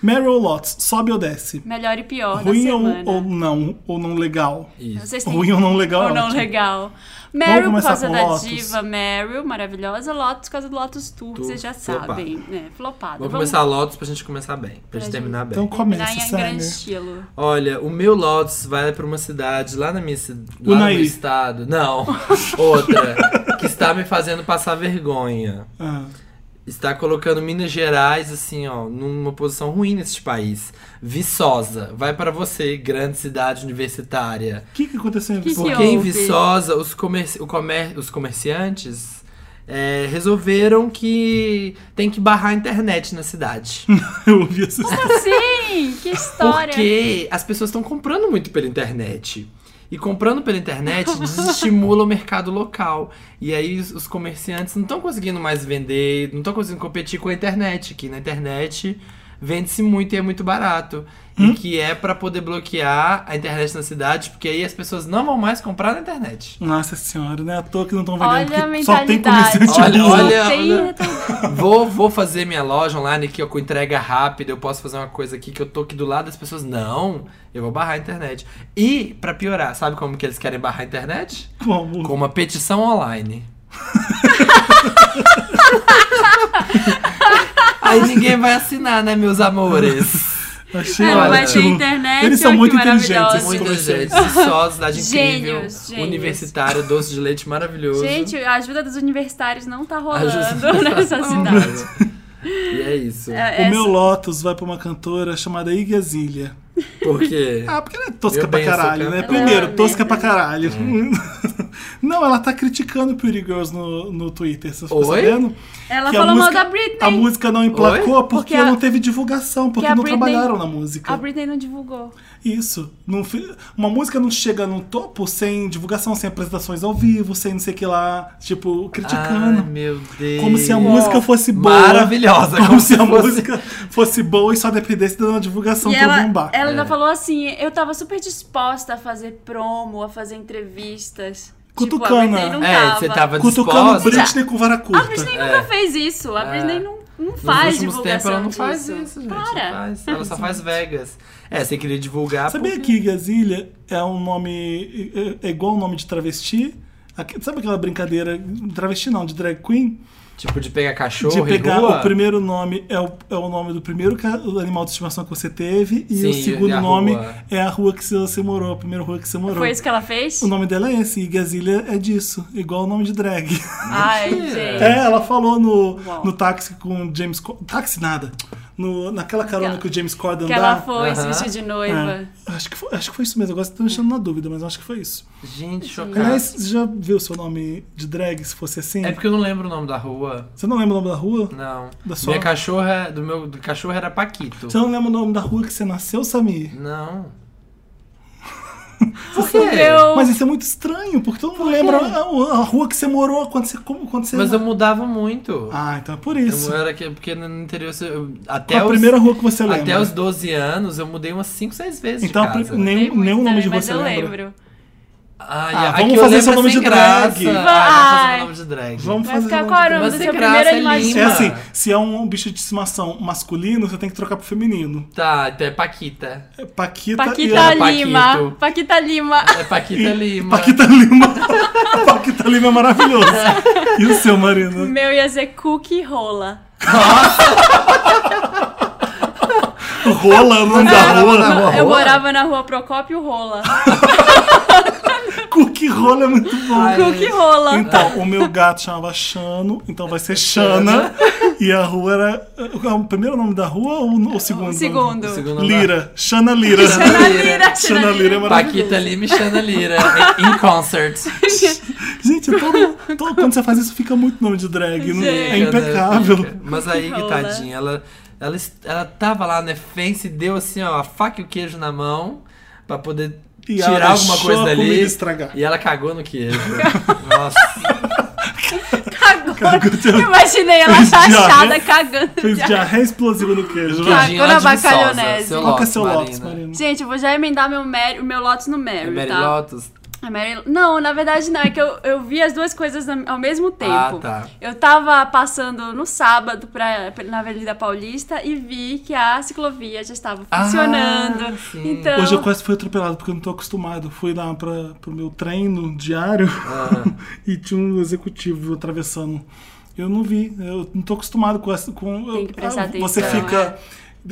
S1: Meryl Lotus, sobe ou desce?
S3: Melhor e pior
S1: Ruim
S3: da
S1: ou,
S3: semana.
S1: ou não? Ou não legal?
S2: Isso.
S3: Vocês têm-
S1: Ruim ou não legal? é
S3: ou não
S1: ótimo.
S3: legal. Meryl por
S1: começar
S3: causa
S1: com
S3: da
S1: Lotus?
S3: diva Meryl, maravilhosa. Lotus por causa do Lotus Tour, que
S2: Tour,
S3: vocês já
S2: flopada.
S3: sabem. né? flopada.
S2: Vou
S3: Vamos
S2: começar a Lotus pra gente começar bem. Pra, gente
S3: gente.
S2: terminar bem.
S1: Então começa,
S3: terminar em grande
S1: Sammy.
S3: estilo.
S2: Olha, o meu Lotus vai pra uma cidade lá na minha cidade. Lá no
S1: Unai.
S2: meu estado. Não, outra. que está me fazendo passar vergonha.
S1: Ah,
S2: Está colocando Minas Gerais, assim, ó, numa posição ruim neste país. Viçosa. Vai pra você, grande cidade universitária.
S1: O que, que aconteceu em
S3: Que
S1: Viçosa?
S3: que
S2: Porque em
S3: houve?
S2: Viçosa, os, comerci o comer os comerciantes é, resolveram que tem que barrar a internet na cidade.
S1: Eu ouvi essa história.
S3: Sim, que história.
S2: Porque as pessoas estão comprando muito pela internet. E comprando pela internet desestimula o mercado local. E aí os, os comerciantes não estão conseguindo mais vender, não estão conseguindo competir com a internet, que na internet vende-se muito e é muito barato. E que é pra poder bloquear a internet na cidade, porque aí as pessoas não vão mais comprar na internet.
S1: Nossa senhora, né? À toa que não estão
S3: Olha
S1: vendendo.
S3: a
S1: porque só tem
S3: mentalidade.
S1: comerciante
S2: Olha,
S1: burro.
S2: olha.
S3: Não tem
S2: olha.
S3: retorno.
S2: Vou, vou fazer minha loja online aqui, ó, com entrega rápida. Eu posso fazer uma coisa aqui que eu tô aqui do lado das pessoas. Não, eu vou barrar a internet. E, pra piorar, sabe como que eles querem barrar a internet?
S1: Como?
S2: Com uma petição online. Aí ninguém vai assinar, né, meus amores?
S1: Achei
S3: É,
S2: não vai
S1: ótimo.
S3: ter internet,
S1: Eles
S3: olha
S1: são
S3: que
S1: muito inteligentes,
S3: maravilhosa.
S1: esses
S2: Muita gente,
S1: comerciantes.
S2: só cidade incrível,
S3: Gênios, gênios.
S2: universitário, doce de leite maravilhoso.
S3: Gente, a ajuda dos universitários não tá rolando
S2: Ajuda-
S3: nessa cidade.
S2: E é isso.
S3: É,
S1: O
S3: é-
S1: meu Lotus vai pra uma cantora chamada Iggy Azalea.
S2: Porque...
S1: Ah, porque ela é tosca
S2: Eu
S1: pra
S2: bem sou
S1: caralho, né?
S2: cantora.
S1: Primeiro,
S3: Ela é
S1: tosca pra caralho.
S2: Uhum.
S1: Não, ela tá criticando Pretty Girls no, no Twitter, você ficou
S2: Oi?
S1: sabendo?
S3: Ela
S1: Que a
S3: falou
S1: música-
S3: mal da Britney.
S1: A música não emplacou porque,
S3: Porque a-
S1: não teve divulgação, porque
S3: a
S1: não
S3: Britney-
S1: trabalharam na música.
S3: A Britney não divulgou.
S1: Isso. Não fi- Uma música não chega no topo sem divulgação, sem apresentações ao vivo, sem não sei o que lá, tipo,
S2: Ai,
S1: criticando.
S2: meu Deus.
S1: como se a música fosse boa.
S2: Maravilhosa,
S1: Como,
S2: como
S1: se,
S2: se
S1: a
S2: fosse-
S1: música fosse boa e só dependesse da divulgação
S3: E
S1: pra
S3: ela,
S1: bombar.
S3: ela ainda
S2: É.
S3: falou assim: eu tava super disposta a fazer promo, a fazer entrevistas.
S1: Cutucana.
S3: Tipo, a Britney não
S2: É,
S3: tava.
S2: você tava
S1: Cutucando
S2: disposta.
S1: Britney com vara curta.
S3: A Britney nunca fez isso. A Britney não, não faz
S2: É. Nos últimos
S3: divulgação
S2: tempos ela não
S3: disso.
S2: faz isso, gente. não
S3: Para.
S2: faz. Ela só faz Vegas. É, você queria divulgar.
S1: Sabia
S2: porque-
S1: que Igazilha é um nome. é- é igual o nome de travesti? Aque- Sabe aquela brincadeira? Travesti não, de drag queen?
S2: Tipo, de pegar cachorro
S1: de pegar
S2: em rua.
S1: o primeiro nome é o, é o nome do primeiro ca- do animal de estimação que você teve, e o
S2: Sim, e
S1: segundo
S2: a
S1: nome
S2: rua.
S1: é a rua que você morou, a primeira rua que você morou.
S3: Foi isso que ela fez?
S1: O nome dela é esse, Igazilha é disso, igual o nome de drag.
S3: Ai,
S2: Mentira.
S3: gente.
S1: É, ela falou no,
S3: Uau.
S1: no táxi com o James Corden. Táxi nada. No, naquela carona
S3: Aquela-
S1: que o James Corden
S3: Que
S1: dá.
S3: ela foi se
S2: Aham.
S3: vestir de
S1: É,
S3: noiva.
S1: acho, que foi, acho que foi isso mesmo. Agora você tá me deixando na dúvida, mas eu acho que foi isso.
S2: Gente, chocado.
S1: Aliás, você já viu o seu nome de drag, se fosse assim?
S2: É porque eu não lembro o nome da rua.
S1: Você não lembra o nome da rua?
S2: Não.
S1: Da sua?
S2: Minha cachorra. Do meu do cachorro era Paquito.
S1: Você não lembra o nome da rua que você nasceu, Samir?
S2: Não.
S3: Por
S2: quê?
S3: Eu...
S1: Mas isso é muito estranho, porque todo mundo lembra a, a rua que você morou quando você... Como, quando você...
S2: Mas eu mudava muito.
S1: Ah, então é por
S2: Eu
S1: isso.
S2: era que, porque no interior. você- eu-
S1: Qual
S2: até
S1: a
S2: os,
S1: primeira rua que você lembra?
S2: até os 12 anos eu mudei umas 5, 6 vezes.
S1: Então,
S2: de
S1: a pri-
S2: casa.
S1: nem-
S3: Tem muito
S1: nenhum nome
S3: também,
S1: de rua
S3: mas
S1: você
S3: eu
S1: lembra?
S3: lembro.
S2: Ai,
S1: Ah,
S2: ai,
S1: vamos
S2: que eu
S1: fazer
S2: lembro
S1: seu nome
S2: sem
S1: de
S2: graça.
S1: drag.
S2: Ai,
S3: Vai.
S2: vamos fazer meu nome de drag.
S1: Vamos
S3: Vai
S1: fazer...
S3: ficar
S1: o
S3: qual era o
S1: nome
S3: nome
S2: Mas
S3: do
S2: sem
S3: seu
S2: graça,
S3: primeiro
S2: é
S1: de-
S2: lindo.
S1: É
S3: animal?
S1: assim, se é um bicho de estimação masculino, você tem que trocar pro feminino.
S2: Tá, então é Paquita.
S1: É Paquita, e...
S3: Paquita
S1: Ana-
S2: Paquito.
S3: Lima. Paquita Lima.
S2: É Paquita Lima.
S1: Paquita Lima. Paquita Lima é maravilhoso. E o seu,
S3: O
S1: Marina?
S3: meu ia ser cookie rola.
S1: Rola, o nome da rua.
S3: eu morava na rua Procópio Rola.
S1: Cookie roll é muito bom.
S2: Ai,
S3: cookie rola.
S1: Então, o meu gato chamava Chano, então vai ser Xana. e a rua era. é O primeiro nome da rua ou o segundo?
S3: O segundo.
S2: O segundo
S1: Lira. Xana Lira.
S3: Xana Lira.
S1: Xana Lira é maravilhoso.
S2: Paquita Lima e Xana Lira. em
S1: É
S2: concert.
S1: Gente, é todo, todo- quando você faz isso, fica muito nome de drag. não- é
S3: Gente.
S1: impecável.
S2: Mas aí, que
S3: Rola.
S2: tadinha, ela, ela, es- ela tava lá na fence e deu assim, ó, a faca e o queijo na mão pra poder
S1: E ela
S2: tirar alguma
S1: deixou
S2: coisa
S1: a
S2: dali.
S1: comida estragar.
S2: E ela cagou no queijo. Nossa.
S3: Cagou. Imaginei ela
S1: Fez
S3: rachada,
S1: diarreia.
S3: cagando.
S1: Fez
S3: diarreia.
S1: diarreia explosiva no queijo.
S3: Tá.
S1: vai.
S2: Queijinho
S3: Cagou na
S2: lá de Viçosa.
S3: bacalhonese.
S1: Qual que é seu
S2: Lotus,
S1: Lotus, Marina?
S3: Gente, eu vou já emendar meu, Mary, o meu Lotus no Mary,
S2: É Mary
S3: tá?
S2: Lotus.
S3: A Mary- Não, na verdade não, é que eu, eu vi as duas coisas na- ao mesmo tempo.
S2: Ah, tá.
S3: Eu tava passando no sábado pra, pra- na Avenida Paulista e vi que a ciclovia já estava
S2: Ah,
S3: funcionando.
S2: sim.
S3: então,
S1: Hoje eu quase fui atropelado porque eu não tô acostumado. Fui lá pra, pro meu treino diário e tinha um executivo atravessando. Eu não vi, eu não tô acostumado com essa. Com,
S3: Tem que prestar
S1: eu- Você
S3: atenção, é.
S1: fica.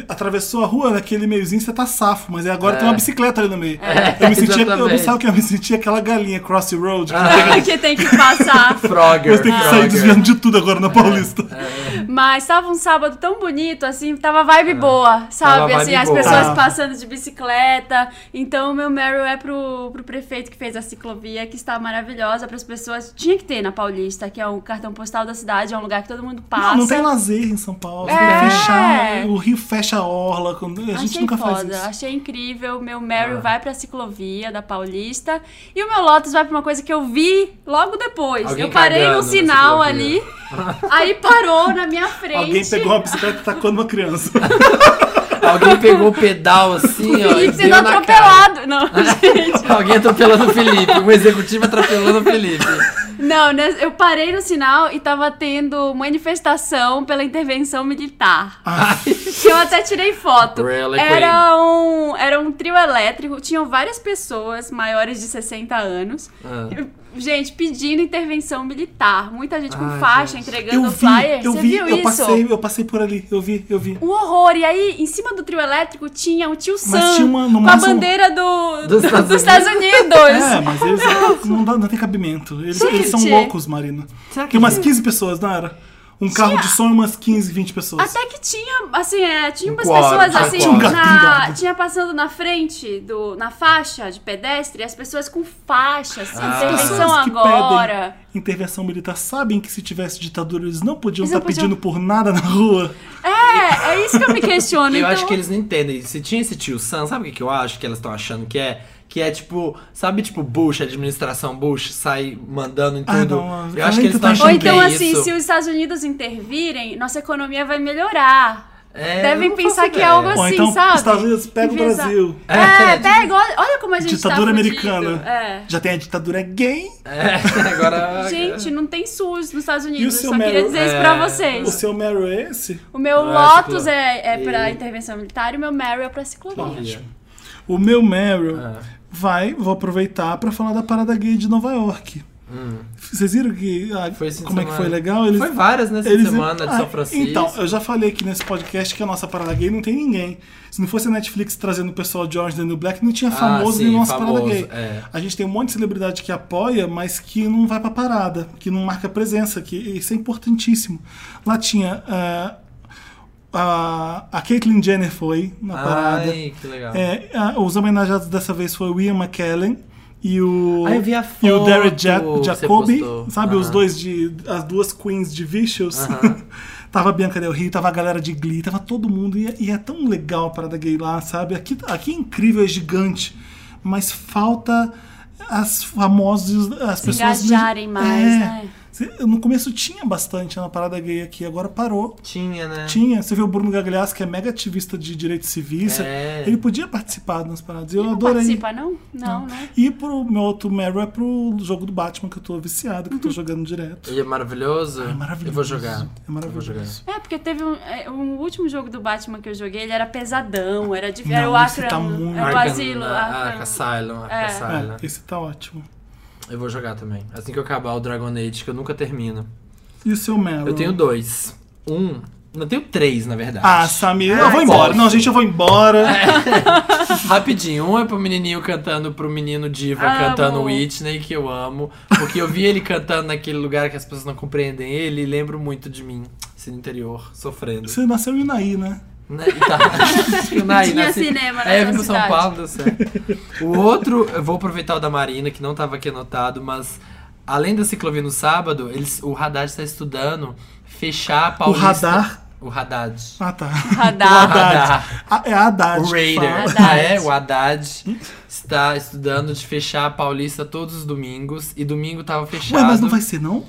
S1: Atravessou a rua naquele meiozinho, você tá safo, mas agora tem uma bicicleta ali no meio.
S3: É.
S1: Eu me sentia, eu não
S2: exatamente.
S1: sabe o que eu me sentia aquela galinha crossy road. que
S3: que tem que passar.
S2: Frogger.
S1: Você tem que sair
S2: Frogger.
S1: desviando de tudo agora na Paulista.
S3: Mas tava um sábado tão bonito, assim, tava
S1: É.
S3: vibe boa, sabe?
S2: vibe
S3: assim, as
S2: boa.
S3: pessoas
S1: Ah.
S3: passando de bicicleta. Então, o meu Meryl é pro, pro prefeito que fez a ciclovia, que está maravilhosa para as pessoas. Tinha que ter na Paulista, que é o cartão postal da cidade, é um lugar que todo mundo passa.
S1: Não, não tem lazer em São Paulo. tem
S3: É.
S1: que fechar, o Rio fecha a orla. quando- A gente
S3: achei
S1: nunca
S3: foda,
S1: faz isso. É.
S3: achei incrível. Meu Meryl vai pra ciclovia da Paulista. E o meu Lotus vai pra uma coisa que eu vi logo depois.
S2: Alguém
S3: eu parei
S2: cagando
S3: num
S2: na
S3: sinal ali,
S2: ciclovia.
S3: aí parou na minha frente.
S1: Alguém pegou uma bicicleta e tacou numa criança.
S2: Alguém pegou o pedal assim, ó. e
S3: Felipe
S2: deu
S3: sendo
S2: na cara.
S3: atropelado. Não, gente.
S2: Alguém atropelando o Felipe. Um executivo atropelando o Felipe.
S3: Não, né, eu parei no sinal e tava tendo manifestação pela intervenção
S1: Ah,
S3: militar. Que eu até tirei foto.
S2: Really
S3: Era um, era um trio elétrico, tinham várias pessoas maiores de 60 anos.
S2: Ah.
S3: Gente, pedindo intervenção militar. Muita gente com
S2: Ai,
S3: faixa,
S2: gente.
S3: entregando
S1: Eu vi,
S3: flyer.
S1: eu
S3: Você
S1: vi,
S3: viu
S1: eu
S3: isso?
S1: passei, eu passei por ali, eu vi, eu vi.
S3: Um horror. E aí, em cima do trio elétrico, tinha o tio Sam
S1: tinha uma- no
S3: com a
S1: máximo-
S3: bandeira do,
S2: Dos Estados
S3: Estados Unidos.
S1: É, mas eles não, dá- não tem cabimento. Eles,
S3: Gente.
S1: eles são loucos, Marina.
S2: Será que
S1: Tem umas
S2: eles-
S1: 15 pessoas, não era? Um carro de som e umas 15, 20 pessoas.
S3: Até que tinha, assim, é, tinha umas
S2: quadro,
S3: pessoas
S2: tinha
S3: assim,
S2: um quadro.
S3: na,
S1: Pingado.
S3: tinha passando na frente, do, na faixa de pedestre, as pessoas com faixa, assim,
S2: Ah.
S3: intervenção
S1: Pessoas que
S3: agora.
S1: pedem intervenção militar sabem que se tivesse ditadura eles não podiam
S3: Eles
S1: estar
S3: não podiam-
S1: pedindo por nada na rua.
S3: É, é isso que eu me questiono.
S2: Eu
S3: então,
S2: acho que eles não entendem. Se tinha esse tio Sam, sabe o que, que eu acho que elas estão achando que é? Que é tipo, sabe, tipo, Bush, administração Bush, sai mandando em
S1: Ah,
S2: tudo.
S1: não,
S2: eu acho que eles estão
S1: tá
S2: achando
S3: Ou
S1: achando
S3: então,
S2: que é
S3: assim,
S2: isso.
S3: se os Estados Unidos intervirem, nossa economia vai melhorar.
S2: É, eu
S3: Devem
S2: não
S3: pensar
S2: faço
S3: que é
S2: ideia.
S3: algo assim,
S1: Ou então,
S3: sabe?
S1: Estados Unidos pega o
S3: Enviesar.
S1: Brasil.
S3: É,
S2: É,
S3: pega, olha olha como a gente
S1: ditadura
S3: tá fudido.
S1: americana.
S3: É.
S1: Já tem a ditadura gay.
S2: É, agora.
S3: Gente, não tem SUS nos Estados Unidos.
S1: seu
S3: Só queria
S1: Meryl?
S3: dizer isso
S2: É.
S3: pra vocês.
S1: O seu Meryl é esse?
S3: O meu
S2: Não é
S3: Lotus
S2: ciclo-
S3: é, é
S2: E-
S3: pra intervenção militar e o meu Meryl é pra ciclovia.
S2: Olha.
S1: O meu Meryl
S2: Ah.
S1: vai, vou aproveitar pra falar da parada gay de Nova York. Vocês viram que a-
S2: Hum. Foi esse
S1: como é que
S2: semana.
S1: foi legal? Eles,
S2: Foi várias nessa
S1: eles-
S2: semana de
S1: Ah,
S2: São Francisco.
S1: Então, eu já falei aqui nesse podcast que a nossa parada gay não tem ninguém. Se não fosse a Netflix trazendo o pessoal de Orange and the New Black, não tinha famoso
S2: Ah, sim,
S1: nem nossa
S2: famoso,
S1: parada gay.
S2: é.
S1: A gente tem um monte de celebridade que apoia, mas que não vai pra parada, que não marca presença, que isso é importantíssimo. Lá tinha ah, a, a Caitlyn Jenner foi na parada.
S2: Ai, que legal.
S1: É, a- os homenageados dessa vez foi o Ian McKellen e o
S2: Ah, eu vi a
S1: e o Derek
S2: foto
S1: Ja-
S2: que você
S1: Jacobi,
S2: postou.
S1: sabe os
S2: Aham.
S1: dois de as duas queens de Vicious. tava a Bianca Del Rio, tava a galera de Glee, tava todo mundo e, é- e é tão legal a parada gay lá, sabe? Aqui aqui é incrível, é gigante, mas falta as famosas as pessoas
S3: engajarem mais, né?
S1: Cê- No começo tinha bastante na parada gay aqui, agora parou.
S2: Tinha, né?
S1: Tinha, você viu o Bruno Gagliasso, que é mega ativista de direitos civis.
S2: É.
S1: Ele podia participar das paradas. Eu
S3: Não
S1: adorei.
S3: participa, não? Não, né?
S1: E pro meu outro Meryl é pro jogo do Batman, que eu tô viciado, que eu
S3: Uhum.
S1: tô jogando direto.
S2: Ele é maravilhoso.
S1: É maravilhoso.
S2: Eu vou jogar.
S1: É maravilhoso.
S3: É, porque teve um, é, um último jogo do Batman que eu joguei, ele era pesadão, era, de,
S1: Não,
S3: era o
S1: esse
S3: Akram,
S1: tá muito-
S3: era o
S2: Arkham,
S3: asilo.
S2: ah, Arkham
S3: Akram.
S2: Asylum, Arkham
S3: É.
S2: Asylum.
S1: É, esse tá ótimo. É.
S2: Eu vou jogar também. Assim que eu acabar o Dragon Age, que eu nunca termino.
S1: E o seu Meryl?
S2: Eu tenho dois. Um. Não, eu tenho três, na verdade.
S1: Ah, Samir,
S2: Ah,
S1: eu
S3: é
S1: vou embora.
S2: posso.
S1: Não, gente, eu vou
S2: É.
S1: embora.
S2: Rapidinho, um é pro menininho cantando, pro menino diva
S3: Amo.
S2: cantando Whitney, que eu amo. Porque eu vi ele cantando naquele lugar que as pessoas não compreendem ele e lembro muito de mim, assim, no interior, sofrendo.
S1: Você nasceu em Inaí, né?
S2: Né? E tá- Acho que aí,
S3: Tinha
S2: né? Se-
S3: cinema
S2: É,
S3: nessa
S2: vim pro São
S3: cidade.
S2: Paulo, deu certo. O outro, eu vou aproveitar o da Marina, que não tava aqui anotado, mas além da ciclovia no sábado, eles, o Haddad está estudando fechar a Paulista.
S1: radar?
S2: O Haddad.
S1: Ah, tá.
S3: Radar.
S1: Haddad. Ah, É a Haddad.
S2: O
S1: que fala.
S2: Raider,
S3: Haddad.
S2: ah, é, o Haddad está estudando de fechar a Paulista todos os domingos e domingo tava fechado.
S1: Ué, mas não vai ser, não?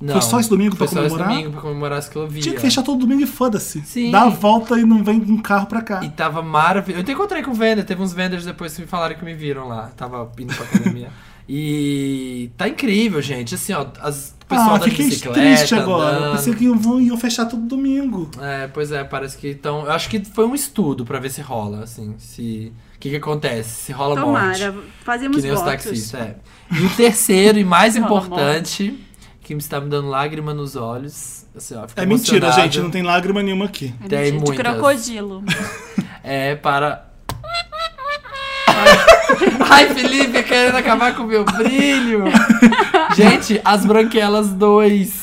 S2: Não.
S1: Foi só esse domingo
S2: Foi
S1: pra
S2: só
S1: comemorar?
S2: esse domingo pra comemorar as ciclovias.
S1: Tinha que fechar todo domingo e foda-se.
S2: Sim.
S1: Dá a volta e não vem um carro pra cá.
S2: E tava maravilhoso. Eu até encontrei com o vender, teve uns vendors depois que me falaram que me viram lá. Tava indo pra academia. e tá incrível, gente. Assim, ó, as o pessoal
S1: ah,
S2: da
S1: fiquei
S2: bicicleta.
S1: triste agora.
S2: andando.
S1: Pensei que iam, vão- iam fechar todo domingo.
S2: É, pois é, parece que então, eu acho que foi um estudo pra ver se rola, assim, se o que que acontece, se rola morte.
S3: Tomara,
S2: Que
S3: fazemos
S2: nem os
S3: votos.
S2: taxistas, é. E o terceiro e mais
S3: Rola
S2: importante, que me está me dando lágrima nos olhos, assim, ó, fico
S1: É mentira,
S2: emocionado.
S1: gente. Não tem lágrima nenhuma aqui.
S3: É
S2: Tem
S3: mentira, de
S2: muitas.
S3: crocodilo.
S2: É para. Ai, Felipe, querendo acabar com o meu brilho. Gente, As Branquelas 2.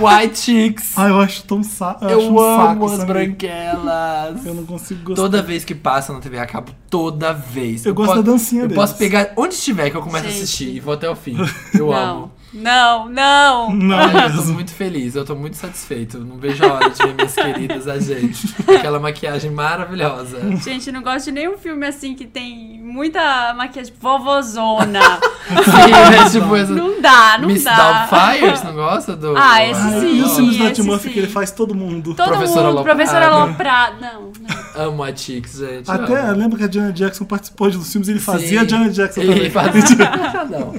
S2: White Chicks.
S1: Ah, eu acho tão sa eu
S2: Eu
S1: acho um saco
S2: amo
S1: isso
S2: As
S1: aqui.
S2: Branquelas.
S1: Eu não consigo gostar.
S2: Toda vez que passa na TV a cabo, toda vez.
S1: Eu gosto
S2: posso-
S1: da dancinha
S2: Eu
S1: deles.
S2: posso pegar onde estiver que eu começo a
S3: Gente.
S2: assistir e vou até o fim. Eu amo.
S3: Não, não, não.
S1: Não é
S2: Olha, eu tô
S1: mesmo.
S2: muito feliz, eu tô muito satisfeito. Não vejo a hora de ver minhas queridas a gente. Aquela maquiagem maravilhosa.
S3: Gente, não gosto de nenhum filme assim que tem muita maquiagem vovozona.
S2: Sim, né? tipo, essa-
S3: não dá, Ah, não
S2: Miss
S3: dá.
S2: Doubtfire, você não gosta do.
S3: Ah, esse
S1: Ah,
S3: sim,
S1: e os filmes do Matt
S3: esse
S1: Murphy
S3: sim.
S1: que ele faz todo mundo.
S3: Todo
S2: Professora
S3: mundo,
S2: Aloprada.
S3: professora Aloprada. Não, não.
S2: Amo a Chicks, gente.
S1: Até
S2: amo.
S1: lembra que a Janet Jackson participou de uns filmes e ele fazia
S2: Sim.
S1: a Janet Jackson
S2: Ele
S1: também.
S2: fazia. Ah, não.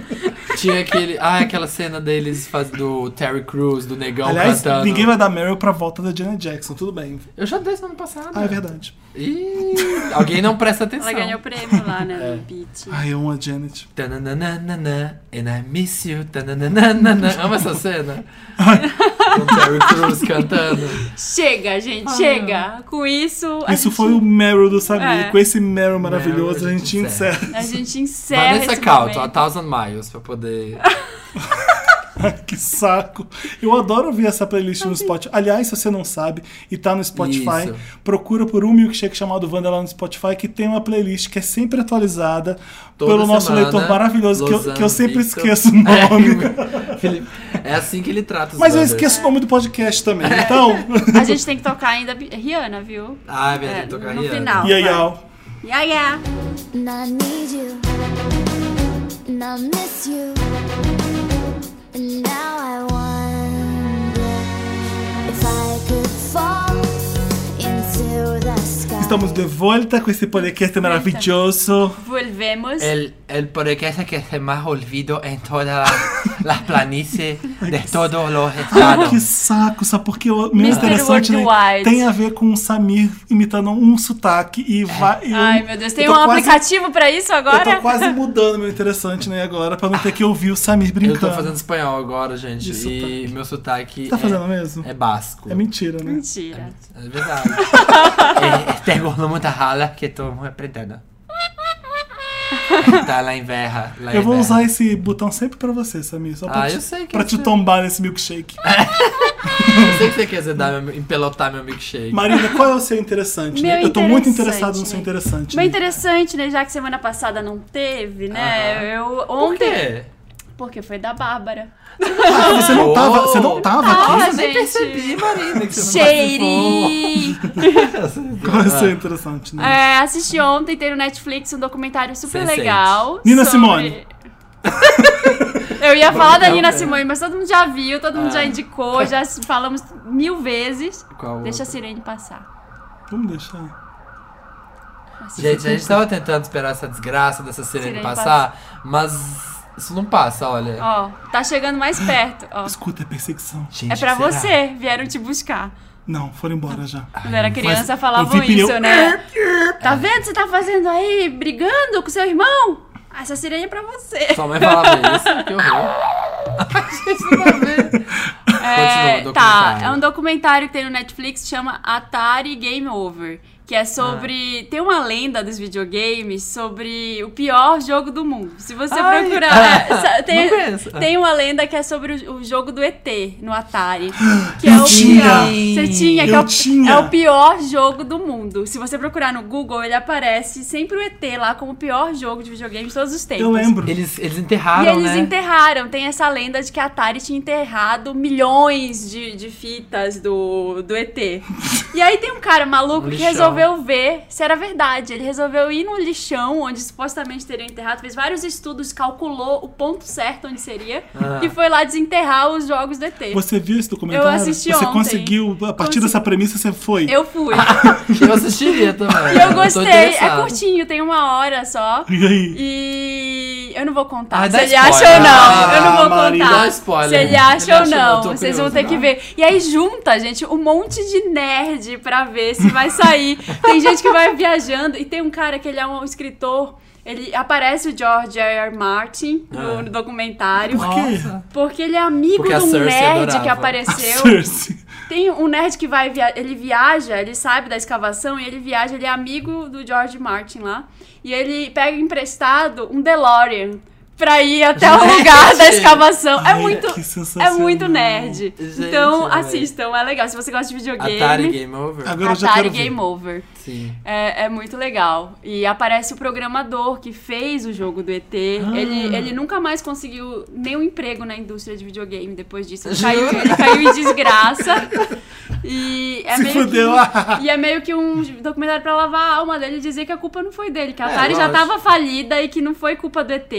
S2: Tinha aquele. Ah, aquela cena deles faz... do Terry Crews, do negão
S1: Aliás,
S2: cantando.
S1: ninguém vai dar Meryl pra volta da Janet Jackson, tudo bem.
S2: Eu já dei isso no ano passado.
S1: Ah, é verdade.
S2: Ih, alguém não presta atenção. É.
S3: Ela ganhou o prêmio lá, né? No Beat.
S1: Ai, eu amo a Janet.
S2: Tananana, and I miss you. Tananana. Ama essa cena? Com Terry Crews cantando.
S3: Chega, gente, chega. Com isso, a
S1: Isso
S3: gente,
S1: foi o Meryl do Sagui.
S3: É.
S1: Com esse Meryl maravilhoso, a gente
S2: encerra.
S1: encerra.
S3: a gente encerra
S2: Vanessa
S3: esse
S2: Calton, A
S3: momento.
S2: Thousand Miles, pra poder.
S1: que saco. Eu adoro ouvir essa playlist no Spotify. Aliás, se você não sabe e tá no Spotify,
S2: Isso.
S1: procura por um milkshake chamado Wanda lá no Spotify, que tem uma playlist que é sempre atualizada
S2: Toda
S1: pelo nosso
S2: semana,
S1: leitor maravilhoso, que eu,
S2: Lozano
S1: que eu sempre
S2: Victor.
S1: esqueço o nome.
S2: É, Felipe, é assim que ele trata os
S1: Mas eu
S2: brothers.
S1: esqueço o nome do podcast também.
S2: É.
S1: Então,
S3: A gente tem que tocar ainda Bi- Rihanna, viu?
S2: Ah, é verdade, tô
S3: no
S2: carregando.
S3: final.
S1: e aí,
S3: vai.
S1: Al?
S3: Yeah, yeah.
S5: And I need you. And I miss you. And now I wonder if I could fall into the sky.
S1: Estamos de volta com esse podcast maravilhoso.
S3: Volvemos.
S2: El, el podcast que se más olvido en todas las la planicies de todos los
S1: Ah,
S2: estados.
S1: que saco, sabe? Porque o menos
S3: Mr.
S1: interessante né,
S3: Worldwide.
S1: tem a ver com o Samir imitando um sotaque e vai. e eu-
S3: Ai, meu Deus, tem
S1: eu
S3: um
S1: tô quase-
S3: aplicativo pra isso
S1: Eu
S3: agora?
S1: tô quase mudando meu interessante, né, agora, pra não ter que ouvir o Samir
S2: Eu
S1: brincando.
S2: tô fazendo espanhol agora, gente.
S1: De
S2: e
S1: sotaque.
S2: meu sotaque
S1: Tá
S2: é,
S1: fazendo mesmo?
S2: é basco.
S1: É mentira, né?
S3: Mentira.
S2: É verdade. é, tenho muita rala que tô aprendendo. Tá lá em verra. lá
S1: Eu
S2: em
S1: vou
S2: verra.
S1: usar esse botão sempre pra você, Samir. Só pra
S2: É. Ah,
S1: te,
S2: eu sei que
S1: pra
S2: eu
S1: te
S2: sei.
S1: tombar nesse milkshake.
S2: Eu sei que você quer zedar, meu- empelotar meu milkshake.
S1: Marina, qual é o seu interessante? né?
S3: Meu
S1: Eu tô muito interessado
S3: interessante,
S1: no seu
S3: né?
S1: interessante.
S3: Bem
S1: né?
S3: interessante, né? Já que semana passada não teve, né? Eu
S2: Por
S3: ontem.
S2: quê?
S3: Porque foi da Bárbara.
S1: Ah, você não tava, você não tava aqui?
S3: Ah,
S2: eu nem
S3: gente.
S2: percebi, Marina, que você
S3: Cheirinho!
S1: Qual é
S2: Ah.
S1: o seu interessante, né?
S3: É, assisti ontem, tem no Netflix um documentário super
S2: Sense8.
S3: legal.
S1: Nina
S3: sobre-
S1: Simone.
S3: Eu ia falar da
S2: Não,
S3: Nina
S2: cara.
S3: Simone, mas todo mundo já viu, todo mundo
S2: Ah.
S3: já indicou, já s- falamos mil vezes.
S2: Qual
S3: Deixa
S2: outra?
S3: a sirene passar.
S1: Vamos deixar.
S2: Gente, a gente tava tentando esperar essa desgraça dessa sirene
S3: Sirene
S2: passar, mas isso não passa, olha.
S3: Ó, tá chegando mais perto. Ó.
S1: Escuta, é perseguição.
S2: Gente,
S3: É
S2: será?
S3: pra você, vieram te buscar.
S1: Não, foram embora já.
S3: Quando era criança
S1: Mas
S3: falavam
S1: eu vi pneu-
S3: isso, né?
S2: É,
S3: Tá vendo o que você tá fazendo aí? Brigando com seu irmão? Ah, Essa sirene é pra você.
S2: Sua mãe falava isso, que horror.
S3: É,
S2: Continua o
S3: tá,
S2: documentário.
S3: é um documentário que tem no Netflix que chama Atari Game Over. Que é sobre.
S2: Ah.
S3: Tem uma lenda dos videogames sobre o pior jogo do mundo. Se você
S2: Ai.
S3: procurar. é, sa- tem,
S2: Não conheço.
S3: tem uma lenda que é sobre o, o jogo do ET no Atari. Que é o
S1: Mentira!
S3: pior. Você tinha, que é
S1: Eu
S3: o,
S1: tinha.
S3: é o pior jogo do mundo. Se você procurar no Google, ele aparece sempre o ET lá como o pior jogo de videogame de todos os tempos.
S1: Eu lembro.
S2: Eles, eles
S3: é um E
S2: enterraram,
S3: eles
S2: né?
S3: enterraram. Tem essa lenda de que a Atari tinha enterrado milhões de, de fitas do, do ET. E aí tem um cara maluco
S2: Um
S3: que
S2: lixão,
S3: resolveu ver se era verdade. Ele resolveu ir no lixão onde supostamente teriam enterrado, fez vários estudos, calculou o ponto certo onde seria
S2: Ah.
S3: e foi lá desenterrar os jogos do ET.
S1: Você viu esse documentário?
S3: Eu assisti
S1: Você
S3: ontem.
S1: conseguiu, a partir
S3: Consegui.
S1: dessa premissa, você foi.
S3: Eu fui.
S2: Eu assistiria também.
S3: E eu
S2: tô
S3: gostei. É
S2: interessado.
S3: curtinho, tem uma hora só.
S1: E aí?
S3: E eu não vou contar
S2: Ah,
S3: se
S2: dá
S3: ele
S2: spoiler.
S3: acha ou não.
S2: Ah,
S3: eu não vou
S1: Maria.
S3: contar
S2: Dá spoiler.
S3: se ele
S2: Ele
S3: acha ou
S2: acha ou
S3: não.
S2: não, tô
S3: Vocês vão
S2: curioso,
S3: ter que
S2: não.
S3: ver. E aí junta, gente, um monte de nerd pra ver se vai sair. tem gente que vai viajando. E tem um cara que ele é um escritor. Ele aparece o George R. R. Martin no,
S2: Ah.
S3: no documentário.
S1: Por quê?
S2: Nossa.
S3: Porque ele é amigo
S2: Porque a
S3: de um
S2: Cersei
S3: nerd
S2: adorava.
S3: que
S1: A
S3: apareceu.
S1: Ah, Cersei.
S3: Tem um nerd que vai via ele viaja, ele sabe da escavação e ele viaja, ele é amigo do George Martin lá. E ele pega emprestado um DeLorean pra ir até o lugar da escavação. É
S1: Ai,
S3: muito
S1: que
S3: é
S1: sensacional.
S3: muito nerd.
S2: Gente,
S3: então
S2: olha aí.
S3: assistam, é legal. Se você gosta de videogame,
S2: Atari Game Over?
S1: Agora eu já
S3: Atari
S1: quero ver.
S3: Game Over.
S2: Sim.
S3: É, é muito legal. E aparece o programador que fez o jogo do ET. Ele,
S1: Ah.
S3: ele nunca mais conseguiu nenhum emprego na indústria de videogame depois disso. Ele
S2: Jura?
S3: caiu, ele caiu em desgraça. E é
S1: Se
S3: meio
S1: fudeu.
S3: Que, e é meio que um documentário pra lavar a alma dele e dizer que a culpa não foi dele, que a
S2: É,
S3: Atari já
S2: lógico.
S3: tava falida e que não foi culpa do ET.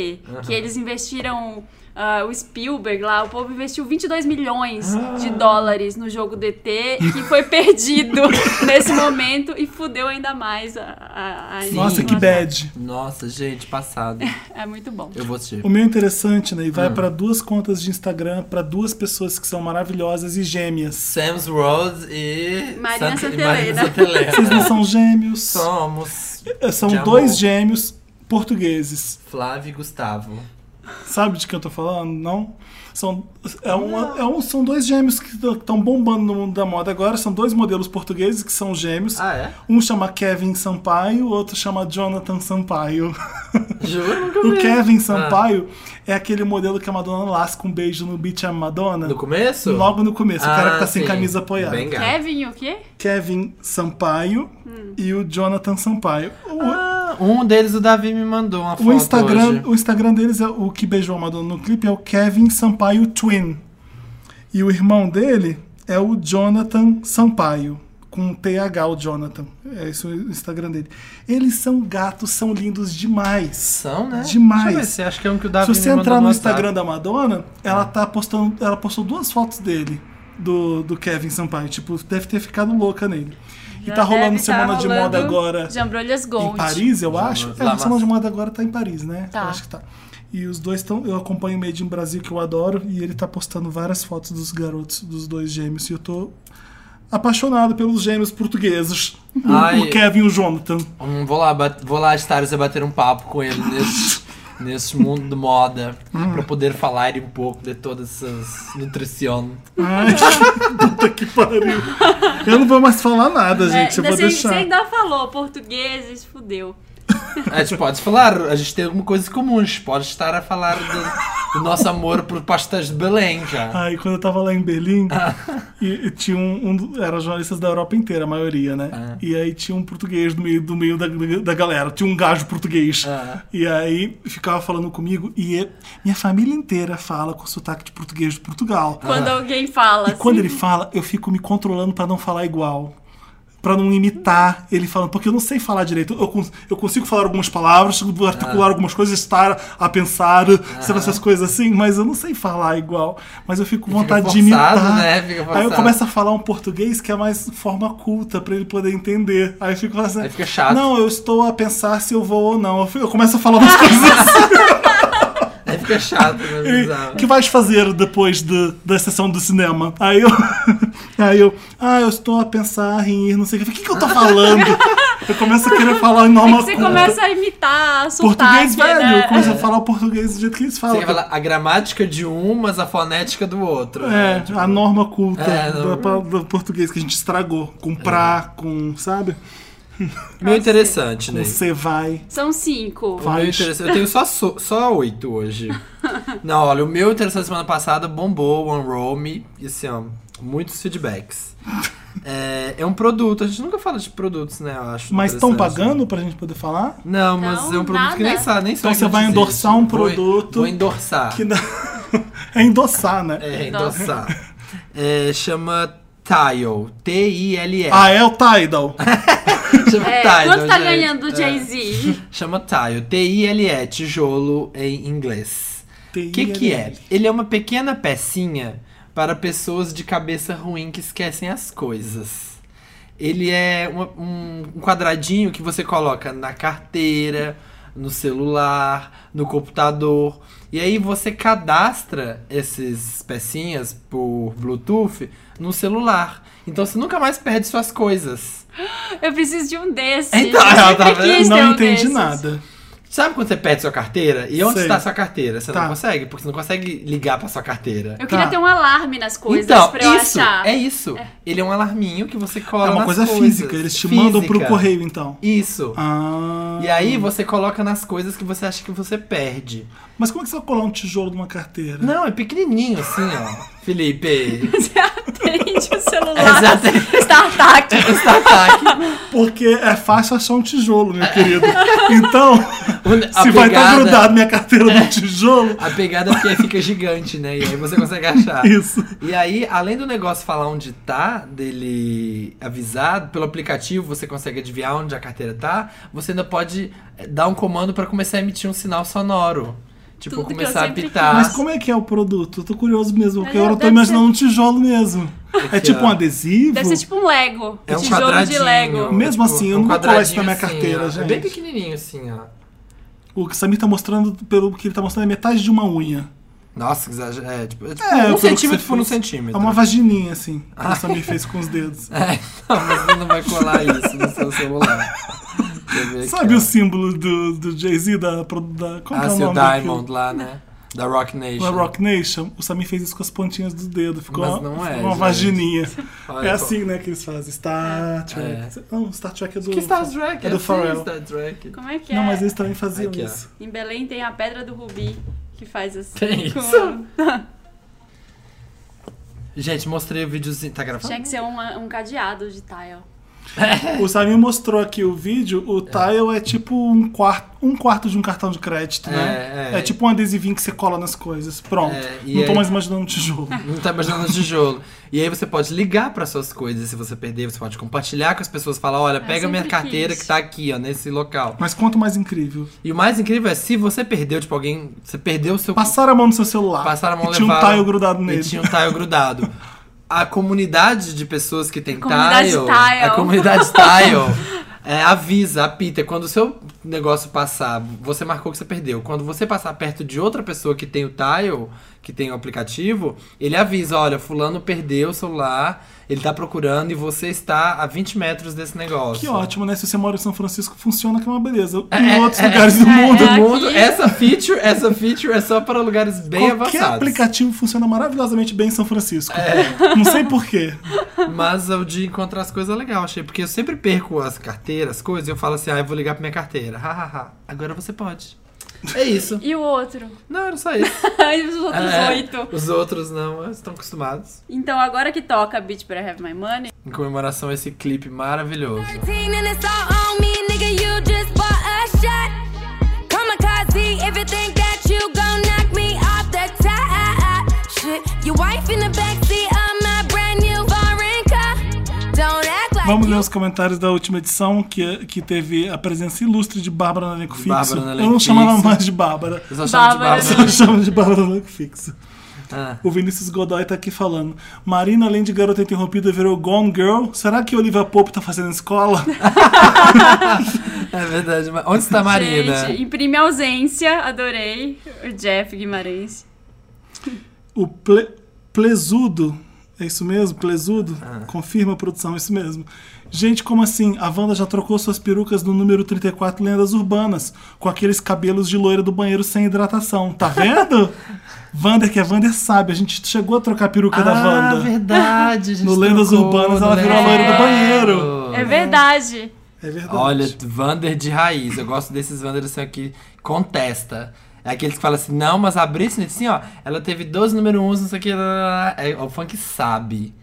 S3: Que eles investiram. ah, o Spielberg lá, o povo investiu 22 milhões
S1: Ah.
S3: de dólares no jogo do ET, que foi perdido nesse momento e fudeu ainda mais a, a, a
S1: Nossa,
S2: Sim.
S1: que
S3: animação.
S1: bad.
S2: Nossa, gente, passado.
S3: É muito bom.
S2: Eu vou assistir.
S1: O meu é interessante, né? E
S2: Ah.
S1: vai pra duas contas de Instagram, pra duas pessoas que são maravilhosas e gêmeas.
S2: Sam's Road e...
S3: Marina
S2: Santa- e
S3: Santelena.
S2: Marina Santelena.
S1: Vocês não são gêmeos? É,
S2: Somos
S1: São
S2: de amor.
S1: dois gêmeos portugueses.
S2: Flávio e Gustavo.
S1: Sabe de quem eu tô falando? Não? São, é um, é um, são dois gêmeos que estão bombando no mundo da moda agora. São dois modelos portugueses que são gêmeos.
S2: Ah, é?
S1: Um chama Kevin Sampaio, o outro chama Jonathan Sampaio.
S2: Juro? Nunca
S1: O
S2: vi.
S1: Kevin Sampaio
S2: Ah.
S1: é aquele modelo que a Madonna lasca um beijo no Beach a Madonna.
S2: No começo?
S1: Logo no começo, o cara
S2: Ah,
S1: que tá sem
S2: sim.
S1: camisa apoiada.
S2: Bem gato.
S3: Kevin, o quê?
S1: Kevin Sampaio e o Jonathan Sampaio. O,
S2: Ah, um deles, o Davi, me mandou uma
S1: o
S2: foto
S1: Instagram,
S2: hoje.
S1: o Instagram deles, é o que beijou a Madonna no clipe, é o Kevin Sampaio Twin. E o irmão dele é o Jonathan Sampaio. Com TH, o Jonathan. É isso o Instagram dele. Eles são gatos, são lindos demais.
S2: São, né?
S1: Demais.
S2: Deixa eu ver se acho que é um que o Davi
S1: Se você
S2: me mandou
S1: entrar no
S2: WhatsApp.
S1: Instagram da Madonna,
S2: É.
S1: ela tá postando. Ela postou duas fotos dele, do, do Kevin Sampaio. Tipo, deve ter ficado louca nele. e
S3: Já
S1: tá rolando
S3: deve
S1: semana
S3: tá
S1: de moda
S3: rolando
S1: agora
S3: Jambrolhas
S1: em
S3: Gold.
S1: Paris, eu
S2: Já
S1: acho.
S2: no-
S1: É,
S2: lá,
S1: a Semana
S2: mas-
S1: de Moda agora tá em Paris, né?
S3: Tá.
S1: Eu acho que tá. E os dois estão. Eu acompanho o Made in Brasil, que eu adoro, e ele tá postando várias fotos dos garotos, dos dois gêmeos. E eu tô apaixonado pelos gêmeos portugueses. O-
S2: Ai.
S1: O Kevin e o Jonathan.
S2: Hum, vou lá, bat- vou lá Stars, bater um papo com ele nesse, nesse mundo de moda.
S1: Hum.
S2: Pra poder falar um pouco de todas essas nutrição.
S1: Ai, puta que pariu. Eu não vou mais falar nada,
S3: É,
S1: gente. eu
S3: ainda
S1: vou
S3: você, você
S1: deixar.
S3: ainda falou portugueses, fudeu.
S2: A gente pode falar, a gente tem alguma coisa em comum. A gente pode estar a falar do, do nosso amor por pastéis de Belém já.
S1: Aí Ah, quando eu tava lá em Berlim, e, e tinha um, um- Eram jornalistas da Europa inteira, a maioria, né? E aí tinha um português no meio, do meio da, da galera, tinha um gajo português.
S2: Ah.
S1: E aí ficava falando comigo, e ele- minha família inteira fala com sotaque de português de Portugal.
S3: Quando alguém fala
S1: Ah. E
S3: assim.
S1: quando ele fala, eu fico me controlando pra não falar igual. Pra não imitar ele falando, porque eu não sei falar direito. Eu, cons- eu consigo falar algumas palavras, articular
S2: Ah.
S1: algumas coisas, estar a pensar, sabe, essas coisas assim, mas eu não sei falar igual. Mas eu fico com
S2: Fica
S1: vontade de
S2: forçado,
S1: imitar.
S2: né? Fica
S1: Aí eu
S2: forçado.
S1: começo a falar um português que é mais forma culta pra ele poder entender. Aí eu fico falando assim,
S2: Aí fica chato.
S1: Não, eu estou a pensar se eu vou ou não. Eu fico- Eu começo a falar umas coisas assim.
S2: Aí fica chato, né?
S1: O
S2: bizarro.
S1: que vais fazer depois de, da sessão do cinema? Aí eu. Aí eu. Ah, eu estou a pensar em ir, não sei o que. O que, que eu tô falando? Eu começo a querer falar
S2: É
S1: em norma
S3: É você
S1: culta.
S3: começa a imitar sotaque,
S1: Português velho,
S3: né?
S1: eu começo a falar o português do jeito que eles
S2: Você
S1: falam.
S2: quer falar a gramática de um, mas a fonética do outro. né?
S1: É,
S2: Tipo,
S1: a norma culta
S2: É,
S1: da-
S2: norma- É.
S1: pa- do português que a gente estragou. Com pra, com, sabe?
S2: meio interessante, né?
S1: Você vai.
S3: São cinco.
S2: O
S1: Faz.
S2: meu interessante, eu tenho só, so- só oito hoje. Não, olha, o meu interessante semana passada bombou, One Roll Me, e assim, ó, muitos feedbacks. É, é um produto, a gente nunca fala de produtos, né? Eu acho.
S1: Mas estão
S2: interessante.
S1: pagando pra gente poder falar?
S2: Não, mas
S3: Não,
S2: é um produto que nem
S3: nada.
S2: sabe, nem
S1: Então
S2: sabe
S1: você
S2: que
S1: vai
S2: existe.
S1: endossar um
S2: Vou en-
S1: produto
S2: Vou, endossar.
S1: Que não... é endossar, né?
S2: É, endossar. É, chama Tile. T-I-L-E.
S1: Ah, é o Ah, Tidal.
S2: Chama
S3: É,
S2: Tidal,
S3: quanto tá
S2: gente.
S3: ganhando
S2: É.
S3: o Jay-Z?
S2: Chama Tile, T-I-L-E, tijolo em inglês. O que, que é? Ele é uma pequena pecinha para pessoas de cabeça ruim que esquecem as coisas. Ele é uma- um, um quadradinho que você coloca na carteira, no celular, no computador. E aí você cadastra essas pecinhas por Bluetooth no celular. Então você nunca mais perde suas coisas.
S3: Eu preciso de um desses.
S2: Então,
S3: eu
S2: ela
S3: sempre
S2: tá vendo?
S3: quis ter
S1: Não
S3: um
S1: entendi
S3: desses.
S1: nada.
S2: Sabe quando você perde sua carteira? E onde
S1: Sei.
S2: está a sua carteira? Você
S1: Tá.
S2: não consegue, porque você não consegue ligar pra sua carteira.
S3: Eu
S1: Tá.
S3: queria ter um alarme nas coisas
S2: então,
S3: pra eu
S2: isso,
S3: achar.
S2: é isso. Ele é um alarminho que você cola
S1: É uma
S2: nas
S1: coisa
S2: coisas.
S1: física, eles te mandam pro
S2: Física.
S1: correio, então.
S2: Isso.
S1: Ah.
S2: E aí você coloca nas coisas que você acha que você perde.
S1: Mas como é que você vai colar um tijolo numa carteira?
S2: Não, é pequenininho assim, ó. Felipe.
S3: Você atende o celular.
S2: Exatamente.
S3: Startup.
S2: Esse ataque.
S1: Porque é fácil achar um tijolo, meu querido. Então,
S2: A
S1: se vai estar
S2: pegada-
S1: grudado minha carteira no tijolo,
S2: A pegada é porque fica gigante, né? E aí você consegue achar.
S1: Isso.
S2: E aí, além do negócio falar onde tá, dele avisar, pelo aplicativo você consegue adivinhar onde a carteira tá, você ainda pode eh, dar um comando pra começar a emitir um sinal sonoro. Tipo,
S3: Tudo que eu
S2: começar a
S3: sempre quis.
S2: apitar.
S1: Mas como é que é o produto? Eu tô curioso mesmo, porque
S3: É,
S1: agora eu tô
S3: deve
S1: imaginando um tijolo mesmo. É
S2: Aqui,
S1: tipo
S2: ó.
S1: um adesivo?
S3: Deve ser tipo um Lego.
S2: É um
S3: tijolo
S2: quadradinho. um
S3: de Lego.
S1: Mesmo assim, eu não vou colar isso na minha
S2: quadradinho
S1: carteira,
S2: assim, ó. É bem
S1: gente.
S2: pequenininho assim, ó.
S1: O que o Samir tá mostrando, pelo que ele tá mostrando, é metade de uma unha.
S2: Nossa, que exagero. É, tipo, é tipo
S1: É, pelo
S2: um
S1: que
S2: centímetro
S1: você
S2: por um
S1: fez. É
S2: centímetro.
S1: uma vagininha, assim, que
S2: Ah.
S1: o Samir fez com os dedos.
S2: É, não, mas você não vai colar isso no seu celular. Deixa eu ver é aqui,
S1: Sabe
S2: ó.
S1: o símbolo do, do Jay-Z, da, pro- da... Como que
S2: Ah,
S1: é o
S2: seu
S1: nome
S2: Diamond lá, né? Da Rock Nation.
S1: daquilo? Da Rock Nation, o Samir fez isso com as pontinhas do dedo. Ficou
S2: Mas
S1: uma,
S2: não é,
S1: ficou uma
S2: gente.
S1: vagininha.
S2: Olha,
S1: É
S2: pô.
S1: assim, né, que eles fazem. Star Trek. Não, Star Trek é do...
S2: Que Star Trek?
S1: É do
S2: Eu sei
S1: Pharrell.
S2: Star Trek.
S3: Como é que
S1: Não,
S3: é?
S1: mas eles também faziam
S2: Aqui, ó.
S1: isso.
S3: Em Belém tem a Pedra do Rubi, que faz assim.
S2: Tem
S3: com-
S2: isso? Gente, mostrei o videozinho. Tá gravando?
S3: Tinha que ser uma- um cadeado de tile.
S1: O Samir mostrou aqui o vídeo, o tile é tipo um quarto, um quarto de um cartão de crédito, né?
S2: É, é.
S1: É tipo um adesivinho que você cola nas coisas. Pronto.
S2: É, e
S1: Não tô
S2: aí-
S1: mais imaginando um tijolo.
S2: Não tá imaginando o tijolo. E aí você pode ligar para suas coisas se você perder, você pode compartilhar com as pessoas, falar, olha, pega minha
S3: sempre
S2: carteira
S3: quis.
S2: que tá aqui, ó, nesse local.
S1: Mas quanto mais incrível.
S2: E o mais incrível é se você perdeu, tipo, alguém, você perdeu o seu
S1: Passaram a mão no seu celular.
S2: Ah, Passaram a mão
S1: e tinha um
S2: levaram,
S1: tile grudado
S2: E
S1: nele.
S2: tinha um tile grudado. A comunidade de pessoas que tem
S3: Comunidade
S2: tile,
S3: tile.
S2: A comunidade tile. é, avisa, apita. Quando o seu negócio passar, você marcou que você perdeu. Quando você passar perto de outra pessoa que tem o tile, que tem o aplicativo, ele avisa: olha, Fulano perdeu o celular, ele tá procurando e você está a 20 metros desse negócio.
S1: Que ótimo, né? Se você mora em São Francisco, funciona que é uma beleza.
S2: um É,
S1: Em
S2: é,
S1: outros
S2: é,
S1: lugares do
S3: é,
S1: mundo, né?
S2: Do
S3: aqui.
S2: mundo, essa feature, essa feature é só para lugares bem
S1: qualquer
S2: avançados. É.
S1: aplicativo funciona maravilhosamente bem em São Francisco. Não sei porquê.
S2: Mas o de encontrar as coisas é legal, achei. Porque eu sempre perco as carteiras, as coisas, e eu falo assim, ah, eu vou ligar pra minha carteira. Ha, ha, ha. Agora você pode. É isso.
S3: E o outro?
S2: Não, era só isso.
S3: E os outros
S2: É,
S3: oito.
S2: Os outros não, eles estão acostumados.
S3: Então agora que toca a Beat Pra Have My Money,
S2: Em comemoração a esse clipe maravilhoso.
S5: and it's all on me, nigga. You just bought a shot. Kamikaze, if you think that you gon' knock me off the top. Shit, your wife in the backseat of my brand new foreign car. Don't act like
S1: Vamos
S5: you
S1: ler os comentários da última edição, que, que teve a presença ilustre de Bárbara na Elenco Fixo.
S2: Bárbara na
S1: Eu
S2: Elenco
S1: não chamava
S2: Fixo.
S1: mais de Bárbara.
S2: Eu só chamo de
S3: Bárbara.
S1: Só
S2: Bárbara.
S1: chama de Bárbara no fixo.
S2: Ah.
S1: O Vinícius Godoy tá aqui falando. Marina, além de garota interrompida, virou Gone Girl. Será que Olivia Pope tá fazendo escola?
S2: É verdade. mas Onde está a Marina?
S3: gente, imprime ausência, adorei. O Jeff Guimarães.
S1: O ple, Plesudo, é isso mesmo? Plesudo? Confirma a produção, é isso mesmo. Gente, como assim? A Wanda já trocou suas perucas no número 34 Lendas Urbanas, com aqueles cabelos de loira do banheiro sem hidratação. Tá vendo? Wander, que é Wander, sabe. A gente chegou a trocar a peruca da
S2: Ah,
S1: Wanda.
S2: verdade. a gente
S1: Tá No Lendas
S2: trocou,
S1: Urbanas,
S2: no
S1: ela virou a
S2: Lendas
S1: loira do banheiro.
S2: Urbanas.
S3: É verdade.
S1: É verdade.
S2: Olha, Vander de raiz. Eu gosto desses Wanders assim, ó, que contesta. É aqueles que falam assim, não, mas é, a Britney, assim, ó, ela teve 12 número 1, não sei o que. lá, lá, lá. É, o funk sabe.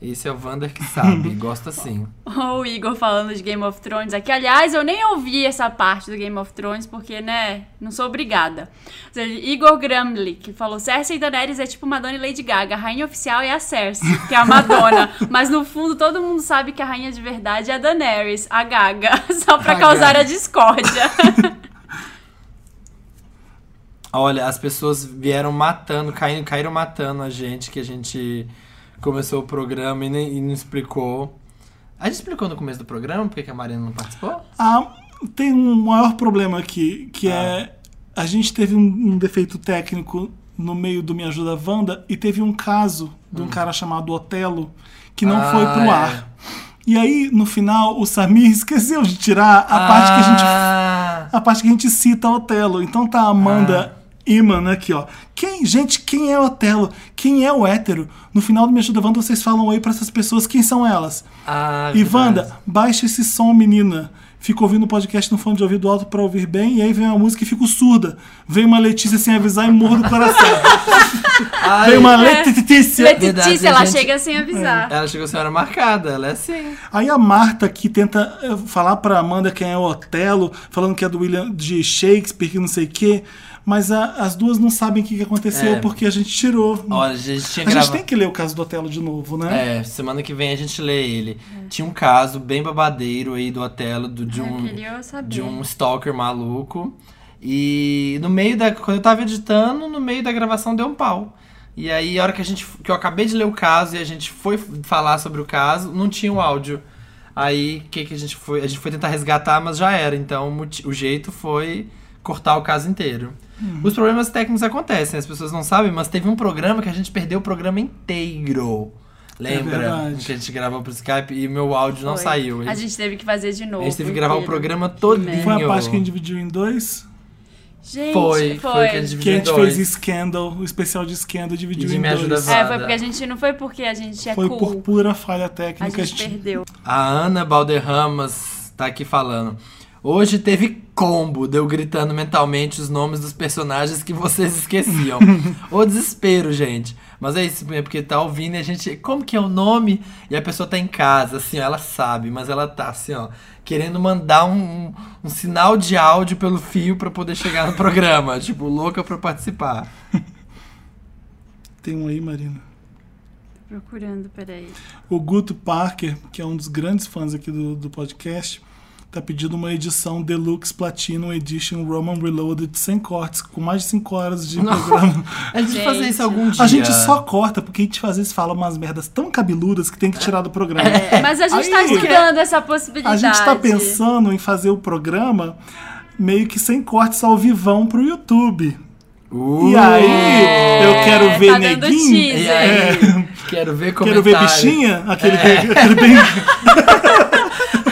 S2: Esse é o Vander que sabe, assim. gosta sim.
S3: Ó, o Igor falando de Game of Thrones aqui. Aliás, eu nem ouvi essa parte do Game of Thrones, porque, né, não sou obrigada. Ou seja, Igor Gramley, que falou: Cersei Daenerys é tipo Madonna e Lady Gaga. A rainha oficial é a Cersei, que é a Madonna. Mas no fundo, todo mundo sabe que a rainha de verdade é a Daenerys, a Gaga. Só pra
S2: A
S3: causar
S2: Gaga.
S3: a discórdia.
S2: Olha, as pessoas vieram matando, caindo, caíram matando a gente, que a gente começou o programa e, nem, e não explicou. A gente explicou no começo do programa porque que a Marina não participou?
S1: Ah, tem um maior problema aqui, que
S2: Ah.
S1: é a gente teve um, um defeito técnico no meio do Me Ajuda Wanda e teve um caso de um cara chamado Otelo que não
S2: Hum. Ah,
S1: foi pro
S2: é.
S1: ar. E aí, no final, o Samir esqueceu de tirar a parte que a gente
S2: Ah,
S1: a parte que a gente cita Otelo. Então tá a Amanda Iman aqui, ó. Quem, gente, quem é Otelo? Quem é o hétero? No final do Me Ajuda Wanda, vocês falam aí pra essas pessoas quem são elas.
S2: ah,
S1: E
S2: verdade.
S1: Wanda, baixa esse som, menina. Fico ouvindo o podcast no fone de ouvido alto pra ouvir bem, e aí vem uma música e fico surda. Vem uma Letícia sem avisar e morro do coração.
S2: ah, Ai,
S1: Vem uma Letícia.
S2: Verdade,
S3: Letícia, ela
S2: gente.
S3: chega sem avisar.
S2: Ela chegou sem hora marcada, ela é assim.
S1: Aí a Marta que tenta eh, falar pra Amanda quem é o Otelo, falando que é do William de Shakespeare, que não sei o quê. Mas a- as duas não sabem o que, que aconteceu
S2: É.
S1: porque a gente tirou.
S2: Olha, a gente tinha
S1: a gente
S2: gravado.
S1: tem que ler o caso do Otelo de novo, né?
S2: É, semana que vem a gente lê ele. Tinha um caso bem babadeiro aí do Otelo, do, de,
S3: Eu
S2: um,
S3: queria saber.
S2: de um stalker maluco. E no meio da. Quando eu tava editando, no meio da gravação deu um pau. E aí, a hora que a gente. Que eu acabei de ler o caso e a gente foi falar sobre o caso, não tinha o áudio. Aí, o que, que a gente foi? A gente foi tentar resgatar, mas já era. Então, o moti- o jeito foi cortar o caso inteiro.
S1: Uhum.
S2: Os problemas técnicos acontecem, as pessoas não sabem, mas teve um programa que a gente perdeu o programa inteiro. Lembra?
S1: É verdade.
S2: que a gente gravou pro Skype e meu áudio não
S3: Foi.
S2: saiu.
S3: A gente teve que fazer de novo.
S2: A gente teve que gravar o
S3: inteiro.
S2: programa todinho.
S1: Foi a parte que a gente dividiu em dois.
S3: Gente,
S2: Foi, foi que a gente
S1: Que a
S2: dividiu em
S1: gente
S2: dois.
S1: fez Scandal, o especial de Scandal e dividiu
S2: E de
S1: em
S2: Me Ajuda
S1: dois.
S2: Wanda.
S3: É, foi porque a gente não foi porque a gente é
S1: Foi
S3: cool.
S1: por pura falha
S3: A
S1: técnica.
S3: gente, perdeu.
S2: A Ana Balderramas tá aqui falando. Hoje teve combo, deu gritando mentalmente os nomes dos personagens que vocês esqueciam. o desespero, gente. Mas é isso, é porque tá ouvindo e a gente. Como que é o nome? E a pessoa tá em casa, assim, ó, ela sabe, mas ela tá assim, ó, querendo mandar um, um- um sinal de áudio pelo fio pra poder chegar no programa. tipo, louca pra participar.
S1: Tem um aí, Marina.
S3: Procurando, peraí.
S1: O Guto Parker, que é um dos grandes fãs aqui do, do podcast, tá pedindo uma edição Deluxe Platinum Edition Roman Reloaded sem cortes, com mais de 5 horas de programa.
S2: A gente,
S3: Gente.
S2: fazer isso algum dia.
S1: A gente só corta, porque a gente às vezes fala umas merdas tão cabeludas que tem que tirar do programa.
S2: É,
S3: Mas a gente
S1: Aí,
S3: tá
S1: porque
S3: estudando essa possibilidade.
S1: A gente tá pensando em fazer o programa meio que sem cortes ao vivão pro YouTube.
S2: Uh,
S1: e aí, eu
S3: tá
S1: quero ver
S3: dando
S1: neguinho.
S2: e
S3: teaser.
S2: aí? Quero ver comentário.
S1: Quero ver bichinha, aquele, aquele bem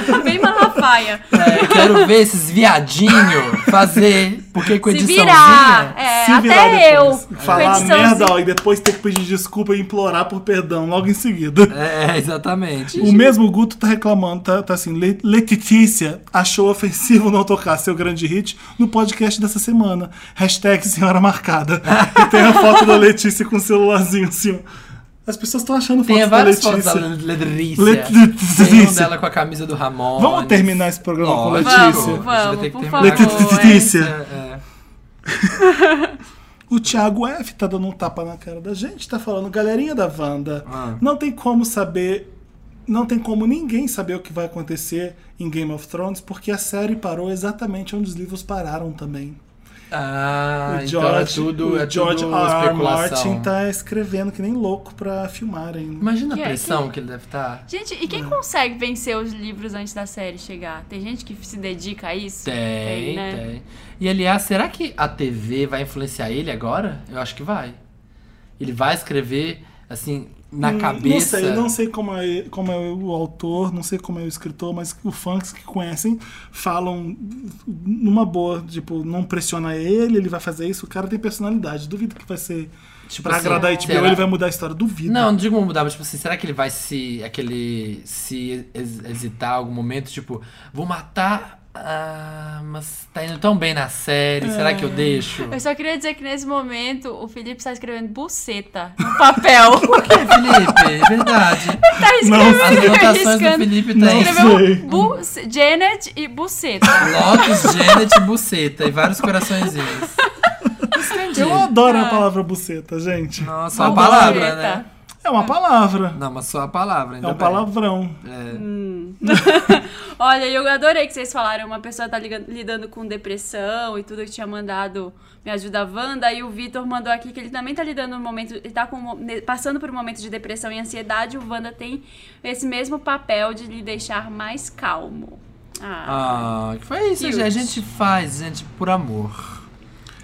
S3: Tá Bem malafaia.
S2: É, quero ver esses viadinhos fazer. Porque com
S3: Se
S2: ediçãozinha.
S3: virar. É,
S1: se virar
S3: até eu.
S1: depois.
S3: com
S1: Falar
S3: ediçãozinha.
S1: merda ó, e depois ter que pedir desculpa e implorar por perdão logo em seguida.
S2: É, exatamente.
S1: O mesmo Guto tá reclamando, tá, tá assim, Le Letitícia achou ofensivo não tocar seu grande hit no podcast dessa semana. Hashtag senhora marcada. E tem a foto da Letícia com o celularzinho assim, ó. As pessoas estão achando
S2: Tem
S1: fotos da
S2: várias fotos
S1: Letícia.
S2: da Ledrícia.
S1: Letícia.
S2: Tem um dela com a camisa do Ramon.
S1: Vamos terminar esse programa com
S2: Lógico.
S1: Letícia.
S3: Vamos, vamos,
S2: A gente vai ter que
S3: por
S2: terminar
S3: favor,
S2: com
S1: é.
S2: É.
S1: O Thiago F tá dando um tapa na cara da gente, tá falando, galerinha da Wanda,
S2: Ah.
S1: não tem como saber. Não tem como ninguém saber o que vai acontecer em Game of Thrones, porque a série parou exatamente onde os livros pararam também.
S2: Ah,
S1: o
S2: então é tudo,
S1: o
S2: é
S1: George
S2: tudo
S1: R. R.
S2: especulação.
S1: Martin tá escrevendo que nem louco pra né? filmar ainda.
S2: Imagina a
S3: Que é-
S2: pressão que ele deve tá. estar.
S3: Gente, e quem consegue vencer os livros antes da série chegar? Tem gente que se dedica a isso? né?
S2: Tem, tem. E aliás, será que a TV vai influenciar ele agora? Eu acho que vai. Ele vai escrever, assim, na
S1: Hum, Não
S2: cabeça.
S1: sei, não sei como é, como é o autor, não sei como é o escritor, mas os fãs que conhecem falam numa boa, tipo, não pressiona ele, ele vai fazer isso, o cara tem personalidade. Duvido que vai ser
S2: Tipo
S1: pra
S2: assim,
S1: agradar a HBO,
S2: será-
S1: ele vai mudar a história, duvido.
S2: Não, não digo mudar, mas tipo assim, será que ele vai se. aquele. se ex- ex- hesitar em algum momento? Tipo, vou matar Ah, mas tá indo tão bem na série, será que eu deixo?
S3: Eu só queria dizer que nesse momento o Felipe está escrevendo buceta no papel.
S2: Felipe, é verdade.
S3: tá
S2: As
S3: escrevendo,
S2: anotações do
S3: arriscando.
S2: Felipe
S1: Não
S2: tem
S1: sei.
S3: Escreveu buce- Janet e buceta.
S2: Lotus, Janet e Buceta e vários coraçõezinhos.
S1: Eu adoro a palavra buceta, gente.
S2: Nossa, só a
S3: Buceta.
S2: palavra, né?
S1: É uma palavra.
S2: Não, mas só a palavra, ainda
S1: É um
S2: bem.
S1: palavrão.
S2: É.
S3: Olha, eu adorei que vocês falaram. Uma pessoa tá ligan- lidando com depressão e tudo que tinha mandado me ajuda a Wanda. E o Vitor mandou aqui que ele também tá lidando no momento. Ele tá com um mo- ne- passando por um momento de depressão e ansiedade. O Wanda tem esse mesmo papel de lhe deixar mais calmo. Ah,
S2: Ah, que foi isso,
S3: Cute.
S2: gente. A gente faz, gente, por amor.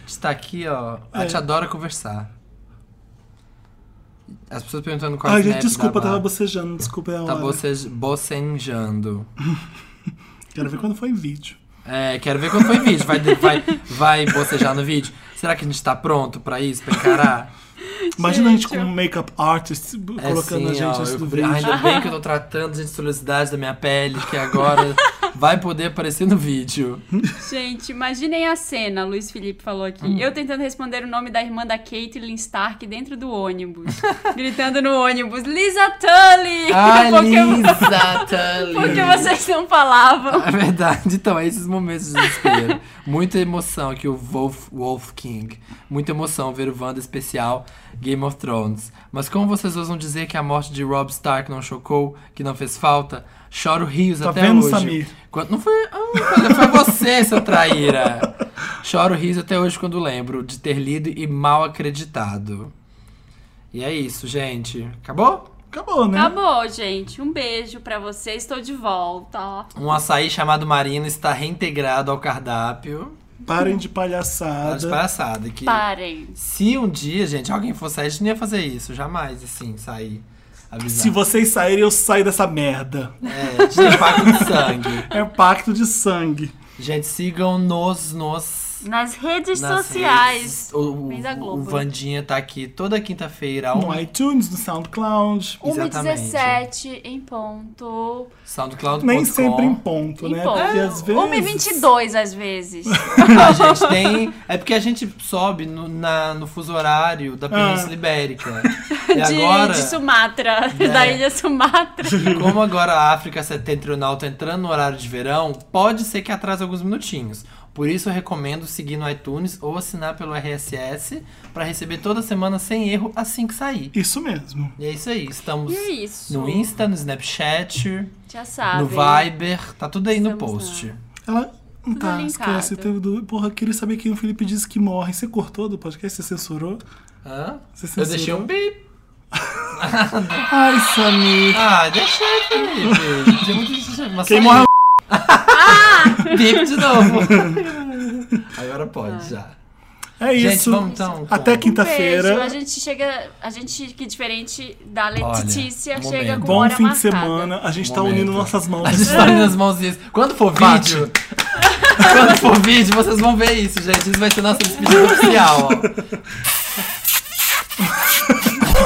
S2: A gente tá aqui, ó. A gente
S1: É.
S2: adora conversar. As pessoas perguntando qual
S1: Ai,
S2: snap
S1: gente, desculpa,
S2: da
S1: tava
S2: Bárbara.
S1: bocejando. Desculpa, é a
S2: Tá
S1: hora.
S2: boce- bocenjando.
S1: Quero ver quando foi em vídeo.
S2: É, quero ver quando foi o vídeo. Vai, vai, vai bocejar no vídeo? Será que a gente tá pronto pra isso, pra encarar?
S1: Imagina
S3: Gente,
S1: a gente como make-up artist
S2: É
S1: colocando
S2: assim,
S1: a gente
S2: ó,
S1: antes
S2: eu-
S1: do
S2: ah,
S1: vídeo.
S2: Ainda bem que eu tô tratando de celuliosidade da minha pele, que agora vai poder aparecer no vídeo.
S3: gente, imaginem a cena, Luiz Felipe falou aqui. Eu tentando responder o nome da irmã da Caitlyn Stark dentro do ônibus. gritando no ônibus, Lisa Tully!
S2: Ah,
S1: Ah,
S3: Pokémon-
S1: tá
S3: Porque vocês não falavam.
S2: É verdade, então, é esses momentos de desespero. Muita emoção aqui, o Wolf, Wolf King. Muita emoção ver o Wanda especial Game of Thrones. Mas como vocês ousam dizer que a morte de Rob Stark não chocou, que não fez falta? Choro rios
S1: Tá
S2: até
S1: vendo,
S2: hoje.
S1: Samir?
S2: Quando, não foi, ah, foi você, seu traíra. Choro rios até hoje quando lembro de ter lido e mal acreditado. E é isso, gente. Acabou?
S1: Acabou, né?
S3: Acabou, gente. Um beijo pra vocês. Estou de volta.
S2: Um açaí chamado Marina está reintegrado ao cardápio.
S1: Parem de
S2: Tá
S1: palhaçada.
S2: desgraçado. Que
S3: Parem.
S2: se um dia, gente, alguém for sair, a gente não ia fazer isso. Jamais, assim, sair. Avisar.
S1: Se vocês saírem, eu saio dessa merda.
S2: É, a gente tem pacto de sangue.
S1: É pacto de sangue.
S2: Gente, sigam nos, nos.
S3: Nas redes
S2: nas redes.
S3: sociais.
S2: O,
S3: Vem da
S2: o,
S3: Globo. né?
S2: o Vandinha tá aqui toda quinta-feira.
S1: No
S2: Um
S1: iTunes, no SoundCloud.
S3: 1h17 em ponto.
S2: SoundCloud.com.
S1: Nem sempre em ponto,
S3: Em
S1: né?
S3: ponto.
S1: Porque às vezes.
S3: 1h22 às vezes.
S2: A gente tem. É porque a gente sobe no, na- no fuso horário
S1: Ah.
S2: da Península Ibérica. E
S3: de,
S2: agora.
S3: de Sumatra. Da ilha Sumatra.
S2: E como agora a África Setentrional tá entrando no horário de verão, pode ser que atrase alguns minutinhos. Por isso eu recomendo seguir no iTunes ou assinar pelo RSS pra receber toda semana sem erro assim que sair.
S1: Isso mesmo.
S2: E é isso aí, estamos
S3: E é isso.
S2: no Insta, no Snapchat,
S3: Já sabe.
S2: no Viber, tá tudo aí no
S3: Estamos
S2: post.
S1: Ela. tá,
S3: linkado.
S1: esquece. Teve do... Porra, eu queria saber quem o Felipe disse que morre. Você cortou do podcast? Você censurou?
S2: Hã?
S1: Você
S2: Eu
S1: censurou?
S2: deixei um bip.
S1: Ai, Samir.
S2: Ah, deixei, Felipe. Tinha muito isso, mas só
S1: Quem morre
S2: um bip de novo. Agora
S3: Ah.
S2: pode, já.
S1: é
S2: Gente,
S1: isso.
S2: vamos então. com-
S1: Até
S3: Um beijo.
S1: quinta-feira.
S3: A gente chega. A gente, que diferente da Letícia,
S2: Olha, um
S3: chega com
S2: momento.
S1: Bom
S3: hora
S1: fim de
S3: marcada.
S1: semana. A gente tá
S2: Momento.
S1: unindo nossas mãos.
S2: A gente tá olhando as mãozinhas. Quando for
S1: Bate.
S2: vídeo. quando for vídeo, vocês vão ver isso, gente. Isso vai ser nossa despedida oficial, ó.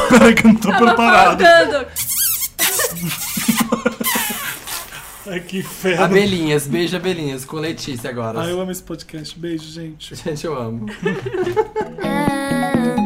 S1: Peraí que eu não tô
S3: Tava
S1: preparado.
S3: faltando.
S1: Ai, que
S2: Tá
S1: Ah, ferro.
S2: Abelhinhas, beijo, abelhinhas, com Letícia agora.
S1: Ai, eu amo esse podcast. Beijo, gente.
S2: Gente, eu amo.
S5: Ah.